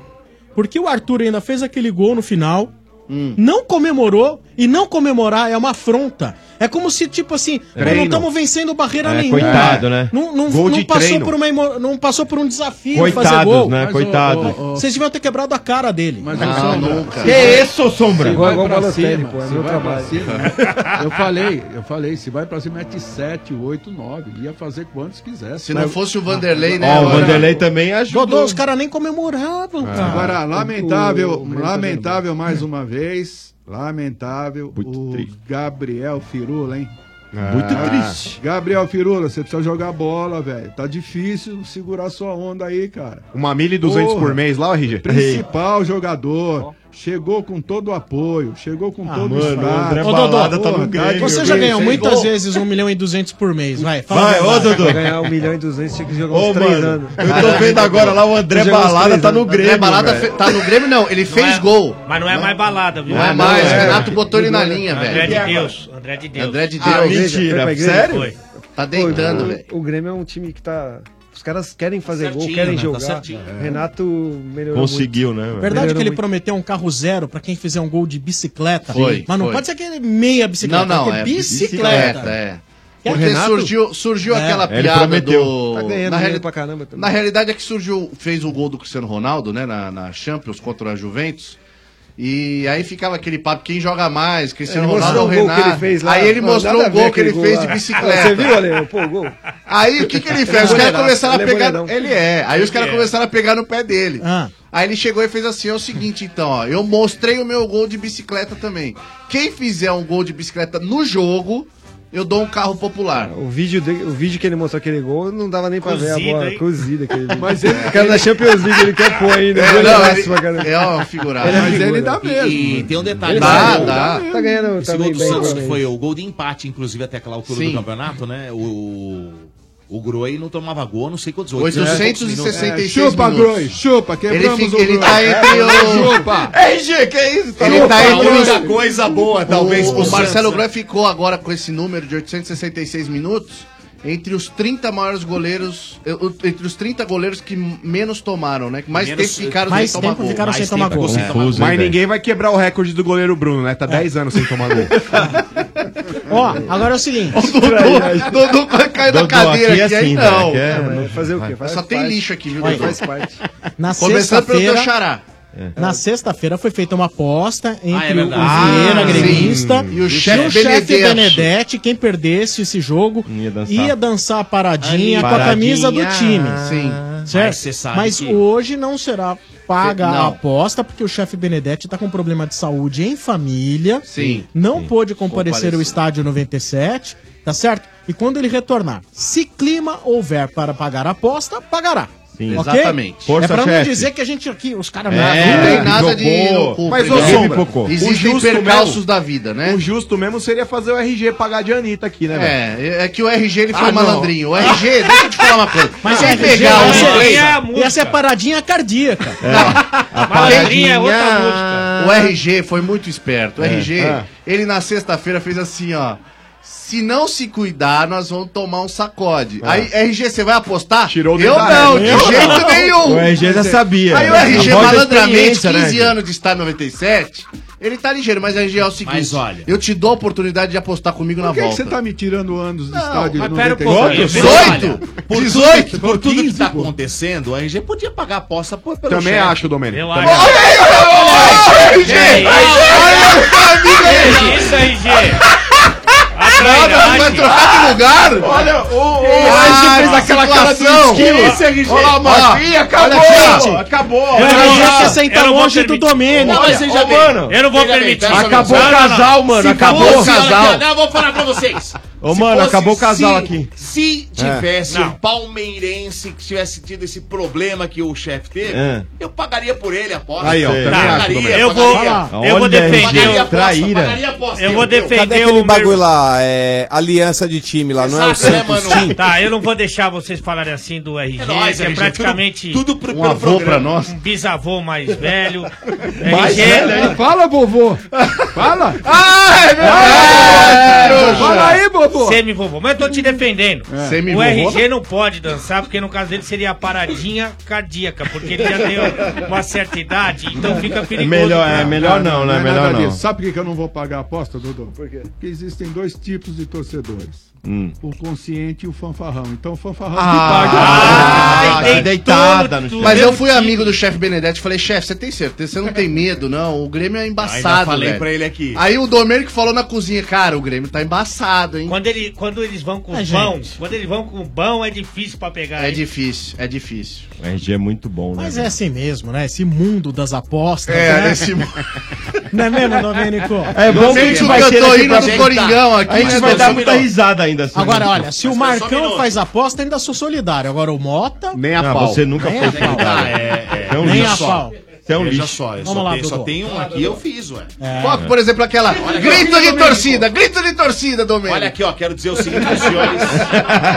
porque o Arthur ainda fez aquele gol no final. Hum. Não comemorou e não comemorar é uma afronta. É como se, tipo assim, pô, não Treino. estamos vencendo barreira É, nenhuma. coitado, né? Não, não- Gol não de passou treino. Por uma, emo- não passou por um desafio Coitados, fazer gol. né? Mas, ô, Coitado. ô, ô. Vocês deviam ter quebrado a cara dele. Ah, Mas Não, nunca. Que isso, Sombra? Se Igual- vai igual pra Balotelli, cima, pô, é se meu vai trabalho. pra cima. [laughs] Eu falei, eu falei, se vai pra cima, mete 7, 8, 9. Ia fazer quantos quisesse. Se não fosse o Vanderlei, né, Ó, o agora- Vanderlei também ajudou. Dodô, os caras nem comemoravam, cara. É. Agora, lamentável, O- o- lamentável mais uma vez. Lamentável o Gabriel Firula, hein? Ah, Muito triste. Gabriel Firula, você precisa jogar bola, velho. Tá difícil segurar sua onda aí, cara. Uma milha e duzentos Porra. por mês lá, RG? Principal jogador. Chegou com todo o apoio, chegou Ah, com todo o mano, o André status. tá Ô, Dodô, você já ganhou muitas vezes. vezes 1 milhão e 200 por mês, é vai. um Vai, ô, Dodô. Pra ganhar 1 milhão e 200 tinha que jogar uns Ô, 3 mano, anos. eu tô vendo agora lá o André Jogar uns Balada três tá no anos. Grêmio. André Balada fe- tá no Grêmio, não. Ele fez gol. Mas não é mais balada, viu? Não é mais, o Renato botou ele na linha, André velho. de Deus. André de Deus. André de Deus. Ah, mentira. Foi pra igreja? Foi. Foi. Tá deitando, Pô, o- velho. O Grêmio é um time que tá. Os caras querem fazer gol, certinho, querem né? Tá jogar. certinho. O Renato melhorou. Conseguiu, né? velho? Verdade que ele muito. prometeu um carro zero pra quem fizer um gol de bicicleta. Foi, Mas não foi. pode ser aquele meia bicicleta. Não, não, tem que é bicicleta. bicicleta, é. Quer Porque que Renato- surgiu, surgiu É. aquela Ele piada prometeu. do. Tá ganhando na, dinheiro reali- pra caramba também. na realidade é que surgiu. Fez o gol do Cristiano Ronaldo, né? Na, na Champions contra a Juventus. E aí ficava aquele papo, quem joga mais, Cristiano Ele Ronaldo É, mostrou ou o gol que Renato. ele fez lá. Aí ele Não, mostrou nada a o gol ver que ele aquele fez gol de lá. Ah, bicicleta. Você viu, Ale? Pô, o gol. Aí o que, que ele Ele é fez? Os caras boleirão, começaram a ele é pegar. boleirão. Ele é. Aí os caras Ele é. começaram a pegar no pé dele. Ah. Aí ele chegou e fez assim: é o seguinte, então, ó, eu mostrei o meu gol de bicicleta também. Quem fizer um gol de bicicleta no jogo, eu dou um carro popular. O vídeo, de- o vídeo que ele mostrou aquele gol não dava nem pra ver a Cozido, bola. hein? é Cozida aquele vídeo. Mas ele- o cara da Champions League, ele quer pôr ainda. É, Ele não, é ele- pra caramba. é uma figuraça. Ele é Mas figura. ele dá mesmo. E, e tem um detalhe. Ele né? dá, dá. Tá ganhando Esse também gol do bem, Santos, que também. foi o gol de empate, inclusive, até aquela altura Sim. do campeonato, né? O O Groi não tomava gol, não sei quantos né? 866 É, Chupa, minutos. Groi, chupa, é quebramos Ele fica- o ele Groi. tá É, entre o- [laughs] Chupa. RG, que é isso? Ele Chupa, tá entre Groi. os- o, pro O Marcelo Santos, né? Groi ficou agora com esse número de 866 minutos entre os 30 maiores goleiros, eh, o- entre os 30 goleiros que menos tomaram, né? Que mais Menos- tempo ficaram mais sem tempo tomar gol. ficaram sem tomar gol. Confuso, Confuso, Mas hein, ninguém vai quebrar o recorde do goleiro Bruno, né? Tá 10 anos sem tomar gol. Ó, agora é o seguinte. Dodô vai cair da Dodô, cadeira aqui é aqui, aí assim, né? não. velho, aqui é- não- fazer o quê? Mas só Faz tem parte. lixo aqui, viu? Olha, Dodô? faz parte. Na Começando pelo teu sexta-feira- É. xará. Na sexta-feira foi feita uma aposta Ah, é entre o verdade. Vieira Ah, gremista sim. e o chefe Benedetti. Benedetti. Quem perdesse esse jogo ia dançar, a paradinha Ali, com a camisa do paradinha. time. Sim. Mas Certo? você sabe Mas que- hoje não será paga Não. a aposta, porque o chefe Benedetti está com problema de saúde em família. Sim. Não pôde comparecer Compareceu. ao estádio 97, tá certo? E quando ele retornar, se clima houver para pagar a aposta, pagará. Sim. Ok? Exatamente. Força, é pra não chefe. dizer que a gente aqui, os caras É, não não tem nada de loucura. Mas, ô, Sombra, existem percalços da vida, né? O justo mesmo seria fazer o RG pagar de Anitta aqui, né? É, é que o RG ele foi Ah, não. malandrinho. O RG, deixa eu te falar uma coisa. Mas Quem RG pegar é um o essa- inglês- é a E essa é paradinha cardíaca. Malandrinha é outra O RG foi muito esperto. O É. RG, Ah. ele na sexta-feira fez assim, ó. Se não se cuidar, nós vamos tomar um sacode. Ah. Aí, RG, você vai apostar? Tirou o Eu dedo da não, né? reta. de Eu jeito não. nenhum. O RG já sabia. Aí o É. RG, Voz da malandramente, experiência, né, 15 RG? anos de estádio 97, ele tá ligeiro, mas RG é o seguinte. Mas olha- Eu te dou a oportunidade de apostar comigo na Por que, que volta. você tá me tirando anos do estádio? mas no pera um 97? pouquinho, Olha, por 18, tudo, por tudo que tá acontecendo, a RG podia pagar a aposta por, pelo Também acho, Domênico. Relaxa. Também Olha aí, Olha aí, RG! É Olha Isso aí, gente. [laughs] Nada, vai trocar de lugar? Olha, o RG fez aquela cara do esquilo. Olha lá, Marquinhos, acabou. acabou. Eu não vou- eu não vou permitir- domínio. Olha, Mas veja ô, bem, mano, eu não vou veja bem, permitir. pera só um minuto. Não, não, não. Se fosse- olha aqui, casal. ó, Não, eu vou falar pra vocês. Ô, Se mano, fosse- acabou o casal se- aqui. Se tivesse É. um palmeirense que tivesse tido esse problema que o chefe teve, É. eu pagaria por ele a aposta. Aí, ó, também Pagaria, acho, Domênico. Eu vou, eu vou Olha, defender gente, o traíra. pagaria a Eu aposta, entendeu? vou defender Cadê o aquele meu- bagulho lá? lá, é aliança de time lá, não é o Exato, né, Santos time. Tá, eu não vou deixar vocês falarem assim do RG, É nóis, que é RG, praticamente tudo- tudo pro- um pelo avô programa. pra nós. Um bisavô mais [laughs] velho. Mais né? velho, hein? Fala, vovô. Fala. Ah, é verdade. Fala aí, bobô. Semi-vovô. Mas eu tô te defendendo. É. O Semi-vovô? RG não pode dançar, porque no caso dele seria a paradinha cardíaca, porque ele já tem uma certa idade, então fica perigoso. pra- é nada disso. Sabe por que que eu não vou pagar a aposta, Dodô? Por quê? Porque existem dois tipos de torcedores. Hum. O consciente e o fanfarrão. Então o fanfarrão Ah, que paga. tem deitada no Mas eu fui amigo do chefe Benedetti e falei, chefe, você tem certeza? Você não tem medo, não? O Grêmio é embaçado, Ainda falei velho." pra ele aqui. Ah, Aí o Domênico falou na cozinha, cara, o Grêmio tá embaçado, hein? Quando, ele, quando eles vão com É, o bão, gente. quando eles vão com o bão é difícil pra pegar. É hein? difícil, é difícil. O RG é muito bom, né? Mas é assim mesmo, né? Esse mundo das apostas. É, né? nesse mundo. Não é [laughs] mesmo, Domênico? É bom que a gente vai ter daqui pra- A gente vai dar muita risada ainda. um assim. um Agora, olha, se o Marcão faz aposta, ainda sou solidário. Agora o Mota. Nem Ah, a pau. Você nunca Nem foi a pau. Ah, solidário. É, Você é um Nem lixo. a pau. Você é um Veja lixo. só, eu Vamos só, lá, tenho, só Dudu. tem um aqui, eu fiz, ué. Foca, por exemplo, aquela. Olha, grito de Domênico. torcida, grito de torcida, Domênico. Olha aqui, ó, quero dizer o seguinte aos senhores. [laughs]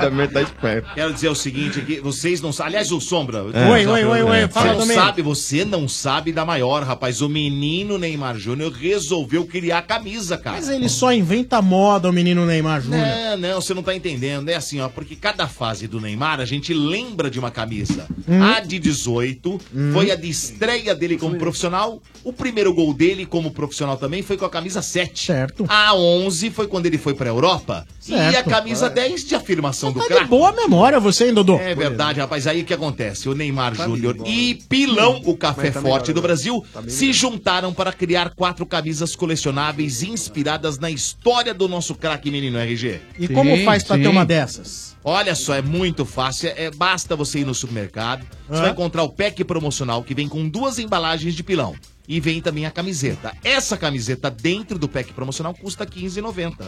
Também tá esperto. Quero dizer o seguinte aqui, vocês não sabem. Aliás, o Sombra. É. Oi, oi, oi, oi, Você fala não também. sabe, você não sabe da maior, rapaz. O menino Neymar Júnior resolveu criar a camisa, cara. Mas ele só inventa moda, o menino Neymar Júnior. Não, não, você não tá entendendo. É assim, ó, porque cada fase do Neymar a gente lembra de uma camisa. Hum. A de 18 foi a de estreia dele como profissional. O primeiro gol dele como profissional também foi com a camisa 7. Certo. A 11 foi quando ele foi pra Europa. E a Certo. camisa 10 de afirmação do Tá de craque. boa memória você, hein, Dodô? É verdade, rapaz. Aí o que acontece? O Neymar Júnior e Pilão, o café Tá né? Mas tá forte melhor, do né? Brasil, Tá bem se juntaram para criar quatro camisas colecionáveis inspiradas na história do nosso craque menino RG. E como faz pra ter uma dessas? Olha só, é muito fácil. É, basta você ir no supermercado, você Hã? vai encontrar o pack promocional que vem com duas embalagens de pilão. E vem também a camiseta. Essa camiseta dentro do pack promocional custa R$15,90.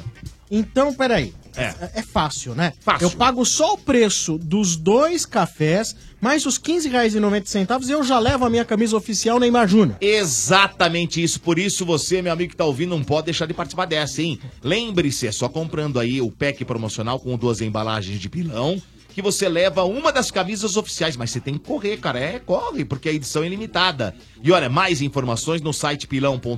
Então, peraí. É. é fácil, né? Eu pago só o preço dos dois cafés, mais os R$15,90 e eu já levo a minha camisa oficial Neymar Júnior. Exatamente isso. Por isso você, meu amigo que tá ouvindo, não pode deixar de participar dessa, hein? Lembre-se, é só comprando aí o pack promocional com duas embalagens de pilão que você leva uma das camisas oficiais, mas você tem que correr, cara. É, corre, porque a edição é limitada. E olha, mais informações no site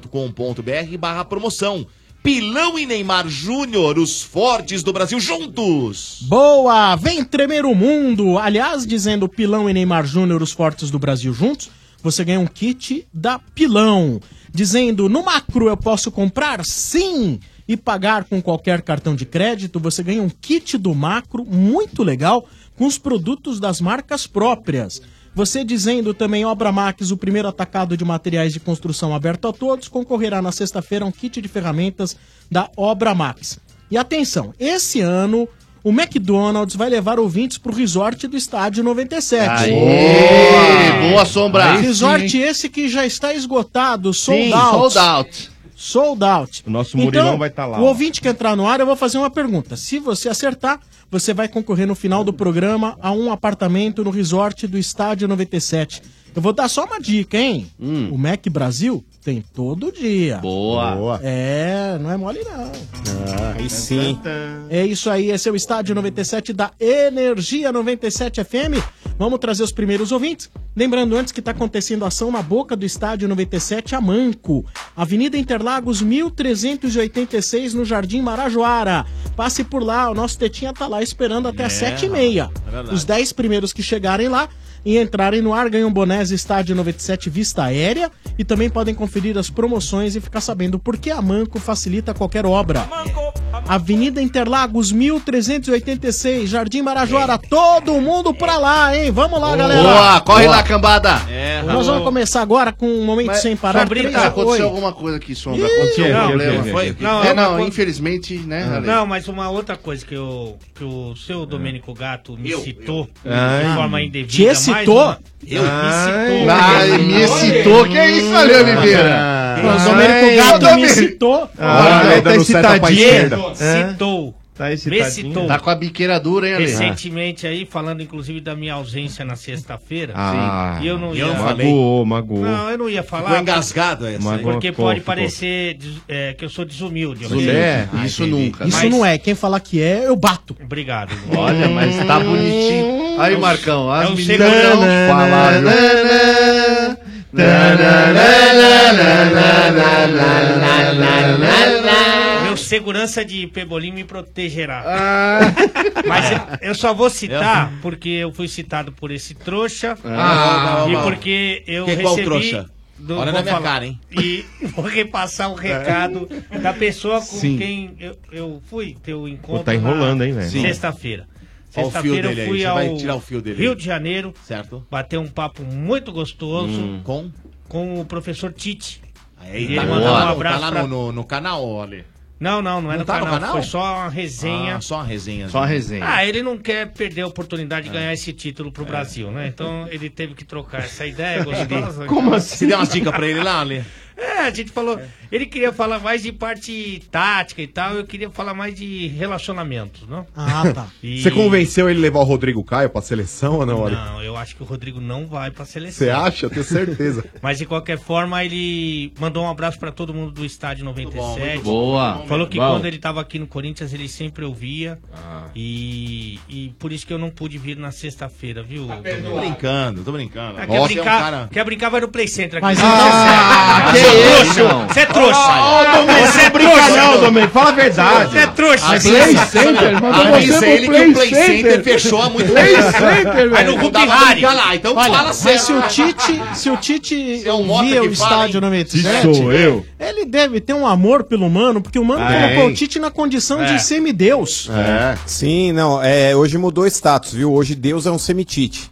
pilão.com.br barra promoção. Pilão e Neymar Júnior, os fortes do Brasil juntos! Boa! Vem tremer o mundo! Aliás, dizendo Pilão e Neymar Júnior, os fortes do Brasil juntos, você ganha um kit da Pilão. Dizendo, no macro eu posso comprar? Sim! E pagar com qualquer cartão de crédito, você ganha um kit do macro muito legal com os produtos das marcas próprias. Você dizendo também Obra Max, o primeiro atacado de materiais de construção aberto a todos, concorrerá na sexta-feira a um kit de ferramentas da Obra Max. E atenção, esse ano o McDonald's vai levar ouvintes para o resort do estádio 97. Aê, boa, Sombra. Aí sim, Resort hein? esse que já está esgotado, sold Sim, out. sold out. Sold out. O nosso Murilão vai tá lá, O ó. ouvinte que entrar no ar, eu vou fazer uma pergunta. Se você acertar, você vai concorrer no final do programa a um apartamento no resort do Estádio 97. Eu vou dar só uma dica, hein? Hum. O Mac Brasil tem todo dia. Boa. Boa. É, não é mole não. aí sim. É isso aí, esse é o Estádio 97 da Energia 97 FM. Vamos trazer os primeiros ouvintes. Lembrando antes que está acontecendo ação na boca do Estádio 97 a Manco, Avenida Interlagos 1386 no Jardim Marajoara. Passe por lá, o nosso Tetinha tá lá esperando até É, às 7h30. verdade. Os 10 primeiros que chegarem lá e entrarem no ar ganham bonés Estádio 97 Vista Aérea e também podem conferir as promoções e ficar sabendo por que a Manco facilita qualquer obra. Avenida Interlagos 1386, Jardim Marajoara, todo mundo pra lá, hein? Vamos lá, galera. Boa, corre lá, cambada. Nós vamos começar agora com um momento sem parar. Sombrinha, Três- aconteceu Oi. alguma coisa aqui, Sombra. Ih, aconteceu não, um problema. foi- foi- não, não, é, é uma não, coisa- infelizmente, né, Ale? Não, mas uma outra coisa que, o que o seu Domênico Gato me citou de Ai. forma indevida. Te mais excitou? uma- Eu me citou. Ai, me excitou. Que é isso, Ale Oliveira? Ah, Ô, Domênico Gato Domênico. me citou. Ah, Ale, Tá dando seta pra excitadinho. esquerda. É. Citou. Tá excitadinho. Me citou. Tá com a biqueira dura, hein, Ale? Recentemente aí, falando inclusive da minha ausência na sexta-feira. Ah, Sim. E eu não ia... magoou, magoou. Não, eu não ia falar. Ficou engasgado essa, Porque Magoou, pode ficou, ficou. parecer des- é, que eu sou desumilde. Isso ok? é, Ah, isso entendi. nunca. Isso Mas- não é, quem falar que é, eu bato. Hum. Obrigado. Olha, mas tá bonitinho. Aí, É o- Marcão, é as o meninas segundão. não falaram. Meu segurança de Pebolim me protegerá. Ah. [laughs] Mas eu- eu só vou citar porque eu fui citado por esse trouxa Ah, e não, não. porque eu Que recebi... qual trouxa? do- Olha vou na minha falar. cara, hein? E [laughs] vou repassar o recado da pessoa com Sim. quem eu, eu fui ter o encontro. Pô, tá enrolando, na hein, velho? Sexta-feira. Olha o fio Sexta-feira dele eu aí, fui você ao vai tirar o fio dele Rio aí. de Janeiro. Certo. Bater um papo muito gostoso Hum. com com o professor Tite. Aí, E ele tá no mandou um canal, abraço tá lá pra- no, no, no canal, olha. Não, não, não é Não no, tá no canal, canal? Foi só uma resenha. Ah, só uma resenha. é. Só uma resenha. Ah, ele não quer perder a oportunidade de ganhar esse título pro Brasil, né? Então ele teve que trocar [laughs] essa ideia é gostosa. Como assim? Você deu umas dicas pra ele lá, Ale? É, a gente falou. Ele queria falar mais de parte tática e tal, eu queria falar mais de relacionamentos, não? Ah, tá. E- Você convenceu ele a levar o Rodrigo Caio pra seleção ou não, Ori? Não, eu acho que o Rodrigo não vai pra seleção. Você acha? Eu Tenho certeza. Mas de qualquer forma, ele mandou um abraço pra todo mundo do estádio 97. muito bom. Boa. Falou que Bom. quando ele tava aqui no Corinthians, ele sempre ouvia. Ah. E, e por isso que eu não pude vir na sexta-feira, viu? Tá Tô brincando, tô brincando. Você Ah, é quer, um brincar, cara- quer brincar, vai no Play Center. Mas aqui. então- Ah, que Você é isso, trouxa. não. Você é trouxa. Ó, ó, Domênico, Você é não brinca trouxa. não, Domênico, fala a verdade. Você é trouxa. A Play Center, mandou você Avisa pro ele que Play o Play Center. Center fechou há muito Play tempo. Center, Aí velho. no Não dá Hulk pra Hari. brincar lá, então Olha, fala mas sério. se o Tite, se o Tite Mota ouvia que o fala, estádio hein? 97, Se sou eu. né? ele deve ter um amor pelo humano, porque o Mano Ah, colocou é, o hein? Tite na condição É. de semideus. É. Sim, não, é, hoje mudou o status, viu? Hoje Deus é um semitite.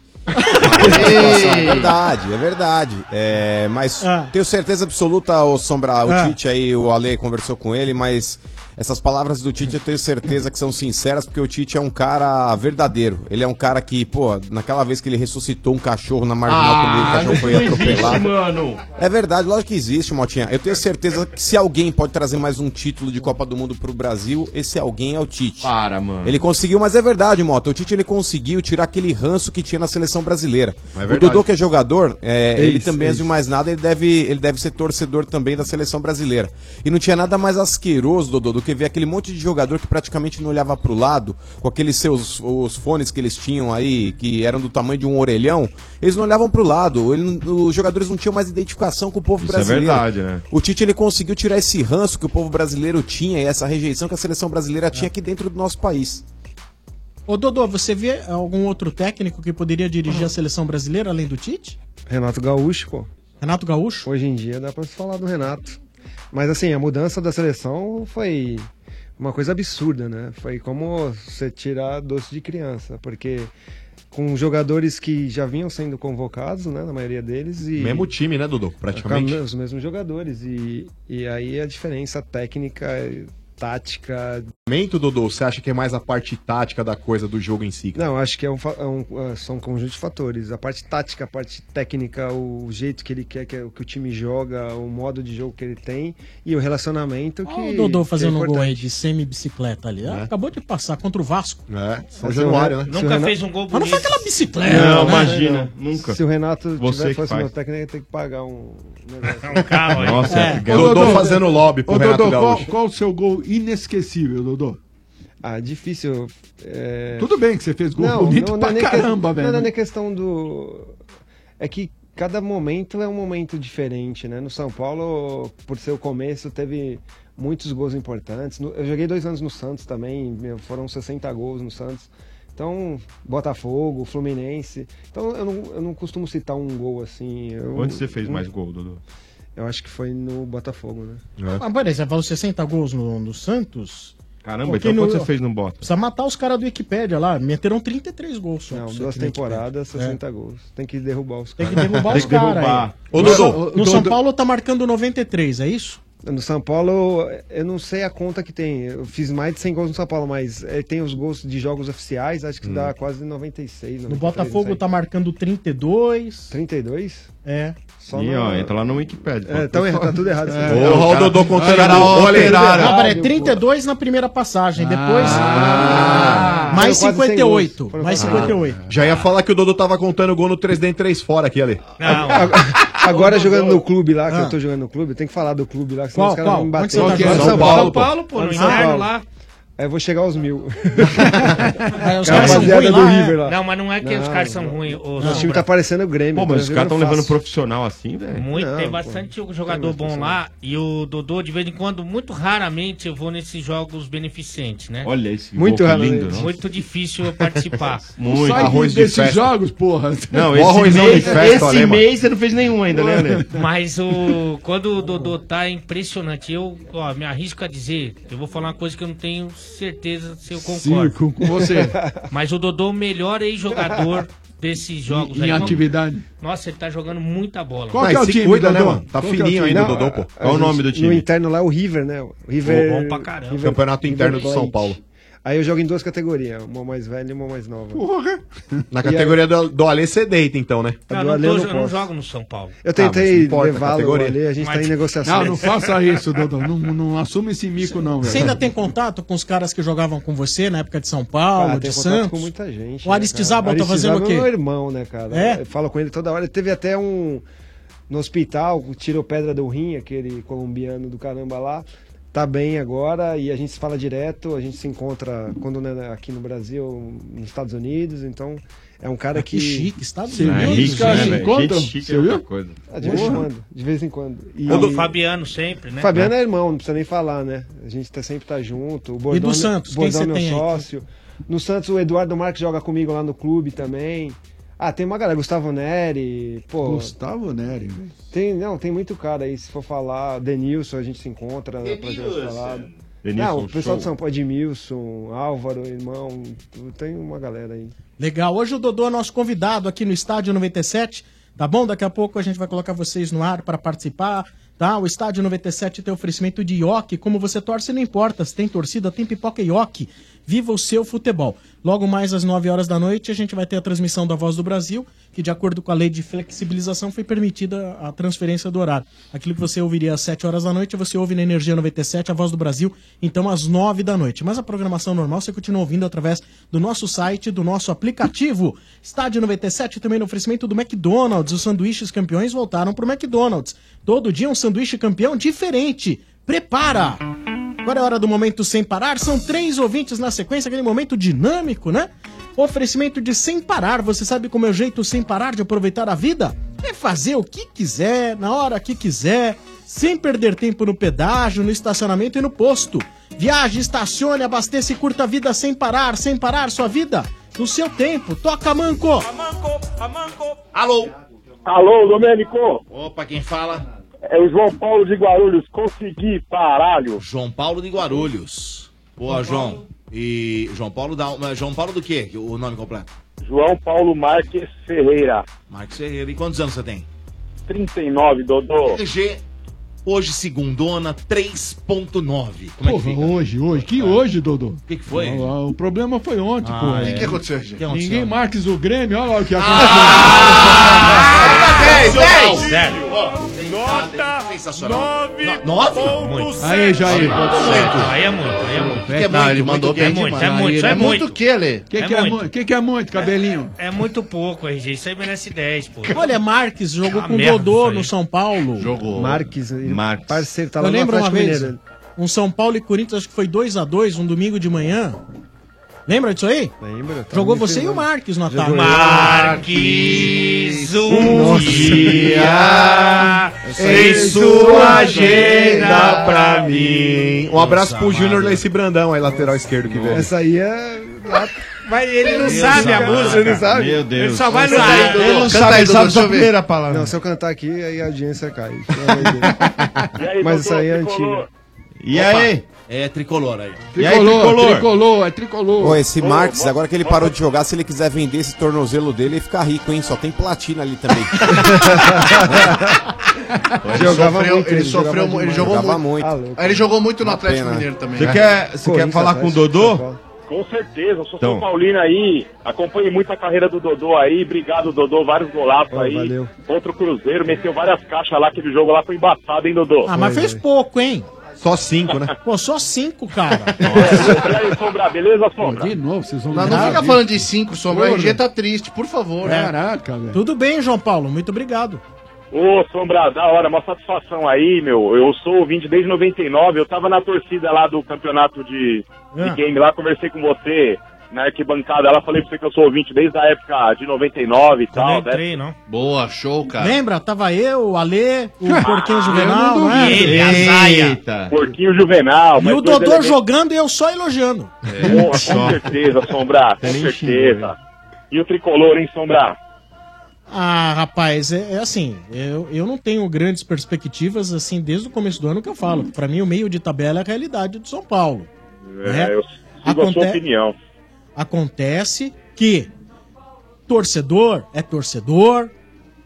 é verdade, é verdade. É, mas tenho certeza absoluta, o Sombra, o Ah. Tite aí, o Ale conversou com ele, mas Essas palavras do Tite eu tenho certeza que são sinceras, porque o Tite é um cara verdadeiro. Ele é um cara que, pô, naquela vez que ele ressuscitou um cachorro na marginal comigo, o Ah, cachorro isso foi não existe, atropelado. mano. É verdade, lógico que existe, Motinha. Eu tenho certeza que se alguém pode trazer mais um título de Copa do Mundo pro Brasil, esse alguém é o Tite. Para, mano. Ele conseguiu, mas é verdade, Mota. O Tite ele conseguiu tirar aquele ranço que tinha na seleção brasileira. o verdade. Dodô, que é jogador, é, É ele isso, também, é antes de isso. mais nada, ele deve, ele deve ser torcedor também da seleção brasileira. E não tinha nada mais asqueroso, Dodô, do que ver aquele monte de jogador que praticamente não olhava pro lado, com aqueles seus os fones que eles tinham aí, que eram do tamanho de um orelhão, eles não olhavam pro lado. Ele não- os jogadores não tinham mais identificação com o povo Isso é brasileiro. verdade, né? O Tite ele conseguiu tirar esse ranço que o povo brasileiro tinha e essa rejeição que a seleção brasileira É. tinha aqui dentro do nosso país. Ô Dodô, você vê algum outro técnico que poderia dirigir a seleção brasileira além do Tite? Renato Gaúcho, pô. Renato Gaúcho? Hoje em dia dá pra se falar do Renato. Mas assim, a mudança da seleção foi uma coisa absurda, né? Foi como você tirar doce de criança, porque com jogadores que já vinham sendo convocados, né, na maioria deles e Mesmo time, né, Dudu? Praticamente. Com os mesmos jogadores e, e aí a diferença técnica, tática, momento, Dodô, você acha que é mais a parte tática da coisa do jogo em si? Não, acho que é um, fa- é um- ah, são um conjunto de fatores. A parte tática, a parte técnica, o jeito que ele quer que, que o time joga, o modo de jogo que ele tem e o relacionamento que. Olha o Dodô que fazendo é um gol importante. aí de semi-bicicleta ali. Ah, É. Acabou de passar contra o Vasco. É, São Januário, né? Nunca fez um gol bonito. Mas não foi aquela bicicleta. Não, né? imagina, Não. nunca. Se o Renato Você tiver, que fosse faz. meu técnico, ele ia ter que [laughs] pagar um. Um carro aí. Nossa, é. Dodô fazendo lobby pro Ô, Renato Dodô, Gaúcho. qual- Qual, qual o seu gol inesquecível, Dodô? Ah, difícil. é- Tudo bem que você fez gol Não, bonito não, não pra é nem que- caramba, velho. Não é nem questão do. É que cada momento é um momento diferente, né? No São Paulo, por ser o começo, teve muitos gols importantes. No- Eu joguei dois anos no Santos também, meu, foram 60 gols no Santos. Então, Botafogo, Fluminense. Então, eu não, eu não costumo citar um gol assim. Eu, Onde você fez um- mais gol, Dudu? Eu acho que foi no Botafogo, né? É. Ah, peraí, você falou 60 gols no, no Santos? Caramba, Porque então quanto você fez no Bota? Precisa matar os caras do Wikipédia lá. Meteram 33 gols só. Não, Isso duas aqui no temporadas, Wikipédia. 60 gols. Tem que derrubar os É. Tem caras. que derrubar os caras aí. Ô, No- Dodô, No Dodô. São Paulo tá marcando 93, é isso? No São Paulo, eu não sei a conta que tem. Eu fiz mais de 100 gols no São Paulo, mas eh, tem os gols de jogos oficiais, acho que Hum. dá quase 96. No 93, Botafogo não tá marcando 32. 32? É. Só Ih, ó, na- entra lá no Wikipedia. É, então erra- tá tudo errado. É, Sim. o Não, Raul cara, Dodô contando cara, gol olha, operário. Ah, peraí, 32 na primeira passagem, depois. Ah. mais Foram quase 100 58. gols. Foram Mais quase 58. Já ia falar que o Dodô tava contando o gol no 3 dentro 3 fora aqui, Ah, ali. Agora jogando no clube lá, que Ah. eu tô jogando no clube, tem que falar do clube lá, Qual, senão os caras qual? vão me Onde bater. você tá Qual que é? jogando? São Paulo, pô. Lá no São inferno Paulo. lá. Aí eu vou chegar aos mil. É, os Rapaziada caras são ruins do lá, é? River lá. Não, mas não é que os caras são ruins, ô, Não, O Sombra. time tá parecendo o Grêmio. Pô, mas os eu caras estão não levando faço. profissional assim, velho? Muito, É, Não, tem pô. bastante jogador bom lá. E o Dodô, de vez em quando, muito raramente eu vou nesses jogos beneficentes, né? Olha esse gol, Muito que raramente. lindo, não? Muito difícil eu participar. [laughs] Muito. Sai Arroz de desses festa. jogos, porra. Não, Ó, esse arrozão de mês, festa, esse olha, mano. mês você não fez nenhum ainda, né, Ale? [laughs] Mas o, quando o Dodô tá é impressionante, eu ó, me arrisco a dizer, eu vou falar uma coisa que eu não tenho certeza se eu concordo. com- com você. [laughs] Mas o Dodô é o melhor ex-jogador desses jogos Em- em atividade. Nossa, ele tá jogando muita bola. Qual que é o time, Dodô? Tá Qual que fininho time? Ah, é, ainda o Não, Dodô, pô. a- Qual a o nome gente- do time? No interno lá é o River, né? O River, Pô, bom pra caramba. Campeonato interno do Plate. São Paulo. Aí eu jogo em duas categorias, uma mais velha e uma mais nova. Porra! Na categoria do, do Alê, você deita, então, né? Não, não Eu, Eu jo- eu não posso. jogo no São Paulo. Eu Ah, mas não tentei importa a levá-lo categoria. ali, a gente tá Mas- em negociação. Não, não faça isso, Dodô. Não, não assuma esse mico, não, Você ainda tem contato com os caras que jogavam com você na época de São Paulo, Ah, de tenho contato Santos? com muita gente. né, O Aristizábal tá fazendo o Aristizábal quê? é meu irmão, né, cara? É? Eu falo com ele toda hora. Ele teve até um. No hospital, tirou pedra do rim, aquele colombiano do caramba lá. Tá bem agora e a gente se fala direto. A gente se encontra quando né, aqui no Brasil, nos Estados Unidos. Então é um cara Ah, que que. chique, Estados Você Unidos, viu? né, Os caras se velho? encontram? Gente chique Você é viu? outra coisa. Ah, de vez em Porra. quando. De vez em quando. E- O do Fabiano sempre, né? Fabiano é irmão, não precisa nem falar, né? A gente tá, sempre tá junto. O Bordão, do Santos, quem Bordão você é meu tem aí? sócio. No Santos, o Eduardo Marques joga comigo lá no clube também. Ah, tem uma galera, Gustavo Neri, pô. Gustavo Neri, velho. Tem, não, tem muito cara aí, se for falar. Denilson, a gente se encontra né, pra jogar Denilson. falado. Denilson, não, o pessoal show. de São Paulo, Edmilson, Álvaro, irmão, tem uma galera aí. Legal. Hoje o Dodô é nosso convidado aqui no Estádio 97, tá bom? Daqui a pouco a gente vai colocar vocês no ar para participar, Tá? O Estádio 97 tem oferecimento de ioki. Como você torce, não importa. Se tem torcida, tem pipoca e ioki. Viva o seu futebol. Logo mais às 9 horas da noite, a gente vai ter a transmissão da Voz do Brasil, que de acordo com a lei de flexibilização foi permitida a transferência do horário. Aquilo que você ouviria às 7 horas da noite, você ouve na Energia 97, a Voz do Brasil, então às 9 da noite. Mas a programação normal você continua ouvindo através do nosso site, do nosso aplicativo. Estádio 97 também no oferecimento do McDonald's. Os sanduíches campeões voltaram pro McDonald's. Todo dia um sanduíche campeão diferente. Prepara! Agora é hora do momento sem parar. São três ouvintes na sequência, aquele momento dinâmico, né? Oferecimento de sem parar. Você sabe como é o jeito sem parar de aproveitar a vida? É fazer o que quiser, na hora que quiser, sem perder tempo no pedágio, no estacionamento e no posto. Viaje, estacione, abasteça e curta a vida sem parar, sem parar sua vida. No seu tempo, toca manco! Alô? Alô, Domênico? Opa, quem fala? É o João Paulo de Guarulhos. Consegui, paralho. João Paulo de Guarulhos. Boa, João. E João Paulo da mas João Paulo do quê? O nome completo? João Paulo Marques Ferreira. Marcos Ferreira. E quantos anos você tem? 39, Dodô. LG, hoje segundona 3.9. Como é que Porra, fica? hoje, hoje. Que hoje, Dodô? O que, que foi? O, o problema foi ontem, Ah, pô. é. O que que aconteceu, gente? Ninguém marques o Grêmio, olha lá o que aconteceu. Ah! Nota Sensacional. No- Nove? Muito. Aí, Jair. Aí é muito, aí é muito. é muito, muito que é muito, é muito, é muito. o que, Lê? É que é muito. muito? Que que é muito, cabelinho? É muito pouco, RG. Isso aí merece 10, pô. Olha, é Marques jogou Ah, com merda, isso Dodô aí. no São Paulo. Jogou. Marques, ele- parceiro, tá lá Eu no lembro uma Atlético vez, Mineiro. um São Paulo e Corinthians, acho que foi 2 a 2 um domingo de manhã. Lembra disso aí? Lembra? Tá Jogou me você e o filmando. Marques no ataque. Jogou eu. Marques, um Nossa. dia em sua agenda pra mim. Um abraço pro Júnior Lacey Brandão, aí lateral esquerdo que veio. Essa aí é. Mas ele não Meu sabe a Deus, música. ele não sabe. Meu Deus. Ele só vai no Ele não sabe, Ele não sabe, sabe. sabe só a primeira palavra. Não, se eu cantar aqui, aí a audiência cai. Pelo amor de Deus. [laughs] E aí, Mas doutor, essa aí é tricolor? antiga. E Opa, aí? É tricolor aí. Tricolor, tricolor, é tricolor. Pô, esse Marques, agora que ele parou de jogar, se ele quiser vender esse tornozelo dele, ele fica rico, hein? Só tem platina ali também. [laughs] Ele sofreu, ele, sofreu, mu- ele jogou muito. Ah, ele jogou muito no Atlético Mineiro também. É. Você quer, você quer falar com o Dodô? Com certeza, eu sou Então. São Paulino aí. Acompanho muito a carreira do Dodô aí. Obrigado, Dodô. Vários golaços aí. valeu. Contra o Cruzeiro, meteu várias caixas lá. Aquele jogo lá foi embaçado, hein, Dodô? Ah, mas fez pouco, hein? Só cinco, né? Pô, só cinco, cara. E aí, Sombra, beleza, Sombra? De novo, vocês vão Não, não fica falando de 5, Sombra. O RG tá triste, por favor. né? Caraca, velho. Tudo bem, João Paulo, muito obrigado. Ô, Sombra, da hora, uma satisfação aí, meu. Eu sou ouvinte desde 99, eu tava na torcida lá do campeonato de, de Ah. game lá, conversei com você na arquibancada lá, falei pra você que eu sou ouvinte desde a época de 99 e tal. né? não. Boa, show, cara. É. Lembra? Tava eu, o Alê, [laughs] o Porquinho Juvenal, não né? duvido. Ele, a Eita. Porquinho Juvenal. E mas o dois Dodô [laughs] elementos- jogando e eu só elogiando. Porra, com certeza, Sombra, Tá com certeza. E o tricolor, hein, Sombra? Ah, rapaz, é, é assim, eu, eu não tenho grandes perspectivas, assim, desde o começo do ano que eu falo. Pra mim, o meio de tabela é a realidade do São Paulo. É, É. eu sigo a sua Aconte- opinião. Acontece que torcedor é torcedor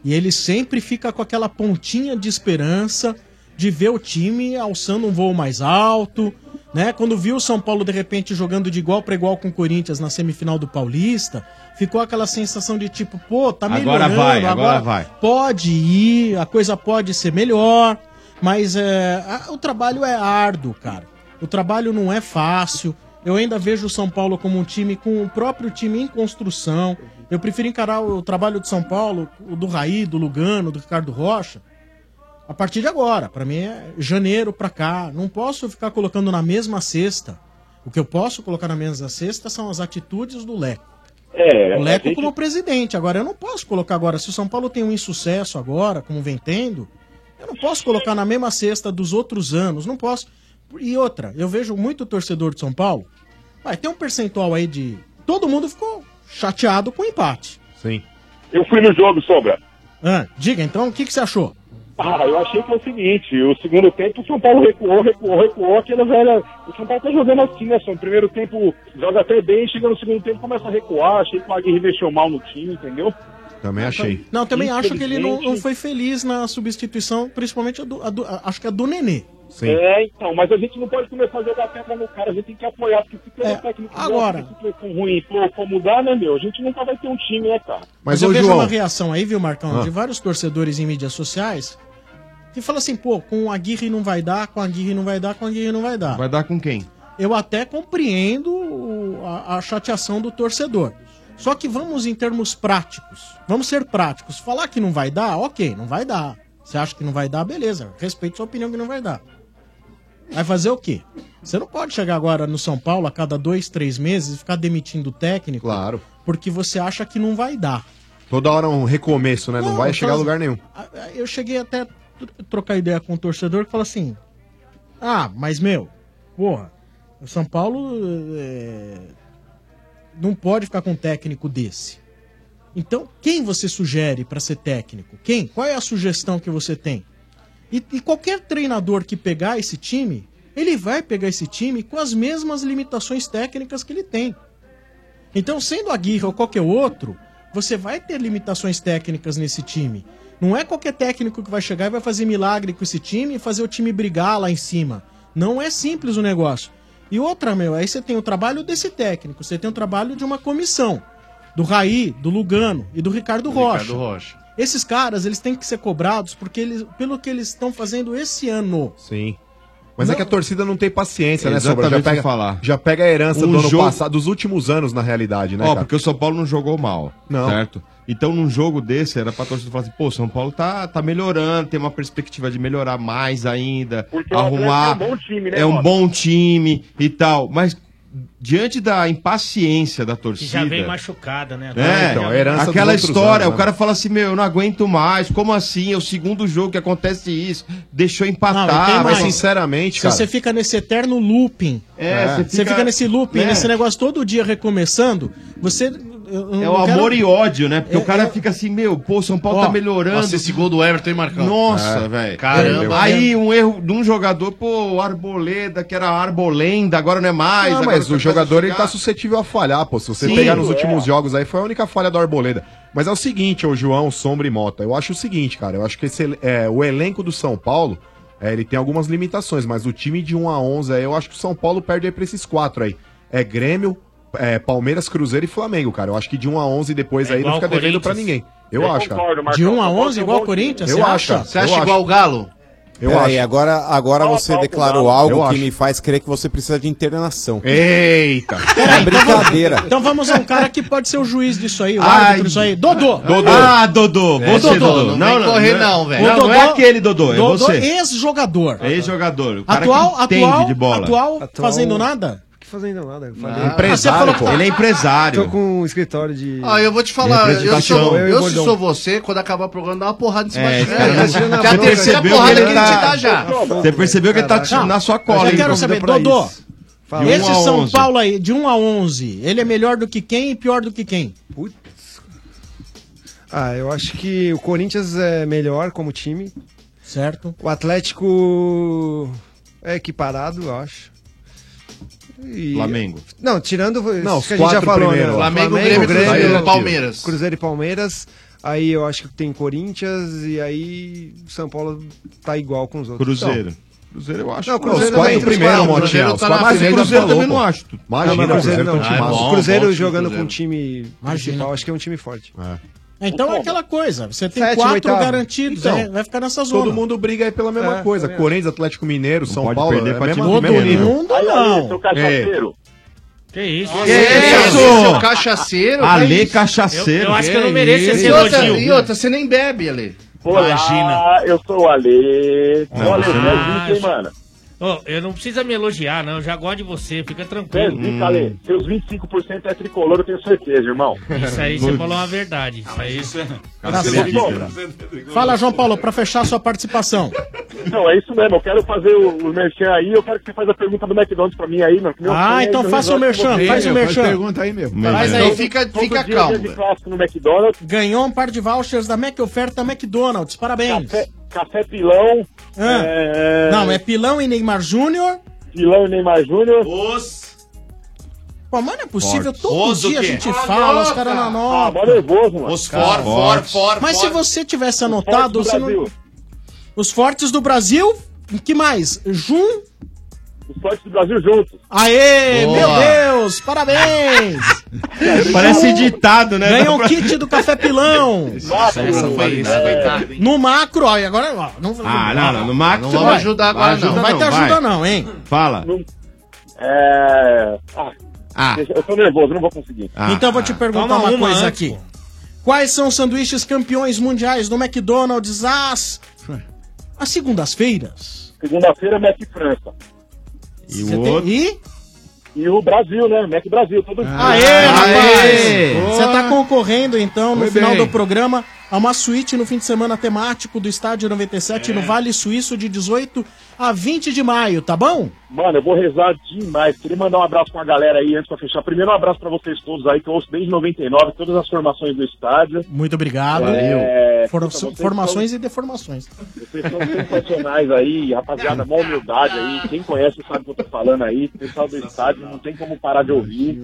e ele sempre fica com aquela pontinha de esperança de ver o time alçando um voo mais alto, né? Quando viu o São Paulo de repente jogando de igual para igual com o Corinthians na semifinal do Paulista, ficou aquela sensação de tipo, pô, tá melhorando, Agora vai, agora vai. Pode ir, a coisa pode ser melhor, mas é, a- o trabalho é árduo, cara. O trabalho não é fácil. Eu ainda vejo o São Paulo como um time com o próprio time em construção. Eu prefiro encarar o trabalho de São Paulo, o do Raí, do Lugano, do Ricardo Rocha, a partir de agora. Pra mim é janeiro pra cá. Não posso ficar colocando na mesma cesta. O que eu posso colocar na mesma cesta são as atitudes do Leco. É, O a Leco gente- como presidente. Agora, eu não posso colocar agora. Se o São Paulo tem um insucesso agora, como vem tendo, eu não posso colocar na mesma cesta dos outros anos. Não posso. E outra, eu vejo muito torcedor de São Paulo. Vai, tem um percentual aí de. Todo mundo ficou chateado com o empate. Sim. Tá Eu fui no jogo, Sombra. Ah, diga então, o que, que você achou? Ah, eu achei que foi o seguinte, o segundo tempo o São Paulo recuou, recuou, recuou, aquela velha... O São Paulo tá jogando assim, né, São? Primeiro tempo joga até bem, chega no segundo tempo começa a recuar, achei que o Aguirre mexeu mal no time, entendeu? Também achei. Não, eu também acho que ele não, não foi feliz na substituição, principalmente a do, a do- a- acho que a do Nenê. É, então, mas a gente não pode começar a jogar pedra no cara, a gente tem que apoiar, porque se pelo técnico É, agora. der uma situação um ruim pô, for mudar, né, meu? A gente nunca vai ter um time, né, cara? Mas, ô, eu vejo João- uma reação aí, viu, Marcão, Ah. de vários torcedores em mídias sociais que fala assim, pô, com a Aguirre não vai dar, com a Aguirre não vai dar, com a Aguirre não vai dar. Vai dar com quem? Eu até compreendo o- a, a chateação do torcedor. Só que vamos em termos práticos. Vamos ser práticos. Falar que não vai dar, ok, não vai dar. Você acha que não vai dar, beleza. Respeito sua opinião que não vai dar. Vai fazer o quê? Você não pode chegar agora no São Paulo a cada dois, três meses e ficar demitindo o técnico. Claro. Porque você acha que não vai dar. Toda hora um recomeço, né? Não, Não, vai chegar a faz- lugar nenhum. Ah, ah, Eu cheguei até a tro- trocar ideia com o torcedor que fala assim: Ah, mas meu, porra, o São Paulo eh, não pode ficar com um técnico desse. Então, quem você sugere pra ser técnico? Quem? Qual é a sugestão que você tem? E, e qualquer treinador que pegar esse time, ele vai pegar esse time com as mesmas limitações técnicas que ele tem. Então, sendo a Aguirre ou qualquer outro, você vai ter limitações técnicas nesse time. Não é qualquer técnico que vai chegar e vai fazer milagre com esse time e fazer o time brigar lá em cima. Não é simples o negócio. E outra, meu, aí você tem o trabalho desse técnico, você tem o trabalho de uma comissão. Do Raí, do Lugano e do Ricardo Rocha. Ricardo Rocha. Esses caras, eles têm que ser cobrados porque eles, pelo que eles estão fazendo esse ano. Sim. Mas é que a torcida não tem paciência, né, Exatamente Sobra? Já o que eu pega, ia falar. já pega É a herança Um do ano jogo- passado, dos últimos anos, na realidade, né, Ó, cara? porque o São Paulo não jogou mal, Não. certo? Então, num jogo desse, era pra torcida falar assim, pô, São Paulo tá, tá melhorando, tem uma perspectiva de melhorar mais ainda, Porque o arrumar... Atlético é um bom time, né, É um Bob? bom time e tal, mas diante da impaciência da Que torcida... já vem machucada, né? É, Já então, vem- aquela outros história, anos, o né? cara fala assim, meu, eu não aguento mais, como assim? É o segundo jogo que acontece isso, deixou empatar, Se você fica nesse eterno looping, É, você, você fica, fica nesse looping, né? nesse negócio todo dia recomeçando, você. É o amor e ódio, né? Porque o cara fica assim, meu, pô, São Paulo É, Ó, tá melhorando. nossa, esse gol do Everton, hein, Marcão? Nossa, É. velho. Caramba. Aí um erro de um jogador, pô, Arboleda, que era Arbolenda, agora não é mais. não, agora mas você o começa a jogador ele xingar. tá suscetível a falhar, pô. Se você Sim, pegar nos é. últimos jogos aí, foi a única falha do Arboleda. Mas é o seguinte, ô João, Sombra e Mota, eu acho o seguinte, cara, eu acho que esse, é, o elenco do São Paulo, é, ele tem algumas limitações, mas o time de 1 a 11 aí, eu acho que o São Paulo perde aí pra esses quatro aí. É Grêmio, é, Palmeiras, Cruzeiro e Flamengo, cara. Eu acho que de 1 a 11 depois É aí não igual fica ao devendo pra Corinthians. ninguém. Eu, Eu acho, concordo, é um cara. Marcão. De 1 a 11 igual ao Corinthians, Eu você acho. acha? cara. Você Eu acha acho. igual o Galo? Eu Peraí, acho. agora, agora Fala, você fala, declarou Galo. Eu algo que acho. me faz crer que você precisa de internação. Eita! É brincadeira. Então vamos a um cara que pode ser o juiz disso aí, o Ai. árbitro disso aí. Dodô! Dodô. Ah, Dodô. Você, Dodô. Não, não, não é- Não, não é aquele Dodô, é você. ex-jogador. É ex-jogador. o cara que Atual, entende atual, de bola. atual, fazendo nada? Que fazendo nada? Eu falei. Ah, empresário, pô. Ele é empresário. Tô com um escritório de. Ah, eu vou te falar, de eu, sou, apresentação. eu, e o se Gordão. sou você, quando acabar o programa, dá uma porrada nesse É, machista. cara, É, não- que a não terceira percebeu porrada que que ele ele tá- te dá já. Você percebeu que ele tá Caraca. na sua Eu cola, já hein, quero convidou saber, pra Dodô. isso. De um Esse a São 11. Paulo aí, de 1 a 11, ele é melhor do que quem e pior do que quem? Ah, eu acho que o Corinthians é melhor como time. Certo. O Atlético é equiparado, eu acho. E- Flamengo. Não, tirando os Não, os que a gente já quatro falou, primeiros. né? Flamengo, Grêmio, Cruzeiro e Palmeiras. Cruzeiro e Palmeiras. Aí eu acho que tem Corinthians e aí São Paulo tá igual com os outros. Cruzeiro. Então, Cruzeiro eu acho. Não, que- Cruzeiro Os quatro é entre os primeiros, quatro, Motinha, Cruzeiro os tá quatro na frente, primeiros já eu também falou, não pô. acho. Não, Imagina, mas Cruzeiro Cruzeiro não. tem um time O bom, Cruzeiro bom time, jogando com Cruzeiro. um time principal, acho que é um time forte. Então é aquela coisa, você tem Sétimo, quatro oitavo. garantidos, Então, né? vai ficar nessa zona. Todo mundo briga aí pela mesma É, coisa. é. Corinthians, Atlético Mineiro, São pode Paulo, perder é pra mesmo, time mesmo pequeno. né? nível. É. Mundo não. Que isso? Que isso? Seu cachaceiro? Ale que isso? cachaceiro. e outra, E outra, você nem bebe, Ale. Olá, ah, Imagina. eu sou o Ale. Não, Olha, você não- é zica, hein, mano? Ô, eu não precisa me elogiar, não. Eu já gosto de você, fica Você é tranquilo. zica, Ale. Seus 25% é tricolor, eu tenho certeza, irmão. Isso aí você falou uma verdade. Isso aí. Cara, você é zica, Fala, João Paulo, pra fechar sua participação. Não, é isso mesmo. Eu quero fazer o, o merchan aí. Eu quero que você faça a pergunta do McDonald's pra mim aí, mano. que meu sonho Ah, é então ir no faça o restaurante com merchan, você. faz o merchan. Faz aí, fica, fica calmo. Ganhou um par de vouchers da Mac Oferta McDonald's, parabéns. Ah. Café, é. Pilão. Não, é Pilão e Neymar Júnior. Pilão e Neymar Júnior. Pô, mas não é possível. Fortes. Todo Os dia o a quê? gente Ah, fala, os nota! caras na nota. Ah, mó nervoso, mano. Os Cara, for, for, fortes. for, Mas for. se você tivesse fortes anotado... do Você não... Brasil. Os fortes do Brasil... que mais? Jun... Os fortes do Brasil juntos. Aê, Boa. meu Deus, parabéns! [laughs] Parece ditado, né? é Ganhou o kit do Café [laughs] Pilão. Nossa, essa foi insustentável, No macro, ó, e agora, ó, não, né? Ah, não, não, no Max não você vamos ajudar agora, não. Vai te ajudar não, hein? Fala. É. Ah, deixa- Eu tô nervoso, não vou conseguir. Ah. então eu vou te perguntar Toma uma, uma coisa antes, aqui. Quais são os sanduíches campeões mundiais do McDonald's às... às segundas-feiras? Segunda-feira, Mac França. E Você tem- E? E o Brasil, né? Mac Brasil, todo dia. Aê, Ah, rapaz! Você tá concorrendo, então, no Foi final bem. do programa, a uma suíte no fim de semana temático do Estádio 97 É. no Vale Suíço, de 18 a 20 de maio, tá bom? Mano, eu vou rezar demais. Queria mandar um abraço pra galera aí antes pra fechar. Primeiro, um abraço pra vocês todos aí, que eu ouço desde 99, todas as formações do estádio. Muito obrigado. É, Foram puta, vocês formações e deformações. Vocês são sensacionais aí, rapaziada, mó humildade aí. Quem conhece sabe o que eu tô falando aí. Pessoal do estádio, não tem como parar de ouvir.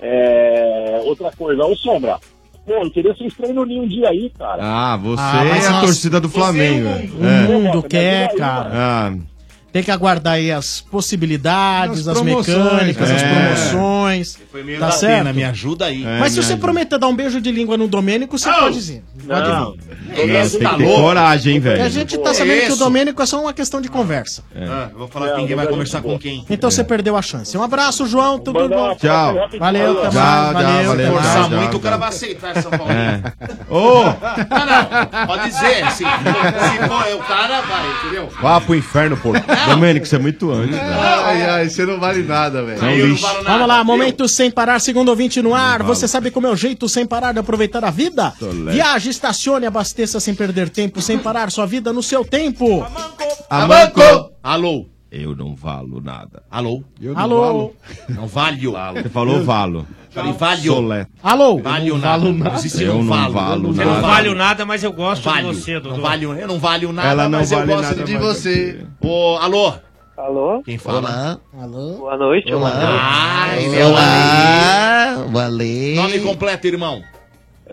É, outra coisa, ô Sombra. Pô, eu queria vocês treinando um dia aí, cara. Ah, você Ah, mas é a nós- torcida do Flamengo. O É. mundo quer, cara. Ah, Tem que aguardar aí as possibilidades, As as promoções, mecânicas, as é. promoções. meio Tá da certo? pena, me ajuda aí. Mas se você prometer dar um beijo de língua no Domênico, você pode vir. né? Não. Pode vir. Não, tem tá que ter coragem, hein, E velho. É. a gente tá sabendo que o Domênico é só uma questão de conversa. Ah, vou falar que ninguém vai conversar com quem. Então você perdeu a chance. Um abraço, João. Tudo bom? Tchau. Valeu, Tchau, até tchau, mais. Valeu, valeu, até mais. tchau, tchau, tchau. aceitar São Paulo. É. Não, não, pode dizer, assim, se for eu, o cara, vai, entendeu? Vá pro inferno, pô. Domênico, você é muito antes, velho. Ai, ai, você não vale nada, velho. Não, Eu não lixo. Vamos lá, momento sem parar, segundo ouvinte no ar. Você sabe como é o jeito sem parar de aproveitar a vida? Tolé. Viaje, estacione, abasteça sem perder tempo, sem parar sua vida no seu tempo. Amanco! Alô? Eu não valo nada. Alô? não Alô? valo. Não valho. Alô. Você falou valo. Falei, valho. Solé. Alô? Valho nada. valo nada. Existe Eu um não valo. valo Eu nada. não valho nada, mas eu gosto Valho. de você, Dudu. Não valho, eu não valho nada, Ela não mas vale eu gosto nada, de mas você. Ô, alô? Alô? Quem fala? Alô? Boa noite, Olá. Ah, ele é o Olá, Ale. Valeu. Nome completo, irmão.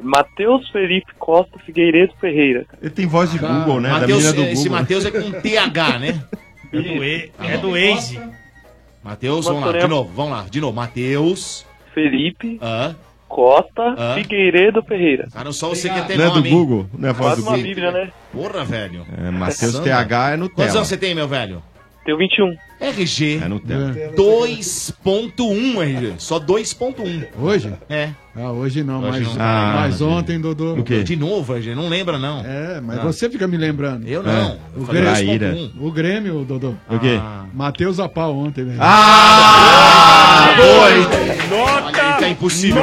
Matheus Felipe Costa Figueiredo Ferreira. Ele tem voz de Google, né? Ah, Mateus, da mina do Google. esse Matheus é com TH, né? É do, e, é do Waze. Matheus, vamos lá, de Mastorello. novo, vamos lá, de novo. Matheus. Felipe. Hã? Costa Hã? Figueiredo Ferreira. Cara, só você que tem Não é do nome, hein? Google? Não é a voz Quase do uma Google? bíblia, né? Porra, velho. É, Matheus Sandra. TH é Quantos Nutella. anos você tem, meu velho? Tenho 21. RG. É Nutella. 2.1, RG. um, Só 2.1. Hoje? É. Ah, hoje não, mas, não. Ah, mas ontem, Dodô. O quê? De novo, RG, não lembra, não. É, mas Não. você fica me lembrando. Eu não. É. O Eu Grêmio, falei Traíra. o Grêmio, Dodô. Ah, O quê? Matheus a pau ontem, velho. Ah! Olha aí, tá impossível,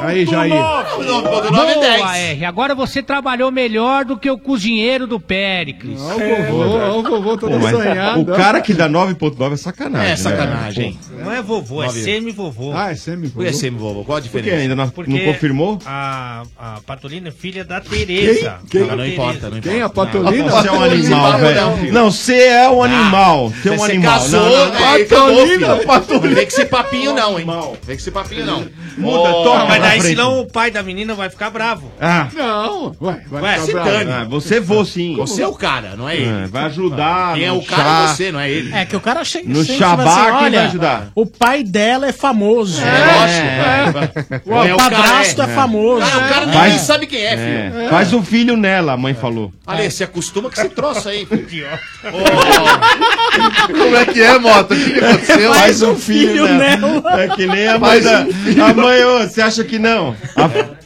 Aí, Jair. Boa, R. Agora você trabalhou melhor do que o cozinheiro do Péricles. Ó, o vovô Pô, mas o cara que dá 9.9 é sacanagem. É sacanagem. Né? Não é vovô, é Nove. semi-vovô. Ah, é semi-vovô. Por que é semi-vovô? Qual a Por que diferença? ainda não, Porque não confirmou? A, a Patolina é filha da Tereza. Quem? Não, Da não Tereza. importa, não Quem é a Patolina? Patolina? Você é um animal, velho. Não, você é um animal. Você é um Ah, Você animal. casou, Não, não, não. né? Patolina, Patolina. Não vem com esse papinho, não, hein? Vem com esse papinho, não. Muda, Ó, toma mas na daí, frente. senão o pai da menina vai ficar bravo. Ah. Não, ué, vai Ué, ficar se bravo. dane. Ah, você vou sim. Você é o cara, não é ele. É, vai ajudar Quem é no o cara chá. é você, não é ele. É que o cara chega No sempre e fala assim, Shabá, quem vai ajudar? O pai dela é famoso. É. lógico, O padrasto é, É. famoso. Ah, o cara É. nem Vai- sabe quem é, filho. É, Faz um filho nela, a mãe falou. Ale, você acostuma com esse troço aí, filho. Como é que é, Mota? O que que aconteceu? Faz um filho, filho nela. nela. É que nem a mãe Faz da... um filho. A mãe, ô, você acha que não? A...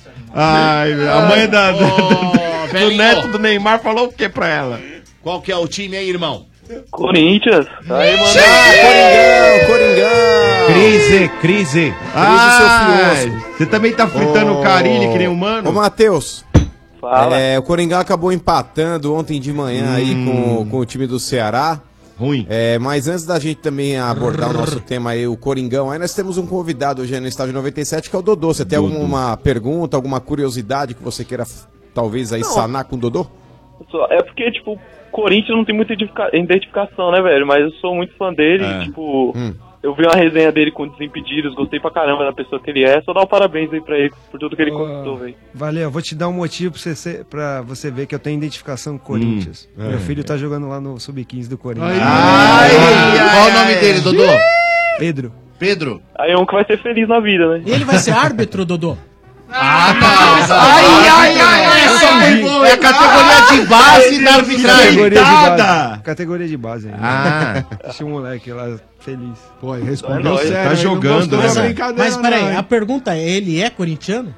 Ai, a mãe da... do velhinho. neto do Neymar falou o que pra ela? Qual que é o time aí, irmão? Corinthians. Aí, mano. Coringão, Coringão! Crise, crise. Ah, você também tá fritando o Carilli que nem humano? Ô, Matheus. É, o Coringão acabou empatando ontem de manhã aí com, com o time do Ceará. Hum. Ruim. É, mas antes da gente também abordar o nosso tema aí, o Coringão, aí nós temos um convidado hoje no Estádio 97, que é o Dodô. Você tem alguma pergunta, alguma curiosidade que você queira f- talvez aí sanar com o Dodô? Pessoal, É porque, tipo, Corinthians não tem muita identifica- identificação, né, velho? Mas eu sou muito fã dele, É. tipo. Eu vi uma resenha dele com Desimpedidos, gostei pra caramba da pessoa que ele é. Só dar um parabéns aí pra ele por tudo que ele conquistou, velho. Valeu, vou te dar um motivo pra você, ser- pra você ver que eu tenho identificação com o Corinthians. é. Meu filho tá jogando lá no Sub-15 do Corinthians. Qual o nome dele, Dodô? Pedro. Pedro. Aí é um que vai ser feliz na vida, né? E ele vai ser árbitro, Dodô? Ai, ai, ai, ai, Essa ai, aí. ai, é a categoria de base da arbitragem. Ah, Categoria de Coitada. base. Categoria de base. ainda. Ah. Deixa o moleque lá feliz. Pô, respondeu tá né? né, mas, Mas peraí, a pergunta é: ele é corintiano?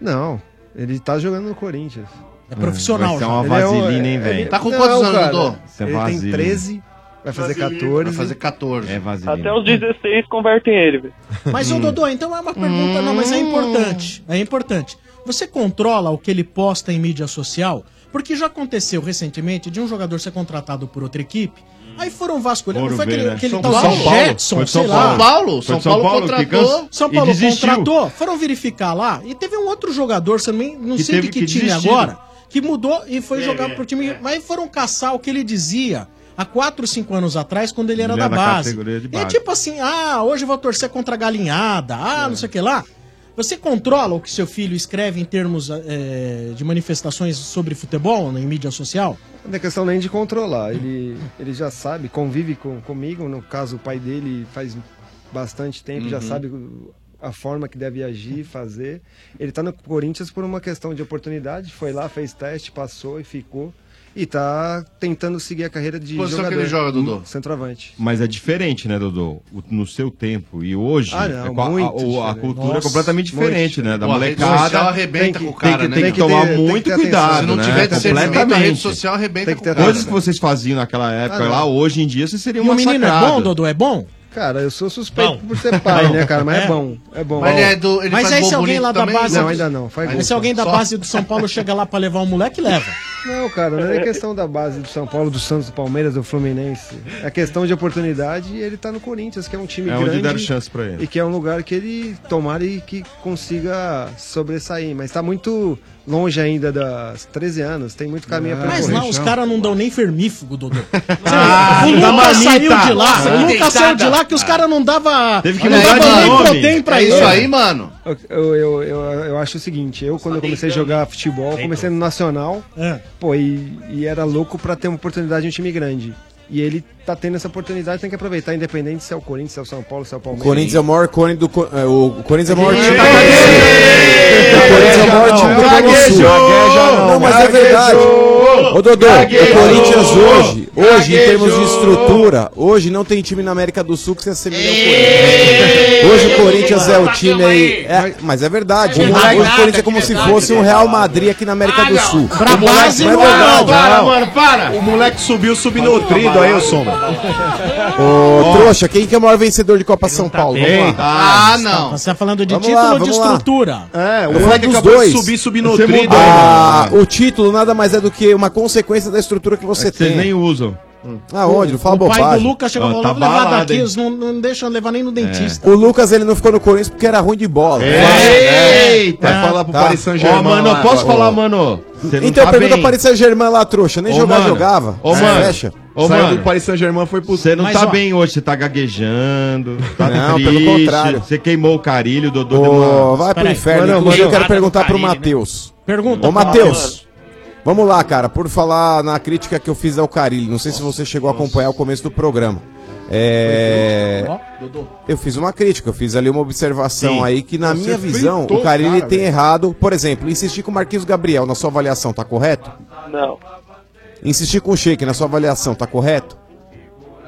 Não, ele tá jogando no Corinthians. É profissional Vai ser já. uma Ele é o- vaselina, hein, ele- velho? Tá com quantos anos, Dodô? Você Ele tem 13, é vai fazer 14. Vai fazer 14. É Até os 16 convertem ele, velho. Mas, Hum. ô Dodô, então é uma pergunta, não, mas é importante. É importante. Você controla o que ele posta em mídia social? Porque já aconteceu recentemente de um jogador ser contratado por outra equipe, aí foram vasculhar, não Foram foi ver, aquele, né? aquele São tal Paulo. de São Paulo. Jetson, Foi sei São lá. Paulo. São Foi São Paulo Paulo que contratou. cansa- São e Paulo desistiu. contratou, foram verificar lá, e teve um outro jogador, se eu não me- não Que sei de teve que, que time desistir. agora, que mudou e foi É, jogar é, pro time, mas foram caçar o que ele dizia há 4, 5 anos atrás, quando ele era Ele da era base. categoria de E é base. tipo assim, ah, hoje eu vou torcer contra a galinhada, ah, não sei o que lá. Você controla o que seu filho escreve em termos eh, de manifestações sobre futebol né, em mídia social? Não é questão nem de controlar. Ele, ele já sabe, convive com, comigo. No caso, o pai dele faz bastante tempo, já Uhum. sabe o- a forma que deve agir, fazer. Ele tá no Corinthians por uma questão de oportunidade. Foi lá, fez teste, passou e ficou. E tá tentando seguir a carreira de Posição que jogador. Hum, ele joga, Dudu? Centroavante. Mas é diferente, né, Dodô? O- no seu tempo e hoje, Ah, não, é co- a- o- muito a, diferente. cultura é Nossa, completamente muito diferente, né? Da Pô, a rede social molecada. arrebenta tem com o que- cara, tem que, né? tem Tem que que tomar ter- tem muito que ter atenção. cuidado, Se não né? tiver discernimento, Completamente. a rede social arrebenta Tem que ter Coisas né? atenção, que vocês faziam naquela época Ah, não. lá, hoje em dia, você seria E uma o menino é massacrado. bom, Dodô? É bom? Cara, eu sou suspeito Bom. por ser pai, Bom. né, cara? Mas é, É. bom, é bom. Mas Bom. ele é do- ele Mas faz aí gol se alguém bonito lá da também? base- Não, ainda não. Faz gol, Mas se alguém da só. base do São Paulo chega lá pra levar um moleque, leva. Não, cara, não é questão da base do São Paulo, do Santos, do Palmeiras, do Fluminense. É questão de oportunidade e ele tá no Corinthians, que é um time É onde grande. deram chance pra ele. E que é um lugar que ele tomara e que consiga sobressair. Mas tá muito longe ainda das 13 anos, tem muito caminho Ah, pra Mas não, os caras não dão nem fermífugo, [laughs] Dodô. Ah, o da Lucas marmita. saiu de lá, Nossa, o que Lucas saiu deitada. de lá que os caras não dava, Teve que não mudar de dava nem nome. protein pra ele. mano. Eu, eu, eu, eu acho o seguinte, eu quando eu comecei a jogar futebol, eu comecei no Nacional, pô, e, e era louco pra ter uma oportunidade em um time grande. E ele tá tendo essa oportunidade, tem que aproveitar, independente se é o Corinthians, se é o São Paulo, se é o O Palmeiras. Corinthians é o maior cone do. co- é, O Corinthians é o maior time. Eita, O Corinthians é o maior time do Cono Sul. Não, mas é verdade. Ô Dodô, o Corinthians hoje, hoje, em termos de estrutura, hoje não tem time na América do Sul que se assemelha ao Corinthians. Hoje o Corinthians é o time aí. é, mas é verdade. É Hoje verdade, o Corinthians é como é se verdade, fosse um Real Madrid aqui na América do Sul. Pra O moleque- base mas é não, verdade, para, não. mano, para. O moleque subiu subnutrido aí, o Sombra. Ô, Ó. trouxa, quem que é o maior vencedor de Copa São Paulo? bem. Vamos lá. tá Ah, você não. tá- Você tá falando de Vamos título lá, ou de vamos lá. estrutura? É, o o moleque dos acabou de dois. subir é Você subnutrido. mudou, Ah, né? o título nada mais é do que uma consequência da estrutura que você tem. É Vocês nem usam. tá Aonde? Não fala o bobagem. pai do Lucas chegou e falou, vamos levar daqui, hein? eles não, não deixam levar nem no É. dentista. O Lucas ele não ficou no Corinthians porque era ruim de bola. Eita! Vai Ah, falar pro Paris Saint-Germain. Ó, mano, lá, posso ó. falar, mano? Você não Então tá pergunta bem. Paris Saint-Germain lá, trouxa. Nem Ô, jogar mano. jogava. Ô, Se mano. fecha. Ô, Saiu mano. do Paris Saint-Germain foi pro Você não Mas, tá ó, bem hoje, você tá gaguejando, tá Não, triste, pelo contrário. Você queimou o carilho, o Dodô Ô, deu uma- vai pro Peraí. inferno. Mano, Inclusive, eu mano, quero perguntar pro né? Matheus. Pergunta, É. Ô, fala, Matheus. Vamos lá, cara, por falar na crítica que eu fiz ao Carilli. Não sei se você chegou a acompanhar o começo do programa. É. Eu fiz uma crítica, eu fiz ali uma observação Sim. aí que, na Você minha visão, fritou o o Carilli cara, tem velho. errado. Por exemplo, insistir com o Marquinhos Gabriel na sua avaliação, tá correto? Não. Insistir com o Sheik na sua avaliação, tá correto?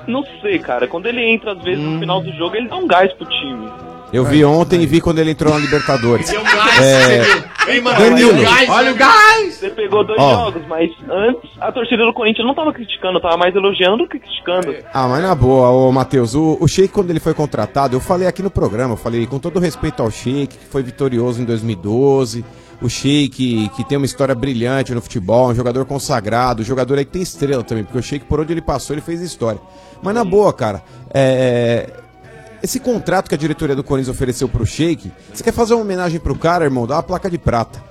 Não sei, cara. Quando ele entra, às vezes, no final do jogo, ele dá um gás pro time. Eu vi ontem e vi quando ele é entrou na Libertadores. você viu? É... Danilo, Olha o gás! Você pegou dois Ó. jogos, mas antes a torcida do Corinthians não tava criticando, tava mais elogiando que criticando. Ah, mas na boa, ô Matheus, o, o Sheik, quando ele foi contratado, eu falei aqui no programa, eu falei com todo respeito ao Sheik, que foi vitorioso em 2012, o Sheik, que tem uma história brilhante no futebol, um jogador consagrado, um jogador aí que tem estrela também, porque o Sheik, por onde ele passou, ele fez história. Mas na boa, cara, é, esse contrato que a diretoria do Corinthians ofereceu pro Sheik, você quer fazer uma homenagem pro cara, irmão? Dá uma placa de prata.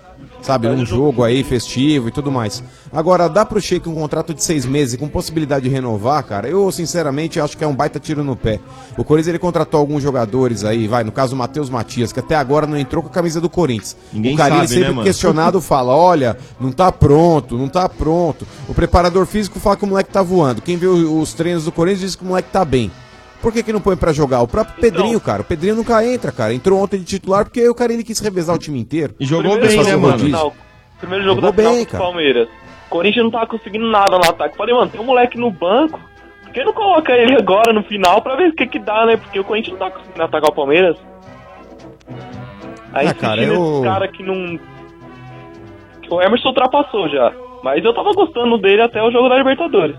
sabe, num jogo aí festivo e tudo mais. Agora, dá pro Sheik um contrato de seis meses com possibilidade de renovar, cara, eu sinceramente acho que é um baita tiro no pé. O Corinthians ele contratou alguns jogadores aí, vai, no caso o Matheus Matias, que até agora não entrou com a camisa do Corinthians. Ninguém o Carille sabe, né, mano? mano? questionado fala: olha, não tá pronto, não tá pronto. O preparador físico fala que o moleque tá voando. Quem vê o- os treinos do Corinthians diz que o moleque tá bem. Por que, que não põe pra jogar? O próprio Pedrinho, cara. O Pedrinho nunca entra, cara. Entrou ontem de titular porque o cara ele quis revezar o time inteiro. um E jogou né, Primeiro jogo né, Jogou da final bem, contra o cara. Palmeiras. O Corinthians não tava conseguindo nada no ataque. Falei, mano, tem um moleque no banco. Por que não coloca ele agora no final pra ver o que que dá, né? Porque o Corinthians não tá conseguindo atacar o Palmeiras. Aí Ah, ah, cara, cara, eu- cara que não. O Emerson ultrapassou já. Mas eu tava gostando dele até o jogo da Libertadores.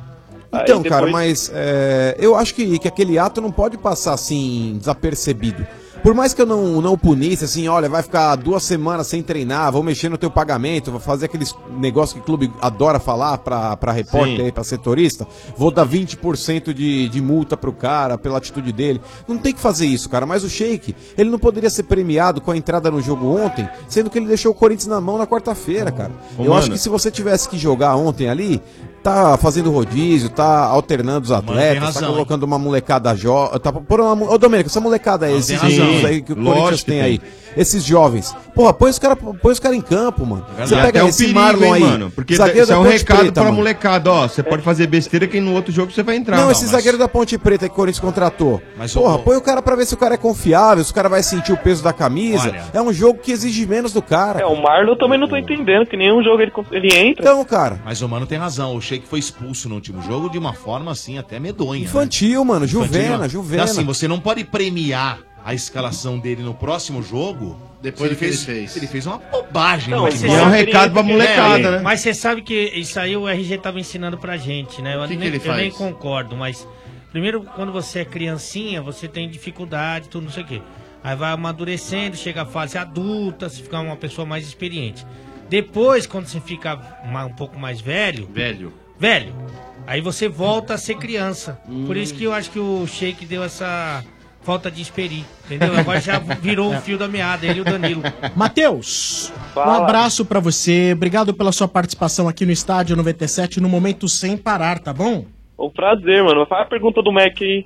Aí Então, cara, depois- mas é, eu acho que, que aquele ato não pode passar assim, desapercebido. Por mais que eu não, não punisse, assim, olha, vai ficar duas semanas sem treinar, vou mexer no teu pagamento, vou fazer aqueles negócio que o clube adora falar pra, pra repórter, Sim. aí, pra setorista, vou dar 20% de, de multa pro cara pela atitude dele. Não tem que fazer isso, cara, mas o Sheik, ele não poderia ser premiado com a entrada no jogo ontem, sendo que ele deixou o Corinthians na mão na quarta-feira, cara. Ô, eu acho mano. que se você tivesse que jogar ontem ali, tá fazendo rodízio, tá alternando os tem atletas, tá razão, colocando uma molecada jovem. Tá por uma, mo- ô, Domênico, essa molecada aí, esses razão. meninos aí que o Lógico Corinthians que tem tem. aí, esses jovens. Porra, põe os caras cara em campo, mano. Você E pega até o esse perigo, Marlon hein, aí. mano? Porque zagueiro isso é da um Ponte recado Preta, pra mano. molecada, ó. Você pode fazer besteira que no outro jogo você vai entrar. Não, esse zagueiro da Ponte Preta que o Corinthians contratou. Mas, Porra, ô, põe o cara pra ver se o cara é confiável, se o cara vai sentir o peso da camisa. Olha. É um jogo que exige menos do cara. É, o Marlon eu também não tô entendendo, que nenhum jogo ele, cons- ele entra. Então, cara. Mas o Mano tem razão. O Sheik foi expulso no último jogo de uma forma, assim, até medonha. Infantil, mano. Infantil, Juvena, não. Juvena. Então, assim, você não pode premiar a escalação dele no próximo jogo. Depois se do que ele fez. se ele fez uma bobagem. Não, no esse time. é um recado pra molecada, né? É, Mas você sabe que isso aí o RG tava ensinando pra gente, né? Eu, que nem, ele eu faz? nem concordo, mas primeiro, quando você é criancinha, você tem dificuldade, tudo, não sei o quê. Aí vai amadurecendo, chega a fase adulta, se ficar uma pessoa mais experiente. Depois, quando você fica ma- um pouco mais velho. Velho. Velho. Aí você volta a ser criança. Por isso Hum. que eu acho que o Sheik deu essa falta de experi, entendeu? Agora já virou o fio da meada, ele e [laughs] o Danilo. Matheus, um Fala. abraço pra você. Obrigado pela sua participação aqui no Estádio 97, no momento sem parar, tá bom? Um prazer, mano. Faz a pergunta do Mac aí.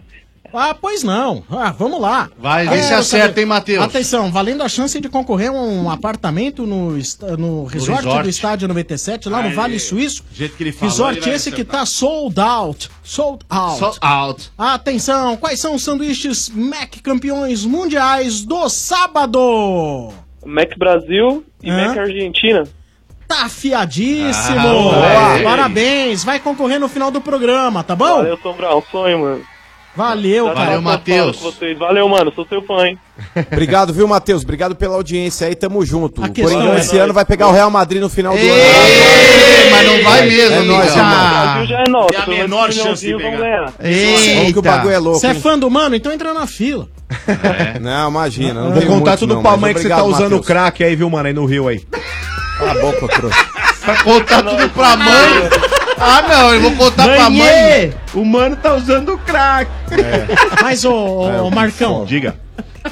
Ah, pois não. Ah, vamos lá. É, Vai, vê se Quero acerta, saber- hein, Matheus? Atenção, valendo a chance de concorrer a um apartamento no, esta- no, resort, resort. do Estádio 97, lá no Aí. Vale Suíço. Do jeito que ele falou, ele Resort vai esse que acertar. tá sold out. Sold out. Sold out. Atenção, quais são os sanduíches Mac campeões mundiais do sábado? Mac Brasil e Hã? Mac Argentina. Tá afiadíssimo! Ah, moleque. parabéns! Vai concorrer no final do programa, tá bom? Valeu, Sombra, um sonho, mano. Valeu, Tá, cara. tá, falo com vocês. Valeu, mano. Sou seu fã, hein? Obrigado, viu, Matheus? Obrigado pela audiência aí, tamo junto. O questão Coringão é- esse ano vai pegar o Real Madrid no final do ano. mas não vai mesmo, é nóis, amigão. irmão. O Brasil já é nosso. É a pelo menos menor um chance de milhãozinho pegar. vamos ganhar. Vamos que o bagulho é louco. Você é hein? fã do mano? Então entra na fila. Não, imagina. Não Vou tem contar muito, tudo não, pra mas mãe que você tá obrigado, usando o Matheus. crack aí, viu, mano, aí no Rio aí. Cala a boca, trouxa. Vai contar tudo pra mãe? Ah, não, eu vou contar pra mãe. Manhê, O mano tá usando o crack. é. Mas, ô, ô, É, ô, Marcão. Diga.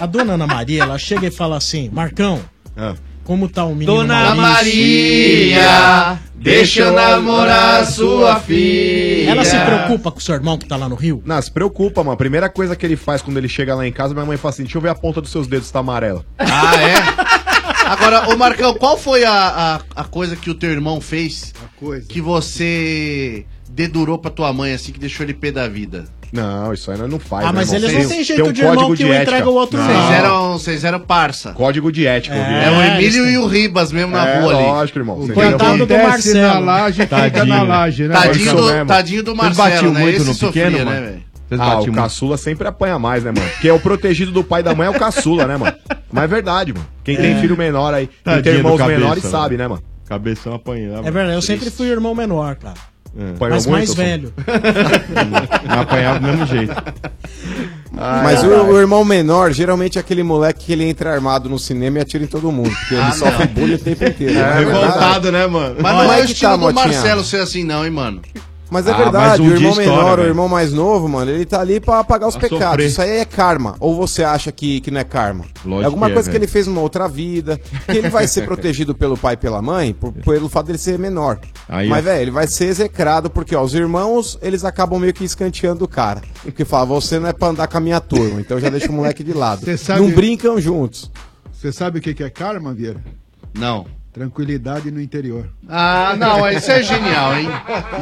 A dona Ana Maria, ela chega e fala assim: Marcão, como tá o menino? Dona Maurício?" Maria, deixa eu namorar sua filha. Ela se preocupa com o seu irmão que tá lá no Rio? Não, se preocupa, mano. A primeira coisa que ele faz quando ele chega lá em casa, minha mãe fala assim: deixa eu ver a ponta dos seus dedos, tá amarela. Agora, ô Marcão, qual foi a, a, a coisa que o teu irmão fez que você dedurou pra tua mãe, assim, que deixou ele pé da vida? Não, isso aí nós não faz. né, Ah, mas irmão? eles não têm jeito tem de irmão código que um ética. entrega o outro não. Vocês eram- Vocês eram parça. Código de ética. viu? É, o Emílio e o Ribas mesmo na É, rua ali. lógico, irmão. O Você coitado entendeu? do Desce Marcelo. na laje, fica Tadinho. na laje, né? Tadinho Isso do- mesmo. tadinho do Vocês Marcelo, né? Esse sofria, né, mano? velho? Vocês Ah, batiam o muito. caçula sempre apanha mais, né, mano? Porque é o protegido do pai e da mãe é o caçula, né, mano? Mas é verdade, mano. Quem tem É. filho menor aí, quem Tadinho tem do irmãos cabeça, menores mano. sabe, né, mano? Cabeção apanhava. É verdade, eu sempre fui o irmão menor, cara. É. Apanhou mas muito, mais Fofo? [laughs] velho. Apanhava do mesmo jeito. Mas o, o irmão menor, geralmente é aquele moleque que ele entra armado no cinema e atira em todo mundo. Porque Ah, ele sofre bullying o tempo inteiro. É, Não verdade? revoltado, né, mano? Mas não Como é o que estilo tá, do Motinha? Marcelo ser assim, não, hein, mano? Mas é Ah, mas verdade, um o irmão dia estoura, menor, o velho. irmão mais novo, mano, ele tá ali pra pagar os Pra pecados. sofrer. Isso aí é karma. Ou você acha que, que não é karma? Lógico é alguma que é, coisa que velho. ele fez numa outra vida, que ele vai ser protegido pelo pai e pela mãe, por- pelo fato dele ser menor. Aí, Mas, ó. velho, ele vai ser execrado, porque, ó, os irmãos, eles acabam meio que escanteando o cara. Porque fala, você não é pra andar com a minha turma, então já deixa o moleque de lado. Você sabe- Não brincam juntos. Você sabe o que que é karma, Vieira? Não. Tranquilidade no interior. Ah, não, isso é genial, hein?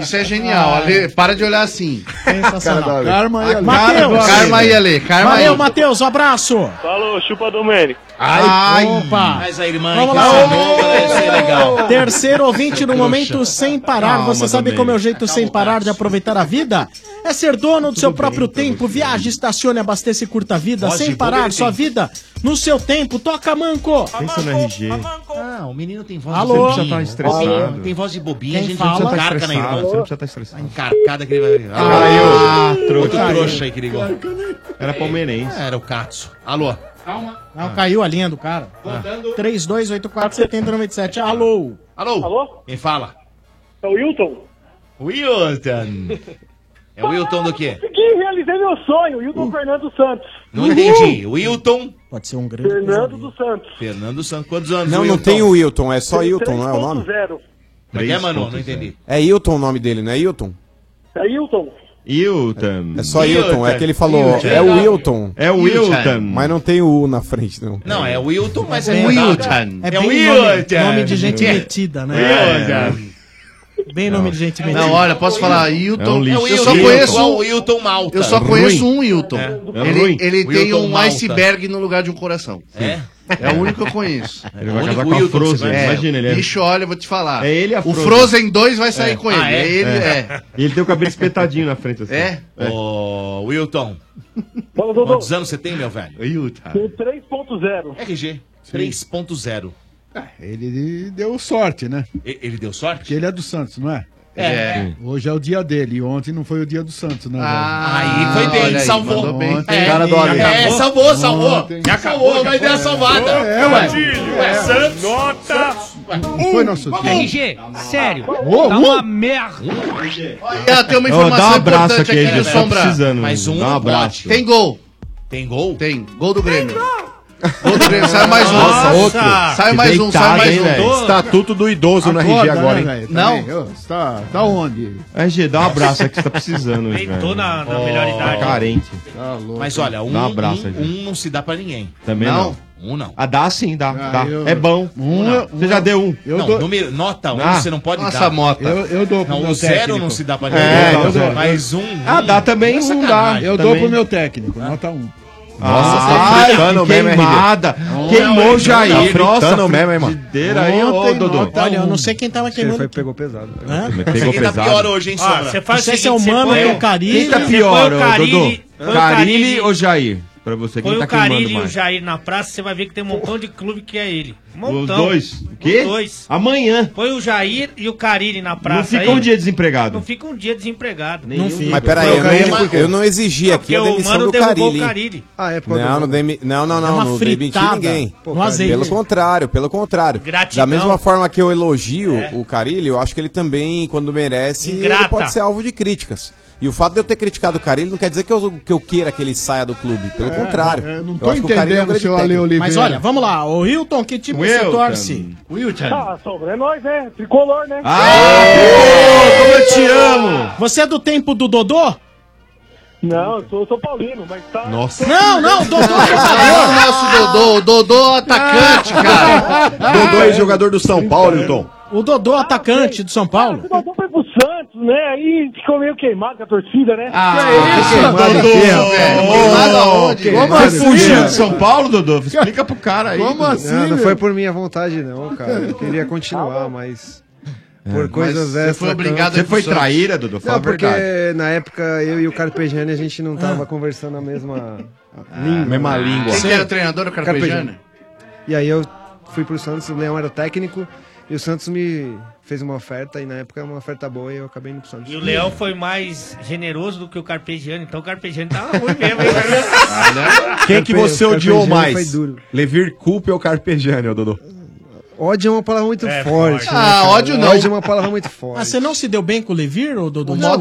Isso é Ah. genial. Ale, para de olhar assim. Sensacional. Karma e Ale. Mateus. Karma e Ale. Karma e Valeu, Matheus, um abraço. Falou, chupa Domênico. Ai, opa. Mas a irmã Vamos que lá. assinou, ela deve ser legal. Terceiro ouvinte no Trouxa. momento sem parar. Calma, Você sabe Domênico. como é o jeito sem parar de aproveitar a vida? É ser dono do seu próprio tempo. Viaje, estacione, abasteça e curta a vida. Foge, sem parar Domênico. sua vida no seu tempo. Toca manco. Pensa no RG. Ah, o menino tem voz de Alô? bobinho. Você já tá estressado. Tem voz de bobinho, Quem a gente fala? não encarca na irmã. Tá Você não precisa estar estressado. Encarcada que ele vai... Ah, Caiu. Outro Caiu. trouxa aí, querido. Era palmeirense. Era o Katsu. Alô? Calma. Não, caiu a linha do cara. Ah. 32847097. Alô. Alô? Alô? Quem fala? É o Wilton? Wilton. É o Wilton do quê? Consegui, realizei meu sonho, Wilton Fernando Santos. Não entendi. Wilton... Pode ser um grande... Fernando dos Santos. Fernando Santos. Quantos anos, Não, não tem o Wilton, é só Wilton, não é o nome? 3.0. Como é que é, Manu? Não entendi. É Hilton o nome dele, não é Hilton? É Wilton. Hilton. É só Hilton. Hilton, é que ele falou, Hilton. é o Hilton. É o Hilton. Mas não tem o U na frente, não. Não, é o Wilton, mas é É rodada. Wilton. É bem o nome, Wilton. nome de gente metida, né? É. Bem nome de gente metida. Não, olha, posso falar, Hilton. É um lixo. eu só Hilton. conheço Igual um o Hilton Malta. Eu só Ruim. conheço um Hilton. É. É ruim. Ele, ele O tem Hilton um Malta. iceberg no lugar de um coração. É? É o único que eu conheço. Ele vai casar com a Frozen, imagina, ele é- Bicho, olha, eu vou te falar. É ele e a O Frozen. Frozen 2 vai sair com ele. Ah, é? Ele, é. E ele tem o cabelo espetadinho na frente assim. É? Ô, Wilton. Quantos anos você tem, meu velho? Wilton. 3.0. RG. 3.0. Ele deu sorte, né? E- Ele deu sorte? Porque ele é do Santos, não é? É. Sim. Hoje é o dia dele. E ontem não foi o dia do Santos, né? Ah, aí foi bem, salvou. Ontem, É, é, salvou, salvou. Já acabou, mas deu a salvada. É, ué. Ué, Santos. Nota. Não foi nosso dia. RG, sério, Ô, dá ô. uma merda. Ah, tem uma Ô, informação dá um abraço importante aqui, é aqui, ele do tá Sombra. precisando, dá um não abraço. pode. Tem gol. Tem gol? Tem. Gol do Grêmio. Gol do Grêmio. Sai mais um. Nossa, outro. Sai Que mais um, deitado, sai mais hein, um. velho? Estatuto do idoso no RG né, agora, hein? Não. Você tá, tá onde? RG, dá um abraço aqui, você tá precisando hoje, velho. Deitou na- na melhor Tá idade. carente. Mas olha, um, Dá um abraço, um, RG. um não se dá pra ninguém. Também não. Um não. Ah, dá sim, dá. Ah, dá. eu- É bom. Um Não. eu- Você um já eu- deu um. Não, número, nota um Dá. você não pode Nossa, dar. Mota. Eu- eu dou pro não, meu o zero técnico. não se dá pra É, ninguém. eu dou zero. Mas um. Ah, dá também, é um dá. sacanagem. Eu dou Também. pro meu técnico, nota 1. Ah, Nossa, você fritando mesmo, RG. Não, não, tá fritando mesmo, hein, mano? Ontem, nota Olha, eu um. não sei quem tava Ele queimando. foi pegou pesado. Hã? Pegou Tá Quem tá pesado. pior hoje, hein, Ó, Sombra? você faz é o seguinte, você põe- ou Quem tá Você pior, põe o ô, Carille- põe Dodô? o Carilli Carille- ou Jair? Pra você, Põe quem tá o Carilho queimando e o mais? Jair na praça, você vai ver que tem um montão de clube que é ele. Montão. Os dois? O quê? Os dois. Amanhã. Põe o Jair e o Carilho na praça. Não fica aí. um é dia desempregado. Não fica um dia desempregado. Nenhum fica. Mas peraí, Foi eu, o não- Carilli, por quê? eu não exigi aqui Porque a o demissão Mano do derrubou Carilli. o hein? Carilli. Ah, é Não, não, demi... não, não, É não, uma não demiti fritada. ninguém. Pô, No azeite. Pelo contrário, pelo contrário. Gratidão. Da mesma forma que eu elogio É. o Carilli, eu acho que ele também, quando merece, Ingrata. ele pode ser alvo de críticas. E o fato de eu ter criticado o Carilli não quer dizer que eu, que eu queira que ele saia do clube. Pelo É, contrário. é, não tô entendendo, seu Ale Oliveira. Mas olha, vamos lá. O Hilton, que time você Wilton. torce? Ah, sobre é nós, né? Tricolor, né? Ah, como eu te amo! Você é do tempo do Dodô? Não, eu sou, eu sou paulino, mas tá... Nossa. Não, não, Dodô é Não, nosso Dodô, o Dodô atacante, cara. [laughs] Dodô é jogador do São Paulo, Hilton. O Dodô, atacante do São Paulo. O Dodô foi pro Santos, né? Aí ficou meio queimado com a torcida, né? Ah, Que isso, Dodô? Como Queimado assim? aqui, Fugiu ó. de São Paulo, Dodô? Explica pro cara aí. Dodô. Não, não foi por minha vontade, não, cara. Eu queria continuar, mas. Por coisas É, Mas você extras. foi obrigado a ir Você Você foi pro Santos. traíra, Dudu? Fala Não, a porque verdade. na época eu e o Carpegiani a gente não tava conversando a mesma Ah, língua. mesma língua. Quem que era o treinador do Carpegiani? E aí eu fui pro Santos, o Leão era o técnico, e o Santos me fez uma oferta, e na época uma oferta boa, e eu acabei indo pro Santos. E o Leão foi mais generoso do que o Carpegiani, então o Carpegiani tava ruim [laughs] mesmo. hein? Olha. Ah, né? [laughs] Quem que você odiou Carpegiani mais? foi duro. Levir Culpa ou Carpegiani, ô Dodô? Ódio é uma palavra muito É forte. forte. Ah, ódio não. Ódio é [laughs] uma palavra muito forte. Ah, você não se deu bem com o Levir, ou Dodô? não,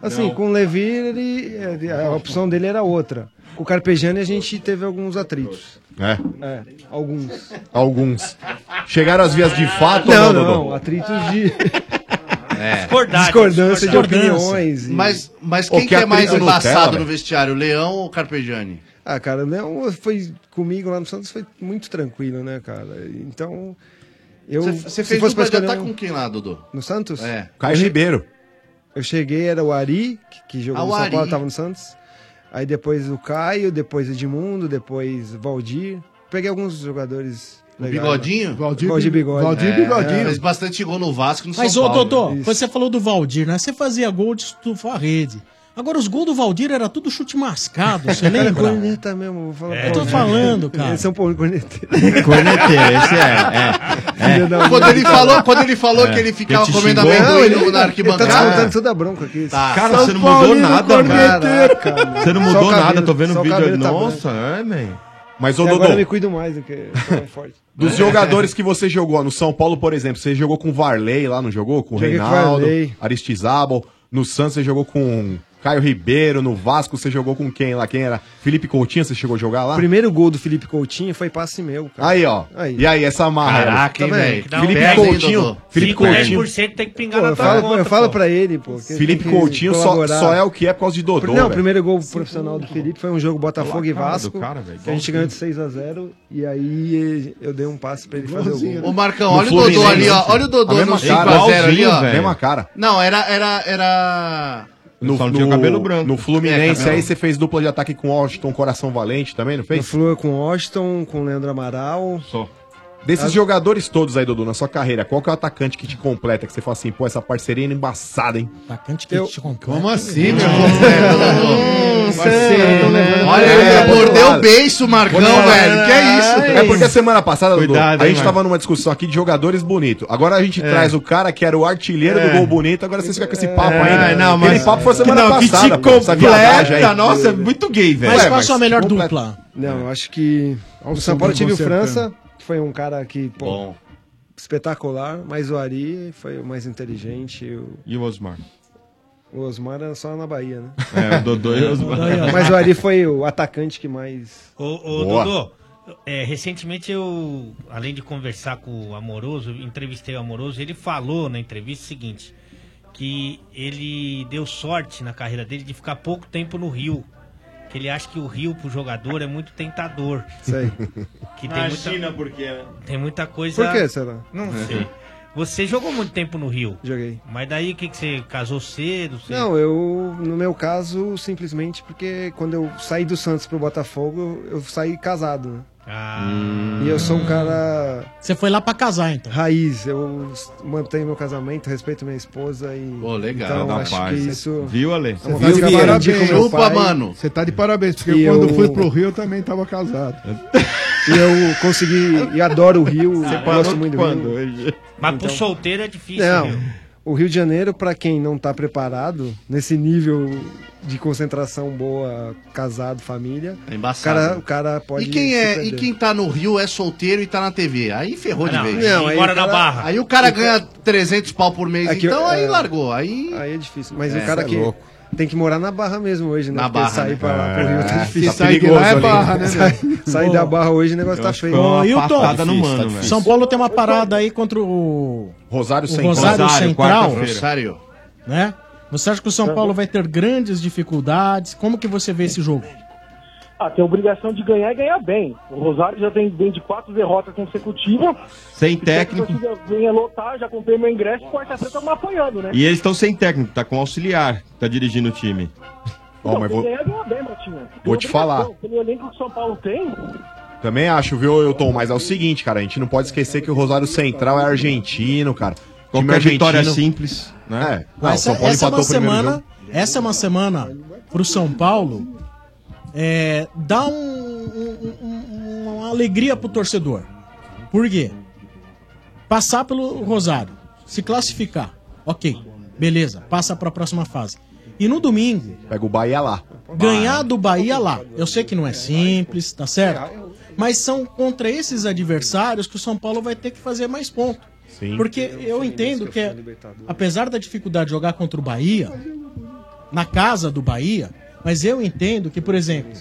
assim, com o Levi, ele, ele- a opção dele era outra. Com o Carpegiani, a gente teve alguns atritos. É, É, alguns. alguns. Chegaram às vias de fato Não, ou não, não, Dodô? atritos de... É. [laughs] Discordância de opiniões. e- um. Mas, mas quem que é mais embaçado no vestiário, Leão ou Carpegiani? Ah, cara, o Leão foi comigo lá no Santos, foi muito tranquilo, né, cara? Então, eu... Você se fez fosse dupla pra de escolher ataque um- com quem lá, Dudu? No Santos? É. Caio Ribeiro. Eu cheguei, era o Ari, que, que jogou Ah, no o São Ari. Paulo, tava no Santos. Aí depois o Caio, depois Edmundo, depois Valdir. Peguei alguns jogadores. O legais, Bigodinho? né? Valdir, Bigode. É, Fez bastante gol no Vasco e no Mas, São ô, Paulo. Dodô, Isso. você falou do Valdir, né? Você fazia gol de estufar a rede. Agora, os gols do Valdir era tudo chute mascado, Ah, [laughs] você Era lembra? corneta É mesmo, vou falar. Eu tô falando, cara. São Paulo corneta. Corneteiro, esse é. é, é. Quando ele falou- quando ele falou que ele ficava te comendo xingou? amendoim Não, ele- no- na Ele tá arquibancada. descontando toda a bronca aqui. Tá. Cara, São você não Paulino mudou nada, corneteiro, cara. Você não Só o mudou cabelo- nada, tô vendo só o o vídeo ali. cabelo tá Nossa, branco. é, man. Mas, ô, E Dodô... Agora eu me cuido mais do que tô mais forte. Dos jogadores que você jogou ó, no São Paulo, por exemplo, você jogou com o Varley lá, não jogou? Com o Joguei com o Reinaldo, Varley. Aristizábal. No Santos você jogou com Caio Ribeiro, no Vasco você jogou com quem lá? Quem era? Felipe Coutinho, você chegou a jogar lá? [laughs] O primeiro gol do Felipe Coutinho foi passe meu. cara. Aí, ó. E aí, essa marra? Caraca, hein, Tá velho? Que dá um Felipe pega, hein, Coutinho. Dodô? Felipe Cinco, dez Coutinho. por Você cento. que tem que pingar Pô, na eu tua falo, conta. eu falo pô. pra ele, pô. que ele Felipe tem que Coutinho só- colaborar. só é o que é por causa de Dodô, Não, velho. o primeiro gol profissional do Felipe foi um jogo Botafogo e Olha a cara Vasco. do cara, velho. que a gente ganhou de 6x0. E aí eu dei um passe pra ele fazer o gol. Ô Marcão, olha o Dodô ali, ó. Olha o Dodô no 5x0 ali, ó. Não, era. era, era... No, Só não tinha no- cabelo branco. no É, Fluminense, cabelo. aí você fez dupla de ataque com o Washington Coração Valente também, não No fez? Flor com o Austin, com o Leandro Amaral. Só. Desses As- jogadores todos aí, Dudu, na sua carreira, qual que é o atacante que te completa? Que você fala assim, pô, essa parceria é embaçada, hein? Tá. Atacante que te completa. né? Como assim, meu Hum, né? Olha, ele mordeu o beiço, Marcão, velho. Que é isso? É porque a semana passada, Dudu, Cuidado, a hein, gente Marcos. tava numa discussão aqui de jogadores bonitos. Agora a gente É. traz o cara que era o artilheiro É. do gol bonito, agora vocês ficam com esse papo É, aí. né? não, mas- Aquele papo foi semana Não, que te passada. pô, essa completa, viadagem aí. nossa, é muito gay, velho. Mas Ué, qual a sua melhor dupla? Não, eu acho que. Olha o O São Sandro Paulo tive o consertando. França, que foi um cara que. Pô, Espetacular, mas o Ari foi o mais inteligente. o- E o Osmar? O Osmar era só na Bahia, [laughs] né? É, o Dodô e o Osmar. Mas o Ari foi o atacante que mais. Ô, ô Dodô, é, recentemente eu, além de conversar com o Amoroso, entrevistei o Amoroso, ele falou na entrevista o seguinte, que ele deu sorte na carreira dele de ficar pouco tempo no Rio. Que ele acha que o Rio pro jogador é muito tentador. [laughs] Sei. Que tem muita, Imagina por quê, é. né? tem muita coisa. Por que será? Não É. sei. Você jogou muito tempo no Rio. Joguei. Mas daí o que, que você casou cedo? Você... Não, eu, no meu caso, simplesmente porque quando eu saí do Santos pro Botafogo, eu saí casado, né? Ah. E eu sou um cara. Você foi lá pra casar, então. Raiz, eu s- mantenho meu casamento, respeito minha esposa e. Pô, legal. Então, Dá acho paz. que isso. Viu, Ale? É tá uma coisa que eu aprendi com meu pai. Você tá de parabéns, porque E quando eu- fui pro Rio eu também [laughs] tava casado. E eu consegui. E adoro o Rio. Você gosto parou muito quando, do Rio. Mas Então- pro solteiro é difícil, Não. viu? O Rio de Janeiro, pra quem não tá preparado, nesse nível de concentração boa, casado, família, É o embaçado. cara, o cara pode. E quem, se é, perder. e quem tá no Rio é solteiro e tá na TV. Aí ferrou Ah, não, de vez. aí Não, aí mora o na cara- Barra. Aí o cara ganha 300 pau por mês, É que eu- então aí é. largou. Aí... aí é difícil. Mas É, o cara cê é que louco. tem que morar na Barra mesmo hoje, né? Na Porque Barra, sair né? pra lá pro Rio tá É, difícil. se sair de lá é Perigoso ali. Barra, né, velho? Sair sair da Barra hoje o negócio tá feio. Ô, Hilton, Difícil, tá difícil. São Paulo tem uma parada aí contra o... Rosário o Central. Rosário, Rosário, Central. quarta-feira. Rosário. Né? Você acha que o Tá. São Paulo vai ter grandes dificuldades? Como que você vê esse jogo? Ah, tem obrigação de ganhar e ganhar bem. O Rosário já tem bem de quatro derrotas consecutivas. Sem Se técnico. a torcida Venha lotar, já comprei meu ingresso, quarta-feira estamos apoiando, né? E eles estão sem técnico, tá com auxiliar, que tá dirigindo o time. Então, Ó, mas vou- Ganhar, ganhar bem, Matinho. Tem Vou te obrigação. falar. Pelo elenco que o São Paulo tem, é Também acho, viu, Elton? Mas é o seguinte, cara, a gente não pode esquecer que o Rosário Central é argentino, cara. Qualquer vitória simples, né? É. Não, o essa, São Paulo essa é empatou uma o primeiro jogo. semana, essa é uma semana pro São Paulo é, dá um- um- um- uma alegria pro torcedor. Por quê? Passar pelo Rosário, se classificar, ok, beleza, passa pra próxima fase. E no domingo, Pega o Bahia lá. ganhar do Bahia lá. Eu sei que não é simples, tá certo? Mas são contra esses adversários que o São Paulo vai ter que fazer mais ponto. Sim. Porque eu entendo que, é apesar da dificuldade de jogar contra o Bahia, na casa do Bahia, mas eu entendo que, por exemplo,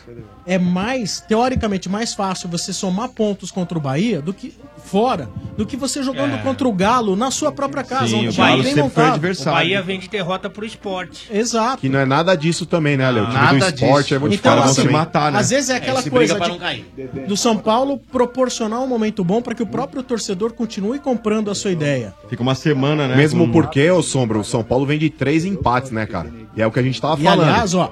é mais, teoricamente, mais fácil você somar pontos contra o Bahia do que fora, do que você jogando É. contra o Galo na sua própria casa, Sim, onde o já Galo tem sempre foi montado. adversário. O Bahia vem de derrota pro esporte. Exato. Que não é nada disso também, né, Léo? O time Nada do esporte disso. é muito Então, então, assim, se matar, né? Às vezes é aquela se coisa briga pra de- não cair. do São Paulo proporcionar um momento bom para que o próprio torcedor continue comprando a sua ideia. Fica uma semana, né, Mesmo com- porque, ô Sombra, o São Paulo vem de três empates, né, cara? E é o que a gente tava E falando. aliás, ó,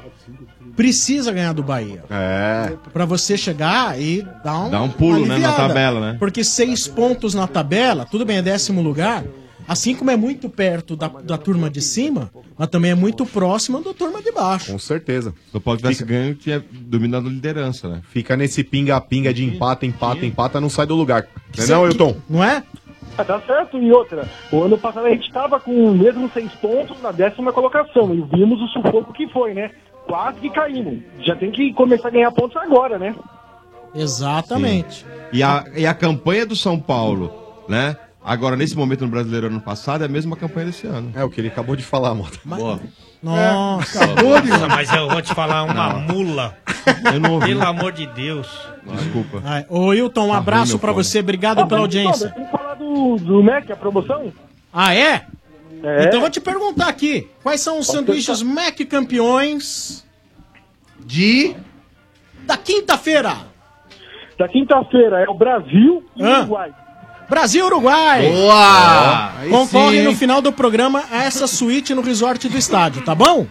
precisa ganhar do Bahia É. para você chegar e dar um Dar um pulo, uma né, na aliviada. tabela, né? Porque seis pontos na tabela, tudo bem, é décimo lugar. Assim como é muito perto da, da turma de cima, mas também é muito próxima da turma de baixo. Com certeza. Se o São Paulo tivesse ganho, tinha dominado a liderança, né? Fica nesse pinga-pinga de empata, empata, empata, não sai do lugar. Não é não, Hilton? Não é? Ah, Tá certo, e outra, o ano passado a gente estava com o mesmo seis pontos na décima colocação e vimos o sufoco que foi, né? Quase que caímos. Já tem que começar a ganhar pontos agora, né? Exatamente. E a, e a campanha do São Paulo, né? Agora, nesse momento no Brasileiro ano passado, é a mesma campanha desse ano. É o que ele acabou de falar, Mota. Nossa, É. Nossa, mas eu vou te falar uma Não. mula. Eu não ouvi. Pelo amor de Deus. Desculpa. Ai, Ô, Tá Hilton, um abraço pra você. Obrigado Tá pela audiência. Vamos falar do, do Mac, a promoção? Ah, é? É. Então vou te perguntar aqui: quais são os Pode sanduíches Mac campeões de. da quinta-feira? Da quinta-feira é o Brasil e Hã? Uruguai. Brasil e Uruguai! Boa! Aí Concorre sim, no hein? final do programa a essa suíte no resort do estádio, tá bom?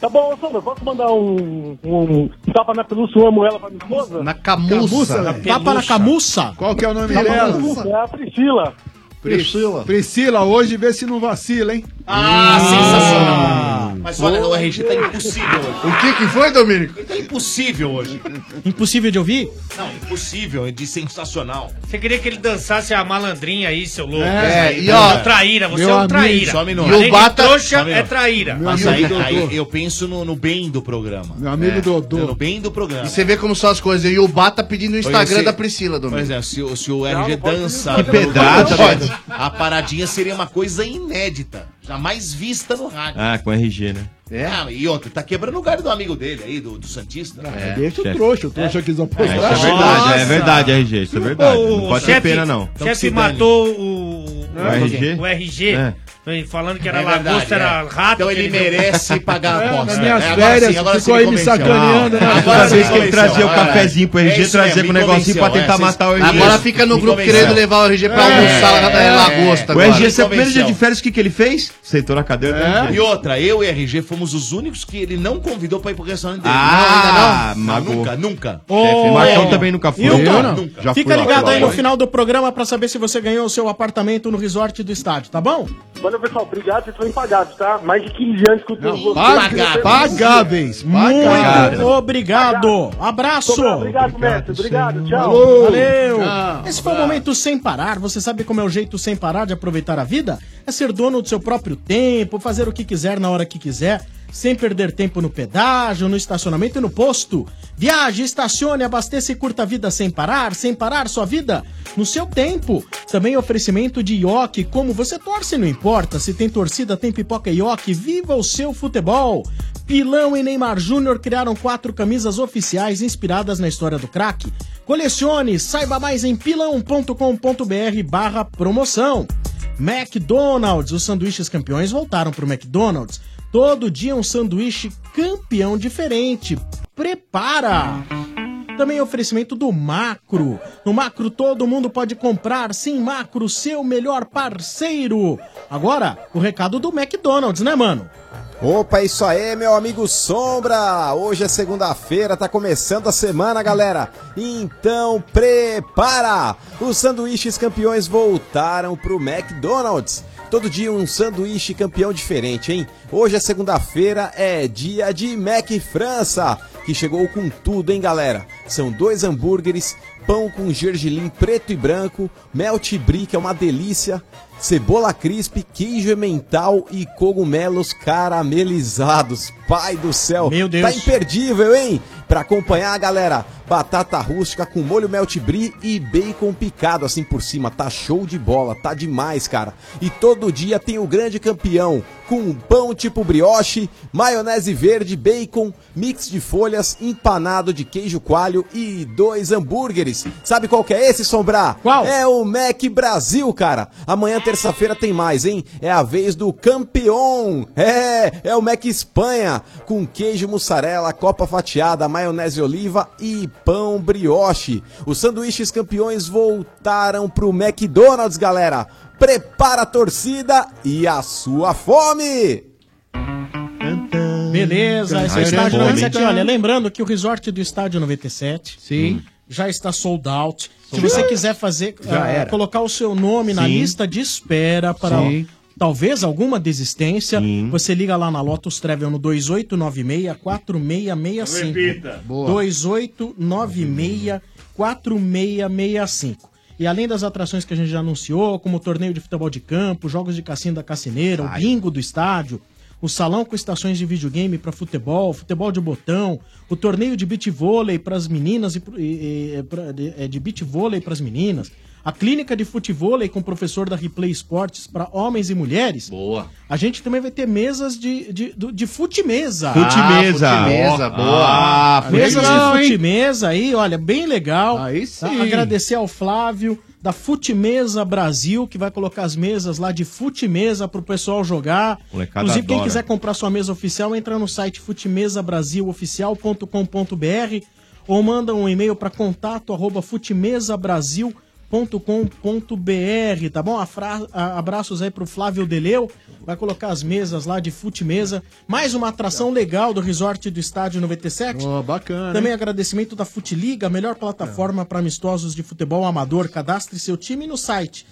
Tá bom, Sandra, posso mandar um, um tapa na pelúcia, uma moela pra minha esposa? Na Camuça, né? Tapa na camuça? Qual que é o nome Tapa na dela? camuça, É a Priscila. Priscila. Priscila, hoje vê se não vacila, hein? Ah, Hum. sensacional. Mas olha, o RG tá impossível hoje. O que que foi, Domênico? Tá impossível hoje. Impossível de ouvir? Não, impossível, é de sensacional. Você queria que ele dançasse a malandrinha aí, seu louco? É, Isso aí, e ó, traíra, você meu é um amigo, traíra. só um minuto. Além E o de Bata- trouxa só um é minuto. traíra. Mas aí, amigo aí Dodô. eu penso no, no bem do programa. Meu amigo Dodô. Dodô. No bem do programa. E você vê como são as coisas. E o Bá tá pedindo o é Instagram Esse- da Priscila, Domingos. Pois é, se, o- se o RG dança. Que pedrada, pode. né? A paradinha seria uma coisa inédita. Jamais vista no rádio. Ah, com RG, né? É. e outra, tá quebrando o galho do amigo dele aí, do, do Santista. É. Deixa o chefe. trouxa, o trouxa quis É, isso apostar. é verdade, é verdade, RG. Isso é verdade. O Não pode chefe- ter pena, não. O chefe matou o, O RG? o RG, É. né, falando que era É verdade, lagosta, era é. rato. Então ele merece pagar a É, aposta. nas minhas É, férias, você ficou aí me convenceu. sacaneando, né? Não, Toda você vez que me ele convenceu, trazia o olha, cafezinho pro é RG, isso trazia mesmo, um me negocinho pra convenceu, tentar é, matar o vocês- RG. Agora fica no Me grupo convenceu. querendo levar o RG pra É. almoçar lá na É. O lagosta agora. RG, seu primeiro dia Convenceu. de férias, o que que ele fez? Sentou na cadeira. do RG. É? E outra, eu e RG fomos os únicos que ele não convidou pra ir pro restaurante dele. Ah, não, ainda não. magoou. Nunca, nunca. Ô, Chefe, o Marcão também nunca foi. Nunca, Eu não. nunca. Já Fica ligado aí no final do programa pra saber se você ganhou o seu apartamento no resort do estádio, tá bom? Valeu, pessoal. Obrigado, vocês foram impagados, tá? Mais de 15 anos que eu tenho vocês. Paga- Pagáveis. Muito obrigado. Abraço. Obrigado, mestre. Obrigado. Tchau. Falou. Valeu! Tchau. Esse foi o momento sem parar. Você sabe como é o jeito sem parar de aproveitar a vida? É ser dono do seu próprio tempo, fazer o que quiser na hora que quiser, sem perder tempo no pedágio, no estacionamento e no posto. Viaje, estacione, abasteça e curta a vida sem parar, sem parar sua vida no seu tempo. Também oferecimento de ioki, como você torce, não importa. Se tem torcida, tem pipoca e ioki, viva o seu futebol! Pilão e Neymar Júnior criaram quatro camisas oficiais inspiradas na história do craque. Colecione, saiba mais em pilão.com.br barra promoção. McDonald's, os sanduíches campeões voltaram para o McDonald's. Todo dia um sanduíche campeão diferente. Prepara! Também oferecimento do Macro. No Macro todo mundo pode comprar, sim, Macro, seu melhor parceiro. Agora, o recado do McDonald's, né, mano? Opa, é isso aí, meu amigo Sombra! Hoje é segunda-feira, tá começando a semana, galera. Então, prepara! Os sanduíches campeões voltaram pro McDonald's. Todo dia um sanduíche campeão diferente, hein? Hoje é segunda-feira, é dia de Mac França, que chegou com tudo, hein, galera? São dois hambúrgueres, pão com gergelim preto e branco, melt brie, que é uma delícia, cebola crisp, queijo mental e cogumelos caramelizados. Pai do céu, Meu Deus. tá imperdível, hein? Pra acompanhar, galera, batata rústica com molho melt brie e bacon picado assim por cima. Tá show de bola, tá demais, cara. E todo dia tem o grande campeão com um pão tipo brioche, maionese verde, bacon, mix de folhas, empanado de queijo coalho e dois hambúrgueres. Sabe qual que é esse, Sombrar? Qual? É o Mac Brasil, cara. Amanhã, terça-feira, tem mais, hein? É a vez do campeão. É, é o Mac Espanha, com queijo mussarela, copa fatiada, maionese oliva e pão brioche. Os sanduíches campeões voltaram pro McDonald's, galera. Prepara a torcida e a sua fome! Beleza, esse é o Ai, estádio fome. 97. Olha, lembrando que o resort do estádio é 97 Sim. Hum. já está sold out. Se Sold você out. quiser fazer, Já ah, era. colocar o seu nome na Sim. lista de espera para Sim. talvez alguma desistência, você liga lá na Lotus Travel no É 2896-4665. assim. Repita. Boa. 2896-4665. E além das atrações que a gente já anunciou, como o torneio de futebol de campo, jogos de cassino da Cassineira, o bingo do estádio, o salão com estações de videogame para futebol, futebol de botão, o torneio de beach vôlei para as meninas e, pro- e- e- pra- de, é, de beach vôlei para as meninas, a clínica de futevôlei com o professor da Replay Esportes para homens e mulheres. Boa. A gente também vai ter mesas de, de, do- de fute-mesa. Fute-mesa. Ah, fute-mesa, Ah, boa. ah, mesas legal, de hein? fute-mesa aí, olha, bem legal. Aí sim. Agradecer ao Flávio da Fute-mesa Brasil, que vai colocar as mesas lá de fute-mesa pro pessoal jogar. Molecada Inclusive, quem adora. quiser comprar sua mesa oficial, entra no site futemesabrasiloficial.com.br ou manda um e-mail para contato arroba futemesabrasil.com.br, tá bom? Afra- a- Abraços aí pro Flávio Deleu, vai colocar as mesas lá de fute-mesa. Mais uma atração legal do Resort do Estádio 97. bacana. Também hein? É. agradecimento da Futiliga, a melhor plataforma para amistosos de futebol amador. Cadastre seu time no site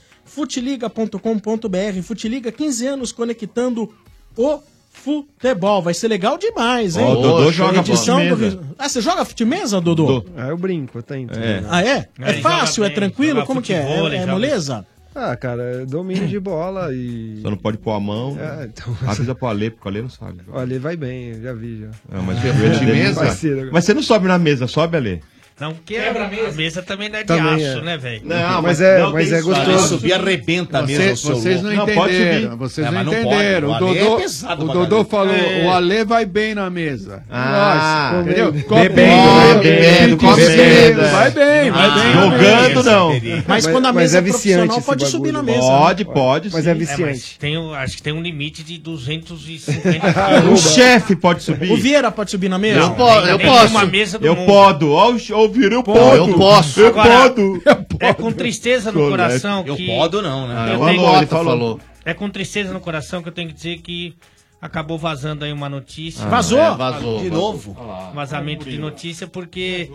futiliga.com.br. Futiliga, 15 anos conectando o futebol. Vai ser legal demais, hein? Ó, o Dodô Show. joga Edição do fute-mesa. Ri- Ah, você joga fute-mesa, Dodô? Ah, eu brinco, eu tento. É. Ah, é? É É, fácil? joga é bem, tranquilo? joga Como que é? futebol, É, é joga- moleza? Ah, cara, domínio de bola e. Só não pode pôr a mão. É, então- Avisa pro Alê, porque o Alê não sabe. Olha, ele vai bem, eu já vi já. É, Não, mas, o joelho dele não vai. mas você não sobe na mesa, sobe Alê. Não quebra a mesa. A mesa também não é de Também aço, é. né, velho? Não, mas é- mas tem é isso, gostoso. Ale, subir arrebenta Você- mesmo. seu Vocês não, louco. pode entenderam, subir. vocês É, não mas pode. entenderam. O O Ale é Dodô, pesado o pra Dodô caramba. falou, É. o Ale vai bem na mesa. Ah. Nós, entendeu? Bebendo, Copo bebendo, de- bebendo, copo de- bebendo, é. Vai bem, vai Ah, bem. jogando, não. Mas quando a mesa é profissional, pode subir na mesa. Pode, né? pode. sim. É, mas tem, um- acho que tem um limite de 250 [laughs] [laughs] O chefe pode subir. O Vieira pode subir na mesa? Eu, po eu Tem posso. uma mesa do eu mundo. podo. Ó, o ch- ó, o Vieira, eu podo. eu posso. Eu Agora, podo. É com tristeza no Colete. coração Eu que... podo não, né? Eu Ele tenho- falou, ele falou. É com tristeza no coração que eu tenho que dizer que acabou vazando aí uma notícia. Ah, Vazou? é, vazou, De vazou. novo? Um Vazamento de notícia porque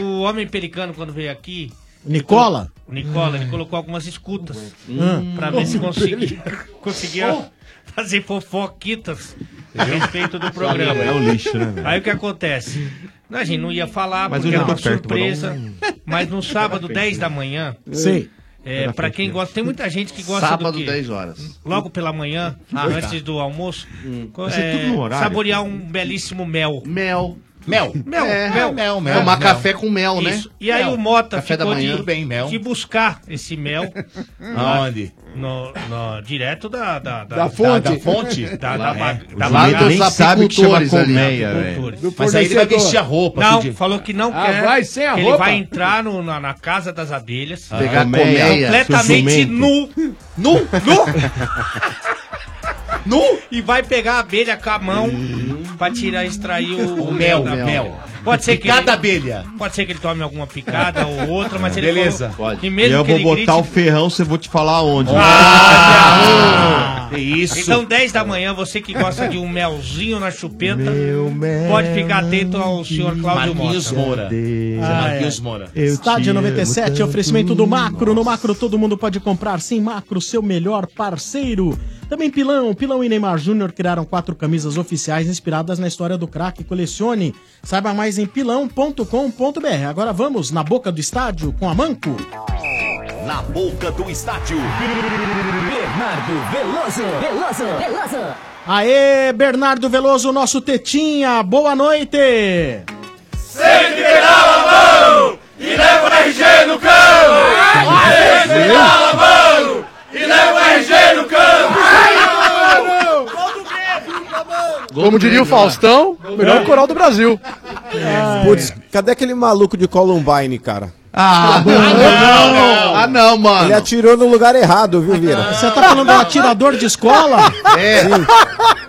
o homem pelicano quando veio aqui... Nicola? O Nicola, ele colocou algumas escutas Hum. pra ver se Homem [laughs] conseguia, conseguia fazer fofoquitas a respeito do programa. É um lixo, né, velho? Aí o que acontece? Não, a gente não ia falar Mas eu porque já era tô uma perto, vou dar um- surpresa. Mas no sábado, 10 da manhã. Sim. É, pra quem gosta, tem muita gente que gosta Sábado, do quê? 10 horas. Logo pela manhã, Hum. Ah, antes tá. do almoço, co- Isso é é, tudo no horário. saborear um belíssimo mel. Mel. Mel. Mel, É, mel, mel, mel. Tomar café com mel, né? Isso. E aí Mel. o Mota Café da ficou manhã. de, Tudo bem, mel. de buscar [laughs] esse mel. Aonde? No, no- direto da... Da, Da fonte. Da, da fonte. Da, da, Lá, ba- é. da Os ba- lados nem sabe que chama colmeia, ali. velho. Apicultores. Do Mas aí ele vai fornecedor. vestir a roupa, Não, Cid. falou que não Ah, quer. vai sem a que roupa? Ele vai entrar no- na, na casa das abelhas. Ah, Pegar colmeia, Completamente seu nu. Nu? Nu? [laughs] nu? E vai pegar a abelha com a mão pra tirar, extrair o, O Hum. mel, da mel. mel. Pode ser que Picada ele- abelha. Pode ser que ele tome alguma picada ou outra, mas ele Beleza. falou que E mesmo eu que vou ele grite, botar o ferrão, você vou te falar onde. Ah, que é isso. Então, 10 da manhã, você que gosta de um melzinho na chupeta, pode ficar atento ao senhor Cláudio Marquinhos Moura. Moura. Ah, Marquinhos Moura. Estádio 97, oferecimento do Macro. No Macro todo mundo pode comprar. Sim, Macro, seu melhor parceiro. Também Pilão. Pilão e Neymar Júnior criaram quatro camisas oficiais inspiradas na história do craque. Colecione. Saiba mais em pilão.com.br. Agora vamos na boca do estádio com a Manco. Na boca do estádio. Bernardo Veloso. Veloso. Veloso. Aê, Bernardo Veloso, nosso Tetinha. Boa noite. Sempre dá a mão! RG no campo! A gente tá lavando! E leva o RG no campo! Como diria o Faustão, melhor coral do Brasil. Putz, cadê aquele maluco de Columbine, cara? Ah, não, não. Ah, não, mano. Ele atirou no lugar errado, viu, Vira? Você tá falando [laughs] do atirador de escola? É.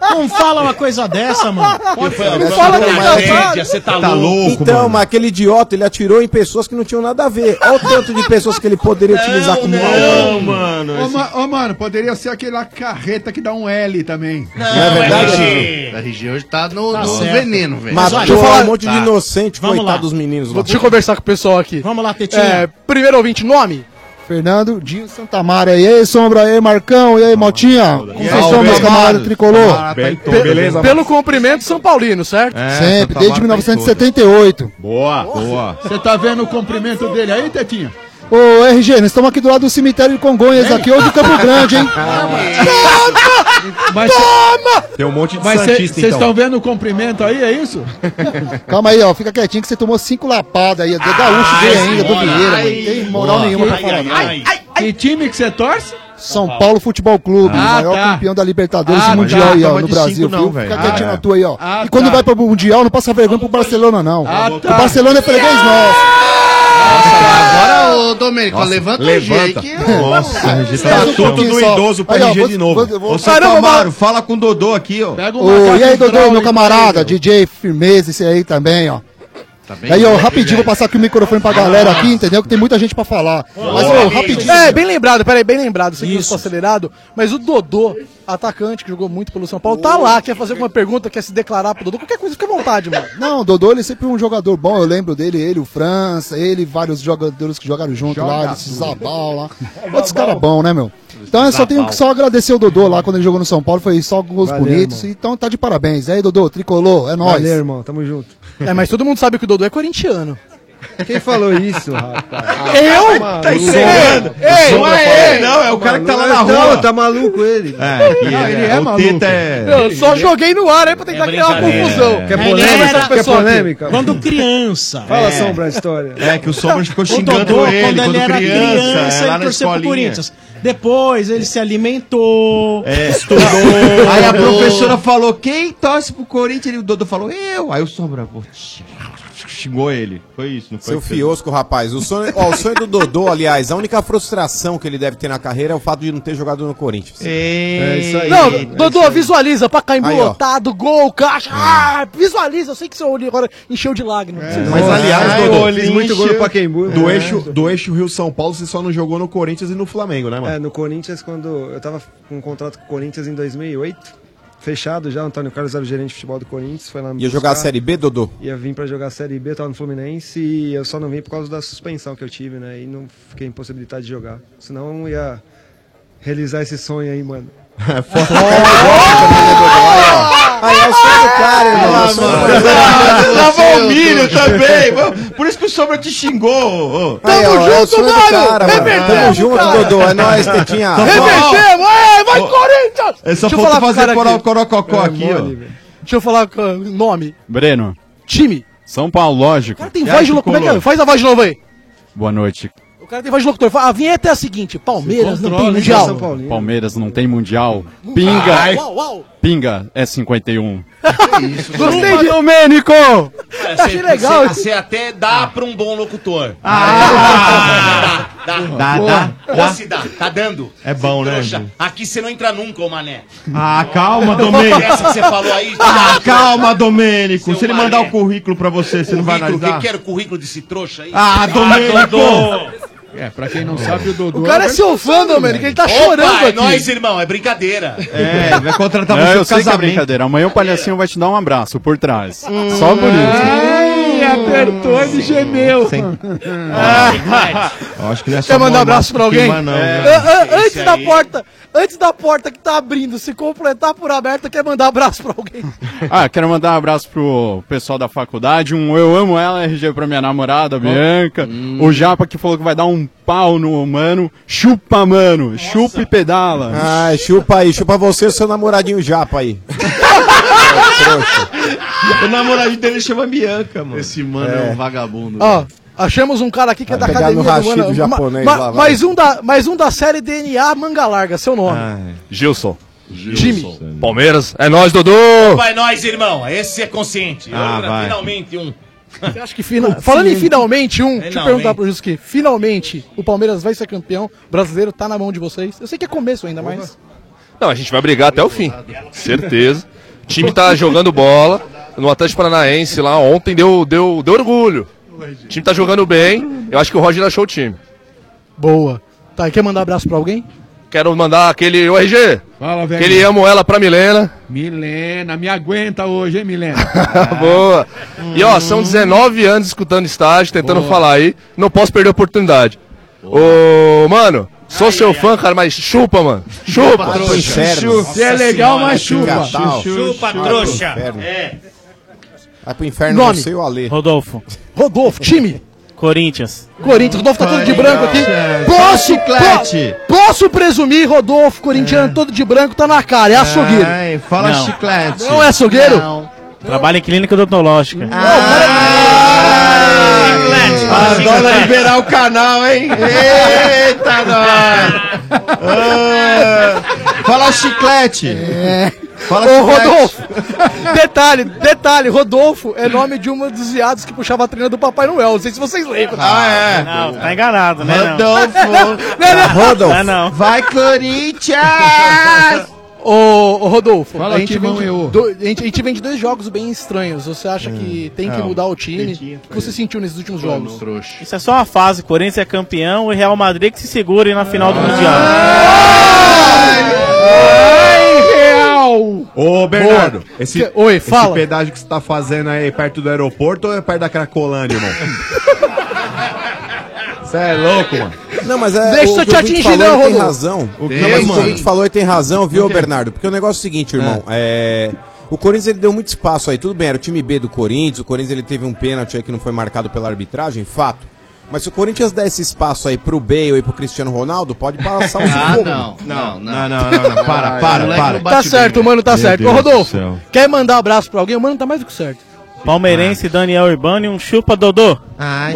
Não fala uma coisa dessa, mano. Pode Não falar. fala que não, Comédia, tá? você tá Tá louco, Então, mano. mas aquele idiota, ele atirou em pessoas que não tinham nada a ver. Olha o tanto de pessoas que ele poderia utilizar como Não, mano. Ô, ma- ô, mano, poderia ser aquela carreta que dá um L também. Não é verdade? A RG hoje tá no, Tá no certo. veneno, velho. Matou Deixa eu falar- um monte de Tá. inocente, Vamos coitado lá. dos meninos lá. Deixa eu conversar com o pessoal aqui. Vamos lá, Tetinha. primeiro ouvinte, nome? Fernando Dinho Santamara. E aí, Sombra? E aí, Marcão? E aí, Motinha? Como vocês estão, meus camaradas tricolor? Ah, Pe- Tá, então, Beleza, É, tá Pelo cumprimento, São Paulino, certo? É, Sempre, desde 1978. Boa, boa. Você tá vendo o comprimento dele aí, Tetinha? Ô, RG, nós estamos aqui do lado do cemitério de Congonhas, aqui ou de Campo Tá Grande, hein? Toma! Toma! Tem um monte de Mas cê- Santista, cês então. tão vendo o comprimento aí, é isso? [laughs] Calma aí, ó, fica quietinho que você tomou cinco lapadas aí. É gaúcho dele ainda, do Vieira, mano. Não tem moral nenhuma pra falar. não. Que time que você torce? São Paulo Futebol Clube, o Ah, maior tá. campeão da Libertadores Ah, e Mundial tá. aí, ó, Toma no de Brasil. cinco não, viu? velho. Fica quietinho Ah, na tua aí, ó. ah, e quando tá. Ah, vai pro Mundial, não passa vergonha pro Barcelona, não. O Barcelona é freguês nosso. Agora, ô, Domênico, Nossa, levanta, levanta. o RG aí que... Nossa, RG tá Espera um tudo pouquinho do só. idoso pro Aí, ó, RG vou- de novo. vou- vou- Ô, Caramba, Santamaro, fala com o Dodô aqui, ó. Pega Ô, e aí, Dodô, meu camarada, DJ Firmeza, esse aí também, ó. bem, aí, ó, tá bem, né? rapidinho, vou passar aqui o microfone pra galera Ah. aqui, entendeu? Que tem muita gente pra falar. Mas, ô, rapidinho. É, bem lembrado, peraí, bem lembrado. Sei que eu sou acelerado, mas o Dodô, atacante que jogou muito pelo São Paulo, tá lá, quer fazer alguma pergunta, quer se declarar pro Dodô, qualquer coisa, fica à vontade, mano. Não, o Dodô, ele é sempre um jogador bom, eu lembro dele, ele, o França, ele, vários jogadores que jogaram junto lá, esse Zabal lá. Outros caras bons, né, meu? Então eu só tenho que só agradecer o Dodô lá quando ele jogou no São Paulo, foi só gols Valeu, bonitos, então tá de parabéns. E aí, Dodô, tricolor, é nóis. Valeu, irmão, tamo junto. É, mas todo mundo sabe que o Dodô é corintiano. Quem falou isso, rapaz? [laughs] Eu? Tá encerrando. Ei, Ei, não é ele! Não, é o cara que tá lá na rua. tá maluco ele. É, que Não, ele é, é o maluco. Teta é... Eu só joguei no ar aí pra tentar criar uma brincadeira. confusão. É. Quer polêmica? Ele É era- Quer pessoal aqui. polêmica? Quando criança. Fala, Sombra, a história. É, que o Sombra ficou O xingando Dodô, ele quando ele quando era criança, criança, é, lá ele na torceu pro escolinha. Corinthians. Depois ele se alimentou. É, estudou. Aí a professora falou: quem torce pro Corinthians? Ele- O Dodô falou: eu. Aí o Sombra pô, xingou ele. Foi isso, não foi? Seu fiosco, rapaz. O sonho, ó, o sonho do Dodô, aliás, a única frustração que ele deve ter na carreira é o fato de não ter jogado no Corinthians. É isso Não, Dodô, visualiza, Pacaembu Aí, ó. lotado, gol, É. caixa. Ah, visualiza, eu sei que seu olho agora encheu de lágrimas. Mas aliás, Ai, Dodô, olho, fiz encheu. Do, né? É. eixo, do eixo Rio-São Paulo, você só não jogou no Corinthians e no Flamengo, né, mano? É, no Corinthians, quando eu tava com um contrato com o Corinthians em 2008, fechado já, o Antônio Carlos era o gerente de futebol do Corinthians, foi lá me Ia jogar a buscar. Série B, Dodô? Ia vir pra jogar a Série B, eu tava no Fluminense e eu só não vim por causa da suspensão que eu tive, né? E não fiquei impossibilitado de jogar. Senão eu não ia realizar esse sonho [laughs] aí, mano. É Aí é o sonho do cara, irmão. Ah, É o sonho do mano. cara. é Lavou o milho também. mano. Por isso que o Sombra te xingou. ô. Aí, ó, é o sonho do cara, mano. Tamo Revertemos, junto, cara. Dodô. É nóis, Tetinha. Tá bom. é, vai Corinthians! É só Deixa eu falta falar pro fazer cara coral, aqui. corococó É, aqui, mole, ó. velho. Deixa eu falar com o nome. Breno. Time. São Paulo, lógico. Tem voz de louco, como é que é? Faz a voz de novo aí. Boa noite. O cara tem voz de locutor. Fala, A vinheta é a seguinte: Palmeiras não tem mundial. Palmeiras não tem mundial. Pinga. é Ai. Uau, uau. Pinga é 51. Gostei de. Domênico! Achei legal. Você, você até dá pra um bom locutor. Ah. dá, Dá, Boa. dá, Ou dá. se dá, tá dando. É bom, né, Trouxa. Ju? Aqui você não entra nunca, ô mané. Ah, calma, Domênico. Essa que você falou aí. tá. Ah, calma, Domênico. Seu Se ele maré. mandar o currículo pra você, você não vai Currículo, analisar? quem quer o currículo desse trouxa aí? Ah, Domênico. É, pra quem não sabe, o Dodô. O cara é seu fã, Domênico, ele tá chorando é aqui. nóis, irmão, é brincadeira. [laughs] É, vai contratar você você eu pro sei que é casamento. brincadeira. Amanhã o palhacinho vai te dar um abraço por trás. Hum. Só bonito. Ai, apertou e gemeu. Ah, Acho que ele é Quer mandar um abraço pra alguém? É. An- an- antes Esse da aí. porta, antes da porta que tá abrindo, se completar por aberta, quer mandar abraço pra alguém. Ah, quero mandar um abraço pro pessoal da faculdade. Um eu amo ela, RG, pra minha namorada, Bianca. Hum. O Japa que falou que vai dar um pau no humano. Chupa, mano. Chupa e pedala. Ai, chupa aí. Chupa você e seu namoradinho japa aí. O namoradinho dele chama Bianca, mano. Esse mano é um vagabundo. Ó, Achamos um cara aqui que é da pegar no academia do Rashid Mano- japonês ma- lá, vai. mais, um da, mais um da série DNA Manga Larga, seu nome. Gilson. Jimmy. Palmeiras. É nóis, Dodô! Vai nós, irmão. Esse é consciente. Ah, Ora, vai. finalmente um. Você acha que fina- Falando em finalmente um, deixa eu Finalmente. perguntar pro Jusque. Finalmente, o Palmeiras vai ser campeão. O brasileiro tá na mão de vocês. Eu sei que é começo ainda, mas. Não, a gente vai brigar até o fim. Certeza. O time tá jogando bola. No Atlético Paranaense lá ontem deu, deu, deu orgulho. O time tá jogando bem. Eu acho que o Roger achou o time. Boa. Tá, e quer mandar abraço pra alguém? Quero mandar aquele. Ô RG! Fala, velho. Aquele amo ela pra Milena. [laughs] Milena, me aguenta hoje, hein, Milena? Boa. E ó, são 19 anos escutando estágio, tentando falar aí. Não posso perder a oportunidade. Ô, mano, sou seu fã, cara, mas chupa, mano. Chupa. Se é legal, mas chupa. Chupa, trouxa. É. Vai pro inferno Nome. você e o Alê. Rodolfo. Rodolfo, time. Corinthians. Corinthians, Rodolfo tá todo de branco aqui. Posso, Chiclete. po- posso presumir, Rodolfo, corintiano todo de branco, tá na cara, é açougueiro. Ai, fala Não. chiclete. Não é açougueiro? Não. Trabalha em clínica odontológica. Ah, Adora liberar o canal, hein? Eita, nós! Ah, Fala chiclete! Fala É. Ô, Rodolfo! [laughs] detalhe, detalhe, Rodolfo é nome de um dos viados que puxava a treina do Papai Noel. Não sei se vocês lembram. Ah, é. Não, tá enganado, né? [laughs] não? Rodolfo. Não, não. Vai, Corinthians! [laughs] Ô, ô, Rodolfo, Fala, a, gente timão, vende eu. do- a, gente, a gente vende dois jogos bem estranhos. Você acha que tem que Hum, Não. mudar o time? Entendi, O que você sentiu nesses últimos jogos? Isso é só uma fase. Corinthians é campeão e Real Madrid que se segure na final do Mundial. Real! Ô, Bernardo, Boa. esse, Que- oi, esse fala. pedágio que você tá fazendo aí perto do aeroporto ou é perto da Cracolândia, irmão? Você é louco, mano. Não, mas é. Deixa o eu que te o ouvinte atingir, falou, não, ele tem Rodolfo. razão. O não, quê, mas o que mano? a gente falou, ele tem razão, viu, Por quê? Bernardo? Porque o negócio é o seguinte, irmão. É. O Corinthians ele deu muito espaço aí, tudo bem, era o time B do Corinthians, o Corinthians ele teve um pênalti aí que não foi marcado pela arbitragem, fato. Mas se o Corinthians der esse espaço aí pro Bale e pro Cristiano Ronaldo, pode [laughs] passar um Ah, sufoco. não, Não, não, não. não, não, não, para, para, para. Tá certo, mano, tá Meu certo. Deus Ô, do Rodolfo, céu. quer mandar abraço pra alguém? O mano tá mais do que certo. Palmeirense, Daniel Urbano e um chupa Dodô. Ai,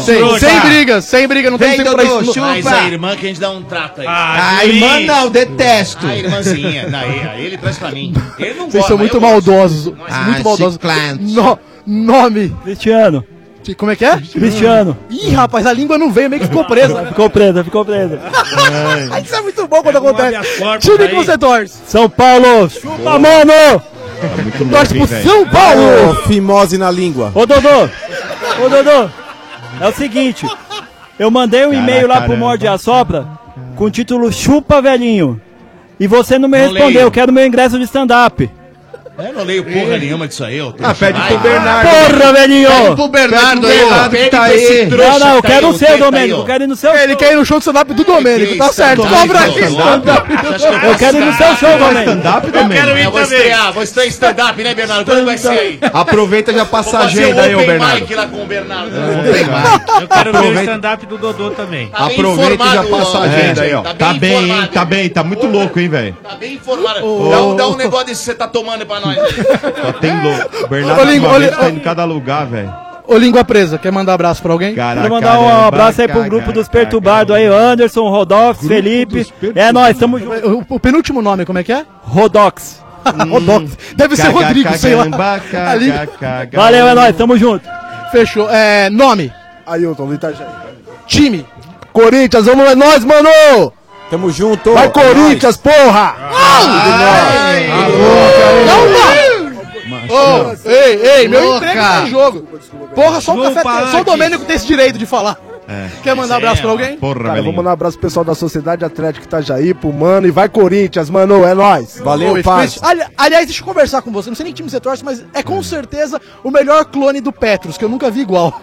Sem, sem briga, sem briga, não tem Vem, tempo pra Dodô, isso. chupa. Mas a irmã que a gente dá um trato aí. Ah, a irmã não, detesto. A irmãzinha. Não, aí, aí ele traz pra mim. Ele não Vocês gosta, são mas muito eu maldosos. Ah, muito maldosos. chiclete. No- nome. Cristiano. Como é que é? Cristiano. Ih, rapaz, a língua não veio, meio que ficou presa. [laughs] Ficou presa, ficou presa. Ai, [laughs] Isso é muito bom quando acontece. portas Time que aí. você torce. São Paulo. Chupa, mano! Tá Torce pro São Paulo! Fimose na língua. Ô Dodô! Ô Dodô! É o seguinte, eu mandei um e-mail lá pro Morde e a Sopra com o título Chupa Velhinho. E você não me Não respondeu, leio. eu quero meu ingresso de stand-up. Eu não leio porra nenhuma disso aí, ô. Ah, pede Ai, pro Bernardo. ah, Porra, velhinho. Pede pro Bernardo aí, ó. Pede pra esse Não, trouxa não, eu que tá aí, quero o seu, que tá aí, Domênico. ó. Eu quero ir no seu tá Ele quer ir no show de stand-up do Domênico, tá certo. Cobra aqui. Eu quero ir no seu show, Domênico. Eu quero ir também. Vou estrear, vou estrear em stand-up, né, Bernardo? Quando vai ser aí? Aproveita e já passa a Vou fazer agenda aí, ô open Bernardo. mic lá com o Bernardo. Eu quero ver o Aproveita. stand-up do Dodô também. Tá bem Aproveita e já informado, passa a agenda aí, ó. Tá Tá bem, hein? informado, Tá bem, tá muito louco, hein, velho? Tá bem informado. Dá, um, dá um negócio desse que você tá tomando aí pra nós. Só tem louco. O Bernardo Ô, uma Lingo, vez olha- tá em cada lugar, velho. Ô, língua presa, quer mandar abraço pra alguém? Quero mandar um é abraço aí pro grupo dos perturbados aí, Anderson, Rodox, Felipe. É nóis, tamo junto. O, o penúltimo nome, como é que é? [laughs] Rodox. Hum. Rodox. Deve ser Caga, Rodrigo, sei lá. cagamba, [laughs] caga, A língua- caga. Valeu, é nóis, tamo junto. Fechou. É, nome, Ailton, do Itajaí. time. Corinthians, vamos, é nóis, mano! Tamo junto! Vai, Corinthians, porra! Ô, ei, ei, meu Louca. emprego tá em jogo. Porra, só o, Chupa café, só o antes. Domênico tem esse direito de falar. Quer mandar um abraço pra alguém? Cara, vamos mandar um abraço pro pessoal da Sociedade Atlética Itajaí, pro Mano, e vai Corinthians, mano, é nóis. Boa, Felipe. um Ali- aliás, deixa eu conversar com você. Não sei nem que time você torce, mas é com certeza o melhor clone do Petros, que eu nunca vi igual.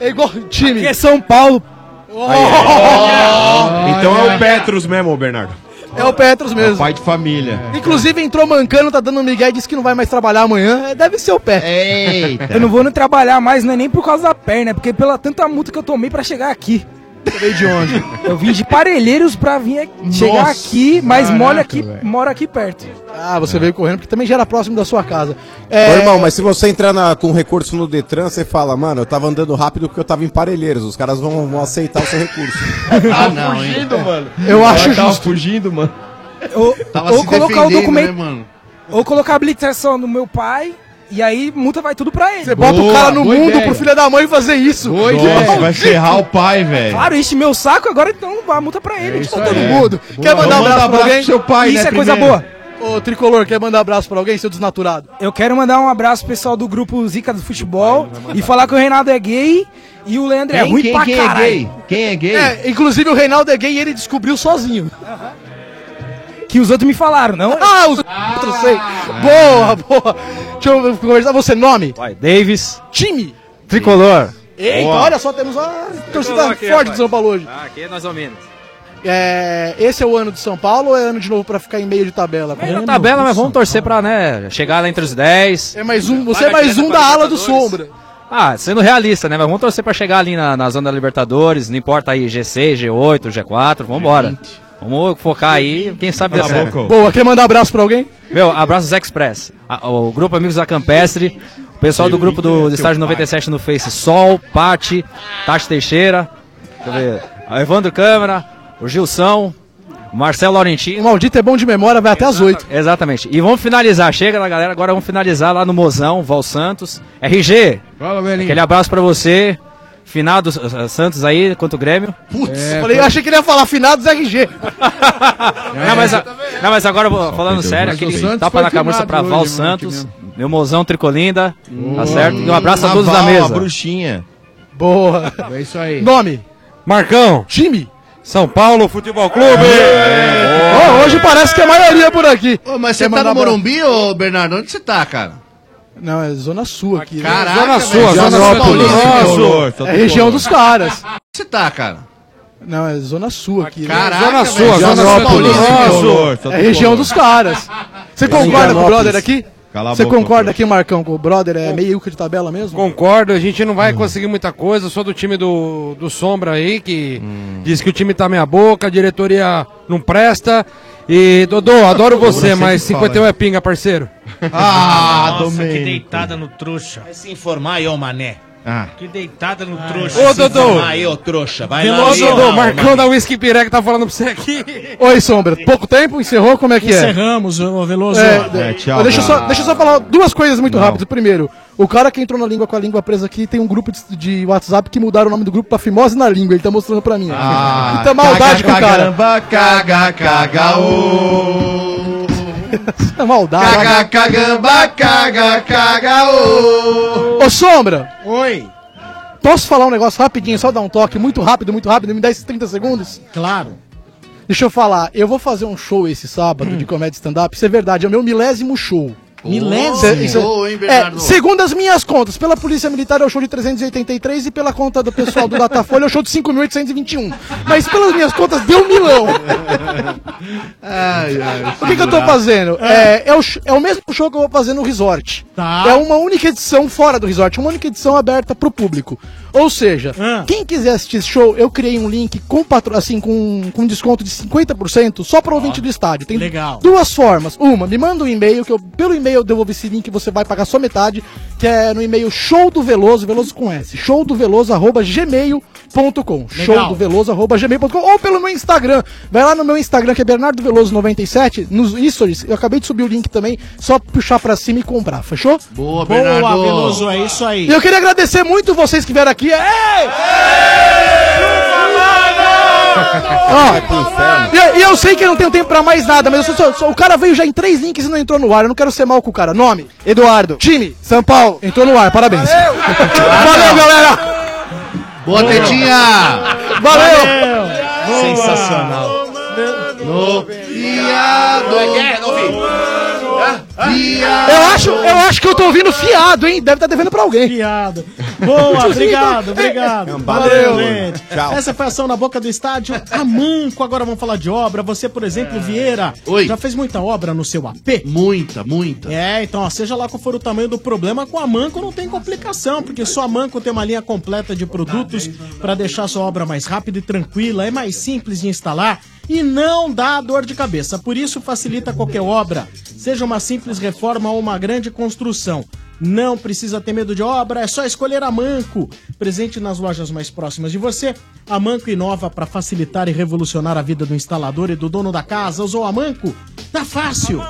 É igual time. Oh! é São Paulo. [laughs] Então é o Petros mesmo, ô Bernardo. É o Petros mesmo. É. pai de família. Inclusive entrou mancando, tá dando um migué e disse que não vai mais trabalhar amanhã. É, Deve ser o pé. né, Eu não vou não trabalhar mais, não é nem por causa da perna, é porque pela tanta multa que eu tomei pra chegar aqui. Você veio de onde? Eu vim de Parelheiros pra vir aqui, chegar aqui, mas Caraca, mora aqui, velho. mora aqui perto. Ah, você veio correndo porque também já era próximo da sua casa. É. É, Ô, irmão, mas se você entrar na- com recurso no Detran, você fala, mano, eu tava andando rápido porque eu tava em Parelheiros. Os caras vão, vão aceitar o seu recurso. Ah, não, fugindo, mano. Eu acho tava justo. fugindo, mano. Ou, Tava ou se colocar o defendendo, documento. né, mano? Ou colocar a habilitação do meu pai. E aí, multa vai tudo pra ele. Você bota o Boa, cara no boa mundo ideia. pro filho da mãe fazer isso. Oi, Nossa, É, vai ferrar o pai, velho. Ah, é? Claro, enche meu saco, agora então a multa pra ele. isso Tipo, aí. todo É. mundo. Quer mandar um abraço, pra alguém? Isso é coisa boa. Ô, Tricolor, quer mandar um abraço pra alguém, seu desnaturado? Eu quero mandar um abraço pro pessoal do grupo Zica do Futebol e falar que o Reinaldo é gay e o Leandro é Quem- ruim quem- pra quem é caralho. gay? Quem é gay? É, inclusive o Reinaldo é gay e ele descobriu sozinho. Que os outros me falaram, não? ah, os outros sei. Boa, boa. Deixa eu conversar. Você, nome? Davis. Time. Tricolor. Eita, Boa. olha só, temos a torcida Tricolor aqui, forte do rapaz. São Paulo hoje. Ah, aqui é mais ou menos. É, esse é o ano de São Paulo ou é ano de novo pra ficar em meio de tabela? Meio Tabela, mas vamos torcer pra, né, chegar lá entre os 10. É mais um, você Vaga é mais direta um pra da ala do Sombra. Ah, sendo realista, né, mas vamos torcer pra chegar ali na, na zona da Libertadores, não importa aí G6, G8, G4, vambora. Vamos focar aí, quem sabe dá certo. Boa, quer mandar um abraço pra alguém? Meu, abraços Express. A- o grupo Amigos da Campestre. O pessoal do grupo do, do Estádio 97 no Face. Sol, Pati, Tati Teixeira. Deixa eu ver. a Evandro Câmara, o Gilson, o Marcelo Laurentino. O maldito é bom de memória, vai até às 8. Exatamente. E vamos finalizar. Chega na galera, agora vamos finalizar lá no Mozão, Val Santos. RG, Fala, velhinho. aquele abraço pra você. Finado eh, Santos aí, quanto o Grêmio. Putz, falei, eu achei que ele ia falar finados RG. Não, mas, a- não, mas agora, eu vou- falando perdeu, sério, mas o aquele Santos tapa É. foi na camurça pra filmado Val hoje, mano, Santos, meu mozão tricolinda, tá certo? E um abraço a Hum, todos da Val, mesa. A bruxinha. Boa. É isso aí. Nome? Marcão. Time? São Paulo Futebol Clube. Ó, hoje parece que é a maioria por aqui. Ô, mas Quer você tá mandar no abraço? Morumbi, ô Bernardo? Onde você tá, cara? Não, é zona sul aqui. né? Caraca, Zona sul, velho. zona Zona sul é paulista, Paulista. tricolor, tá É região tricolor. dos caras. Você tá, cara? Não, é zona sul aqui. né? Caraca, Zona sul, velho. zona Zona é sul é paulista, Paulista. tricolor, tá É região tricolor. dos caras. Você É concorda com o Indianópolis. brother aqui? Cala a Você boca, concorda aqui, Marcão, com o brother? É meio que de tabela mesmo? Concordo, a gente não vai conseguir muita coisa. Eu sou do time do, do Sombra aí, que diz que o time tá meia boca, a diretoria não presta. E, Dodô, adoro você, sempre mas fala, 51 é pinga, parceiro. Ah, Nossa, que deitada no trouxa. Vai se informar aí, ô mané. Que deitada no trouxa. Ô, Dodô! Aí, ô trouxa, vai Ô, lá. ali, ó, Dodô, ô, Marcão da Whisky Pireca tá falando pra você aqui. [laughs] Oi, Sombra. Pouco tempo? Encerrou? Como é que é? Encerramos, ô Veloso. É, tchau. Deixa eu, Ah. só, deixa eu só falar duas coisas muito rápido. Primeiro, o cara que entrou na língua com a língua presa aqui tem um grupo de, de WhatsApp que mudaram o nome do grupo pra Fimose na Língua. Ele tá mostrando pra mim. [laughs] Ah, Puta maldade com o cara. Caramba, caga, caga, ô. Puta É maldade. Caga, cagamba, caga, caga, ô. Ô, Sombra, Oi. posso falar um negócio rapidinho? Só dar um toque muito rápido, muito rápido. Me dá esses 30 segundos? Claro. Deixa eu falar. Eu vou fazer um show esse sábado de comédia stand-up. Isso é verdade. É o meu milésimo show. Milésimo? Isso é- isso é- Boa, hein, é, Bernardo? segundo as minhas contas, pela Polícia Militar é o show de 383 e pela conta do pessoal do Datafolha é o show de 5.821. Mas pelas minhas contas, deu um milão. O que, que eu tô fazendo? É, é, o, sh- é o mesmo show que eu vou fazer no resort. É uma única edição fora do resort, uma única edição aberta pro público. Ou seja, quem quiser assistir esse show, eu criei um link com, patro, assim, com, com desconto de 50% só pro ouvinte do estádio. Tem Legal. duas formas. Uma, me manda um e-mail, que eu, pelo e-mail eu devolvo esse link, você vai pagar só metade, que é no e-mail show do Veloso, Veloso com S, show do Veloso, arroba gmail.com. Show do Veloso, arroba gmail.com, ou pelo meu Instagram. Vai lá no meu Instagram, que é Bernardo Veloso 97, nos stories, eu acabei de subir o link também, só puxar pra cima e comprar, fechou? Boa, Boa, Veloso, é isso aí. E eu queria agradecer muito vocês que vieram aqui. Ei! Ó, e, e eu sei que eu não tenho tempo pra mais nada, mas eu sou, sou- o cara veio já em três links e não entrou no ar. Eu não quero ser mal com o cara. Nome: Eduardo. Time: São Paulo. Entrou no ar, parabéns. Valeu, galera. Boa, Tetinha! Valeu! Sensacional. No piado. Não é, não vi. Eu acho, eu acho que eu tô ouvindo fiado, hein? Deve estar devendo pra alguém. Fiado. Boa, obrigado, obrigado. Valeu, gente. Essa foi a ação na boca do estádio. Amanco, agora vamos falar de obra. Você, por exemplo, Vieira, já fez muita obra no seu AP? Muita, muita. É, então, ó, seja lá qual for o tamanho do problema, com a Manco não tem complicação, porque só a Manco tem uma linha completa de produtos para deixar sua obra mais rápida e tranquila, é mais simples de instalar e não dá dor de cabeça. Por isso facilita qualquer obra, seja uma simples reforma ou uma grande construção. Não precisa ter medo de obra, é só escolher a Manco. Presente nas lojas mais próximas de você, a Manco inova para facilitar e revolucionar a vida do instalador e do dono da casa. Usou a Manco? Tá fácil!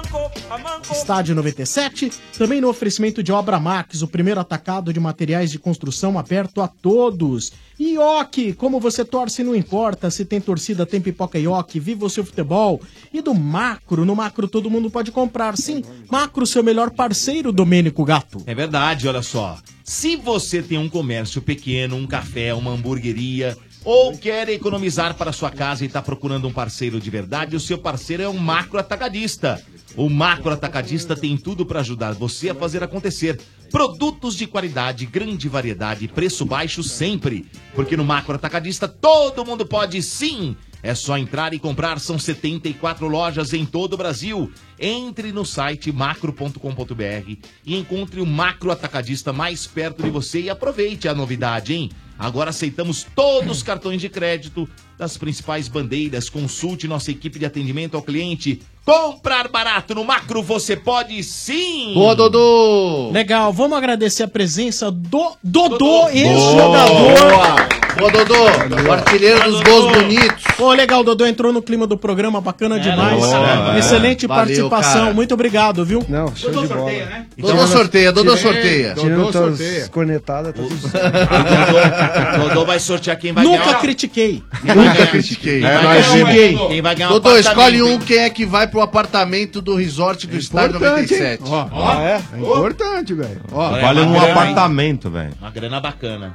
Estádio 97, também no oferecimento de Obra Max, o primeiro atacado de materiais de construção aberto a todos. Ioki, como você torce, não importa. Se tem torcida, tem pipoca Ioki. Viva o seu futebol. E do Macro, no Macro todo mundo pode comprar. Sim, Macro, seu melhor parceiro, Domênico Gato. É verdade, olha só. Se você tem um comércio pequeno, um café, uma hamburgueria ou quer economizar para sua casa e está procurando um parceiro de verdade, o seu parceiro é um macro atacadista. O macro atacadista tem tudo para ajudar você a fazer acontecer. Produtos de qualidade, grande variedade, preço baixo sempre. Porque no macro atacadista todo mundo pode sim. É só entrar e comprar, são 74 lojas em todo o Brasil. Entre no site macro.com.br e encontre o macro atacadista mais perto de você e aproveite a novidade, hein? Agora aceitamos todos os cartões de crédito das principais bandeiras. Consulte nossa equipe de atendimento ao cliente. Comprar barato no macro você pode sim! Boa, Dodô! Legal, vamos agradecer a presença do Dodô, Boa! ex-jogador. Ô, Dodô, o artilheiro dos gols bonitos. Ô, legal, Dodô entrou no clima do programa, bacana demais. boa, é. Excelente Valeu, participação, cara. muito obrigado, viu? Não, show de bola. Então, Então, Dodô sorteia, Dodô sorteia. Tirando Dodô tuas sorteia. cornetadas, tá [laughs] tudo certo. O Dodô vai sortear quem vai Nunca ganhar. critiquei. Nunca critiquei. Quem vai ganhar um- Quem vai ganhar um É Dodô, escolhe apartamento, um quem é que vai pro apartamento do resort do estádio importante, hein? 97. Ó, ó, é? importante, velho. Ó, Olha, Olha uma num grana, hein? um apartamento, velho. Uma grana bacana.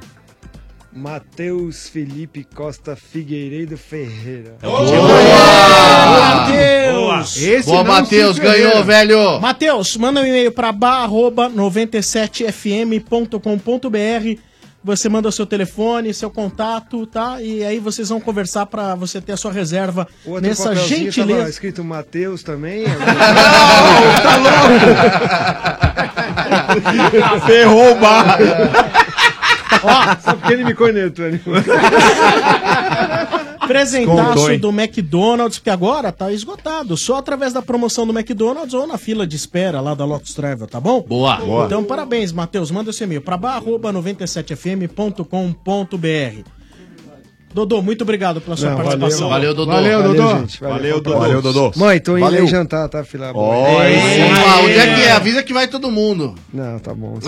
Matheus Felipe Costa Figueiredo Ferreira. Matheus! Boa, Matheus, ganhou, velho! Matheus, manda um e-mail para bar@97fm.com.br. Você manda seu telefone, seu contato, tá? E aí vocês vão conversar para você ter a sua reserva Outro nessa papelzinho tá Tava gentileza. escrito Matheus também. É tá [laughs] louco! Ferrou o bar. Ó, só porque ele me cornetou. Né? Presentaço Contou, hein? do McDonald's, que agora tá esgotado. Só através da promoção do McDonald's ou na fila de espera lá da Lotus Travel, tá bom? Boa. Boa. Então, parabéns, Matheus. Manda seu e-mail para barra97fm.com.br. Dodô, muito obrigado pela sua Não, valeu. participação. Valeu, Dodô. Valeu, Dodô. Valeu, Dodô. Valeu, Dodô. Mãe, tô indo aí jantar, tá, filha? Oi, Ah, onde é que é? Avisa que vai todo mundo. Não, tá bom. [laughs]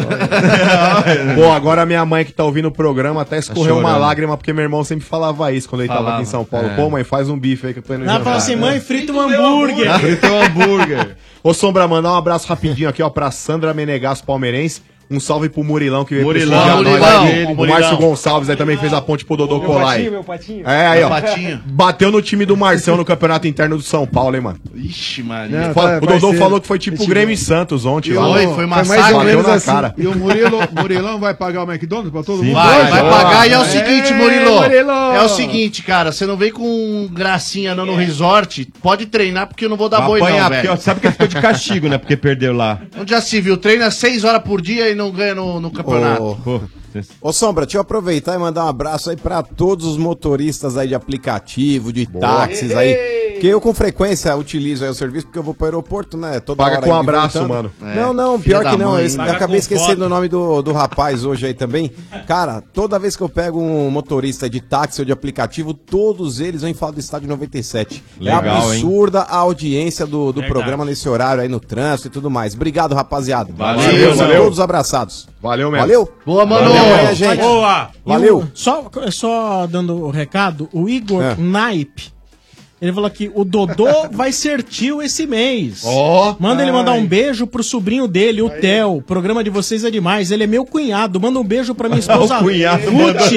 Pô, agora minha mãe que tá ouvindo o programa até escorreu uma chorando. lágrima, porque meu irmão sempre falava isso quando ele tava Falava. aqui em São Paulo. É. Pô, mãe, faz um bife aí que eu tô indo Ela fala jantar. assim, É. mãe, frita um hambúrguer. Frita um hambúrguer. Ô, Sombra, mandar um abraço rapidinho aqui, ó, pra Sandra Menegas Palmeirense. Um salve pro Murilão que veio Murilão, prestigiar nós Murilão, aí. O Murilão. Márcio Gonçalves aí também fez a ponte pro Dodô colar aí. patinho. É, aí, ó. Patinho. Bateu no time do Marcão no campeonato interno do São Paulo, hein, mano. Ixi, Ele Maria. tá, fala- o Dodô falou que foi tipo o Grêmio e Santos ontem. lá. Foi, foi Bateu na cara. assim. E o Murilo, Murilão vai pagar o McDonald's pra todo mundo? Vai, hoje? vai pagar. E é o seguinte, Murilo. Murilo! É o seguinte, cara. Você não vem com gracinha não, no resort. Pode treinar porque eu não vou Tá dar boi, então, Apanhar, não, porque, ó, velho. sabe que ele ficou [laughs] de castigo, né? Porque perdeu lá. Onde já se viu? Treina seis horas por dia e não ganha no, no campeonato. Pô, vocês- Ô Sombra, deixa eu aproveitar e mandar um abraço aí pra todos os motoristas aí de aplicativo, de táxis aí. Porque eu com frequência utilizo aí o serviço, porque eu vou pro aeroporto, né? Toda Paga hora com aí um abraço, mano. voltando. Não, É, não, filha pior da que não. mãe. esse- Paga eu acabei com esquecendo foto. o nome do, do rapaz hoje aí também. Cara, toda vez que eu pego um motorista de táxi ou de aplicativo, todos eles vêm falar do estádio 97. é Legal, hein? absurda a audiência do, do Verdade. programa nesse horário aí no trânsito e tudo mais. Obrigado, rapaziada. Valeu, são valeu. todos abraçados. Valeu mesmo. Valeu. Boa, mano. Valeu, gente. Boa. um, Valeu. Só, só dando o recado, o Igor É. Naip Ele falou aqui, o [laughs] Dodô vai ser tio esse mês. Ó. Manda ele mandar Ai. um beijo pro sobrinho dele, o Theo. O programa de vocês é demais. Ele é meu cunhado. Manda um beijo pra minha esposa. [laughs] O cunhado Ruth. mandou- [laughs] o É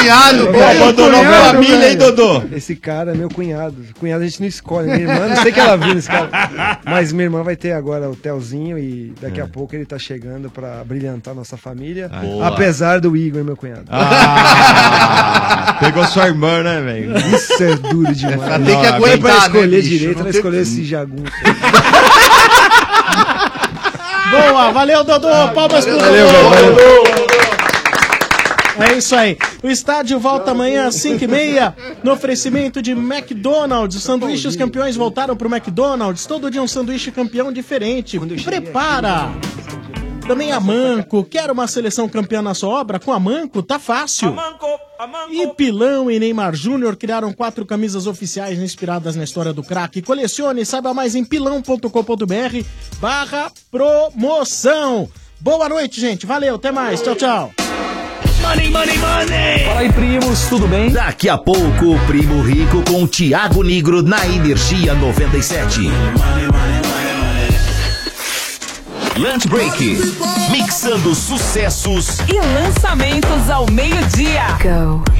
cunhado, Ô, pô, abandonou né? cunhado, a família, velho. hein, Dodô? Esse cara é meu cunhado. Cunhado a gente não escolhe. Minha irmã, não sei que ela viu nesse cara. Mas minha irmã vai ter agora o Telzinho e daqui a pouco ele tá chegando pra brilhantar nossa família. É. Ah, boa. Ah, Apesar do Igor, meu cunhado. Ah, Pegou sua irmã, né, velho? Isso é duro demais. Ela tem que [laughs] Não, aguentar, pra escolher né, bicho? direito, Não ela tem- escolheu esse jagunço. Boa, valeu, Dodô. Palmas pro Valeu, Dodô. velho, É isso aí. O estádio volta amanhã às 5h30 no oferecimento de McDonald's. Os sanduíches campeões voltaram pro McDonald's. Todo dia um sanduíche campeão diferente. Prepara! Também a Manco. Quer uma seleção campeã na sua obra? Com a Manco, tá fácil. E Pilão e Neymar Júnior criaram quatro camisas oficiais inspiradas na história do craque. Colecione, saiba mais em pilão.com.br barra promoção. Boa noite, gente. Valeu, até mais. Tchau, tchau. Money, money, money! Fala aí, primos, tudo bem? Daqui a pouco, o Primo Rico com Tiago Negro na Energia 97. Lunch Break. Mixando sucessos E lançamentos ao meio-dia.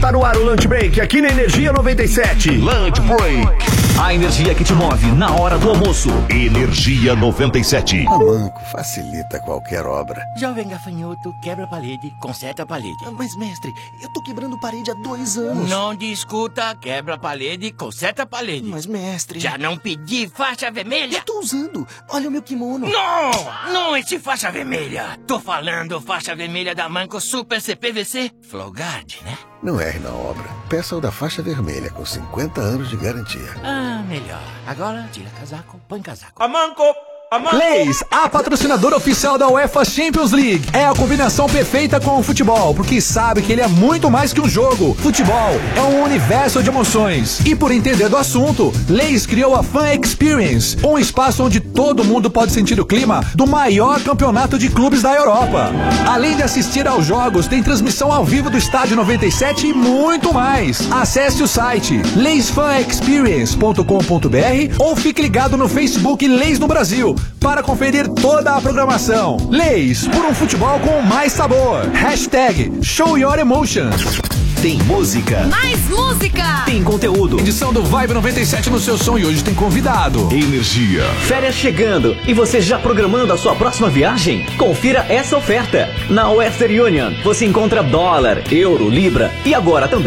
Tá no ar o Lunch Break aqui na Energia 97. Lunch Break. A energia que te move [laughs] na hora do almoço. Energia 97. A Manco facilita qualquer obra. Jovem gafanhoto, quebra a parede, conserta a parede. Mas, mestre, eu tô quebrando parede há dois anos. Não discuta, quebra a parede, conserta a parede. Mas, mestre. Já não pedi faixa vermelha? Eu tô usando. Olha o meu kimono. Não! Não esse faixa vermelha. Tô falando faixa vermelha da Manco Super CPVC Flogard, né? Não erre na obra. Peça o da faixa vermelha com 50 anos de garantia. Ah, melhor. Agora, tira casaco, põe casaco. A manco, a Leis, a patrocinadora oficial da UEFA Champions League. É a combinação perfeita com o futebol, porque sabe que ele é muito mais que um jogo. Futebol é um universo de emoções. E por entender do assunto, Leis criou a Fan Experience, um espaço onde todo mundo pode sentir o clima do maior campeonato de clubes da Europa. Além de assistir aos jogos, tem transmissão ao vivo do Estádio 97 e muito mais. Acesse o site leisfanexperience.com.br ou fique ligado no Facebook Leis no Brasil para conferir toda a programação. Leis por um futebol com mais sabor. Hashtag Show Your Emotions. Tem música. Mais música! Tem conteúdo. Edição do Vibe 97 no seu som e hoje tem convidado. Energia. Férias chegando e você já programando a sua próxima viagem? Confira essa oferta. Na Western Union você encontra dólar, euro, libra e agora também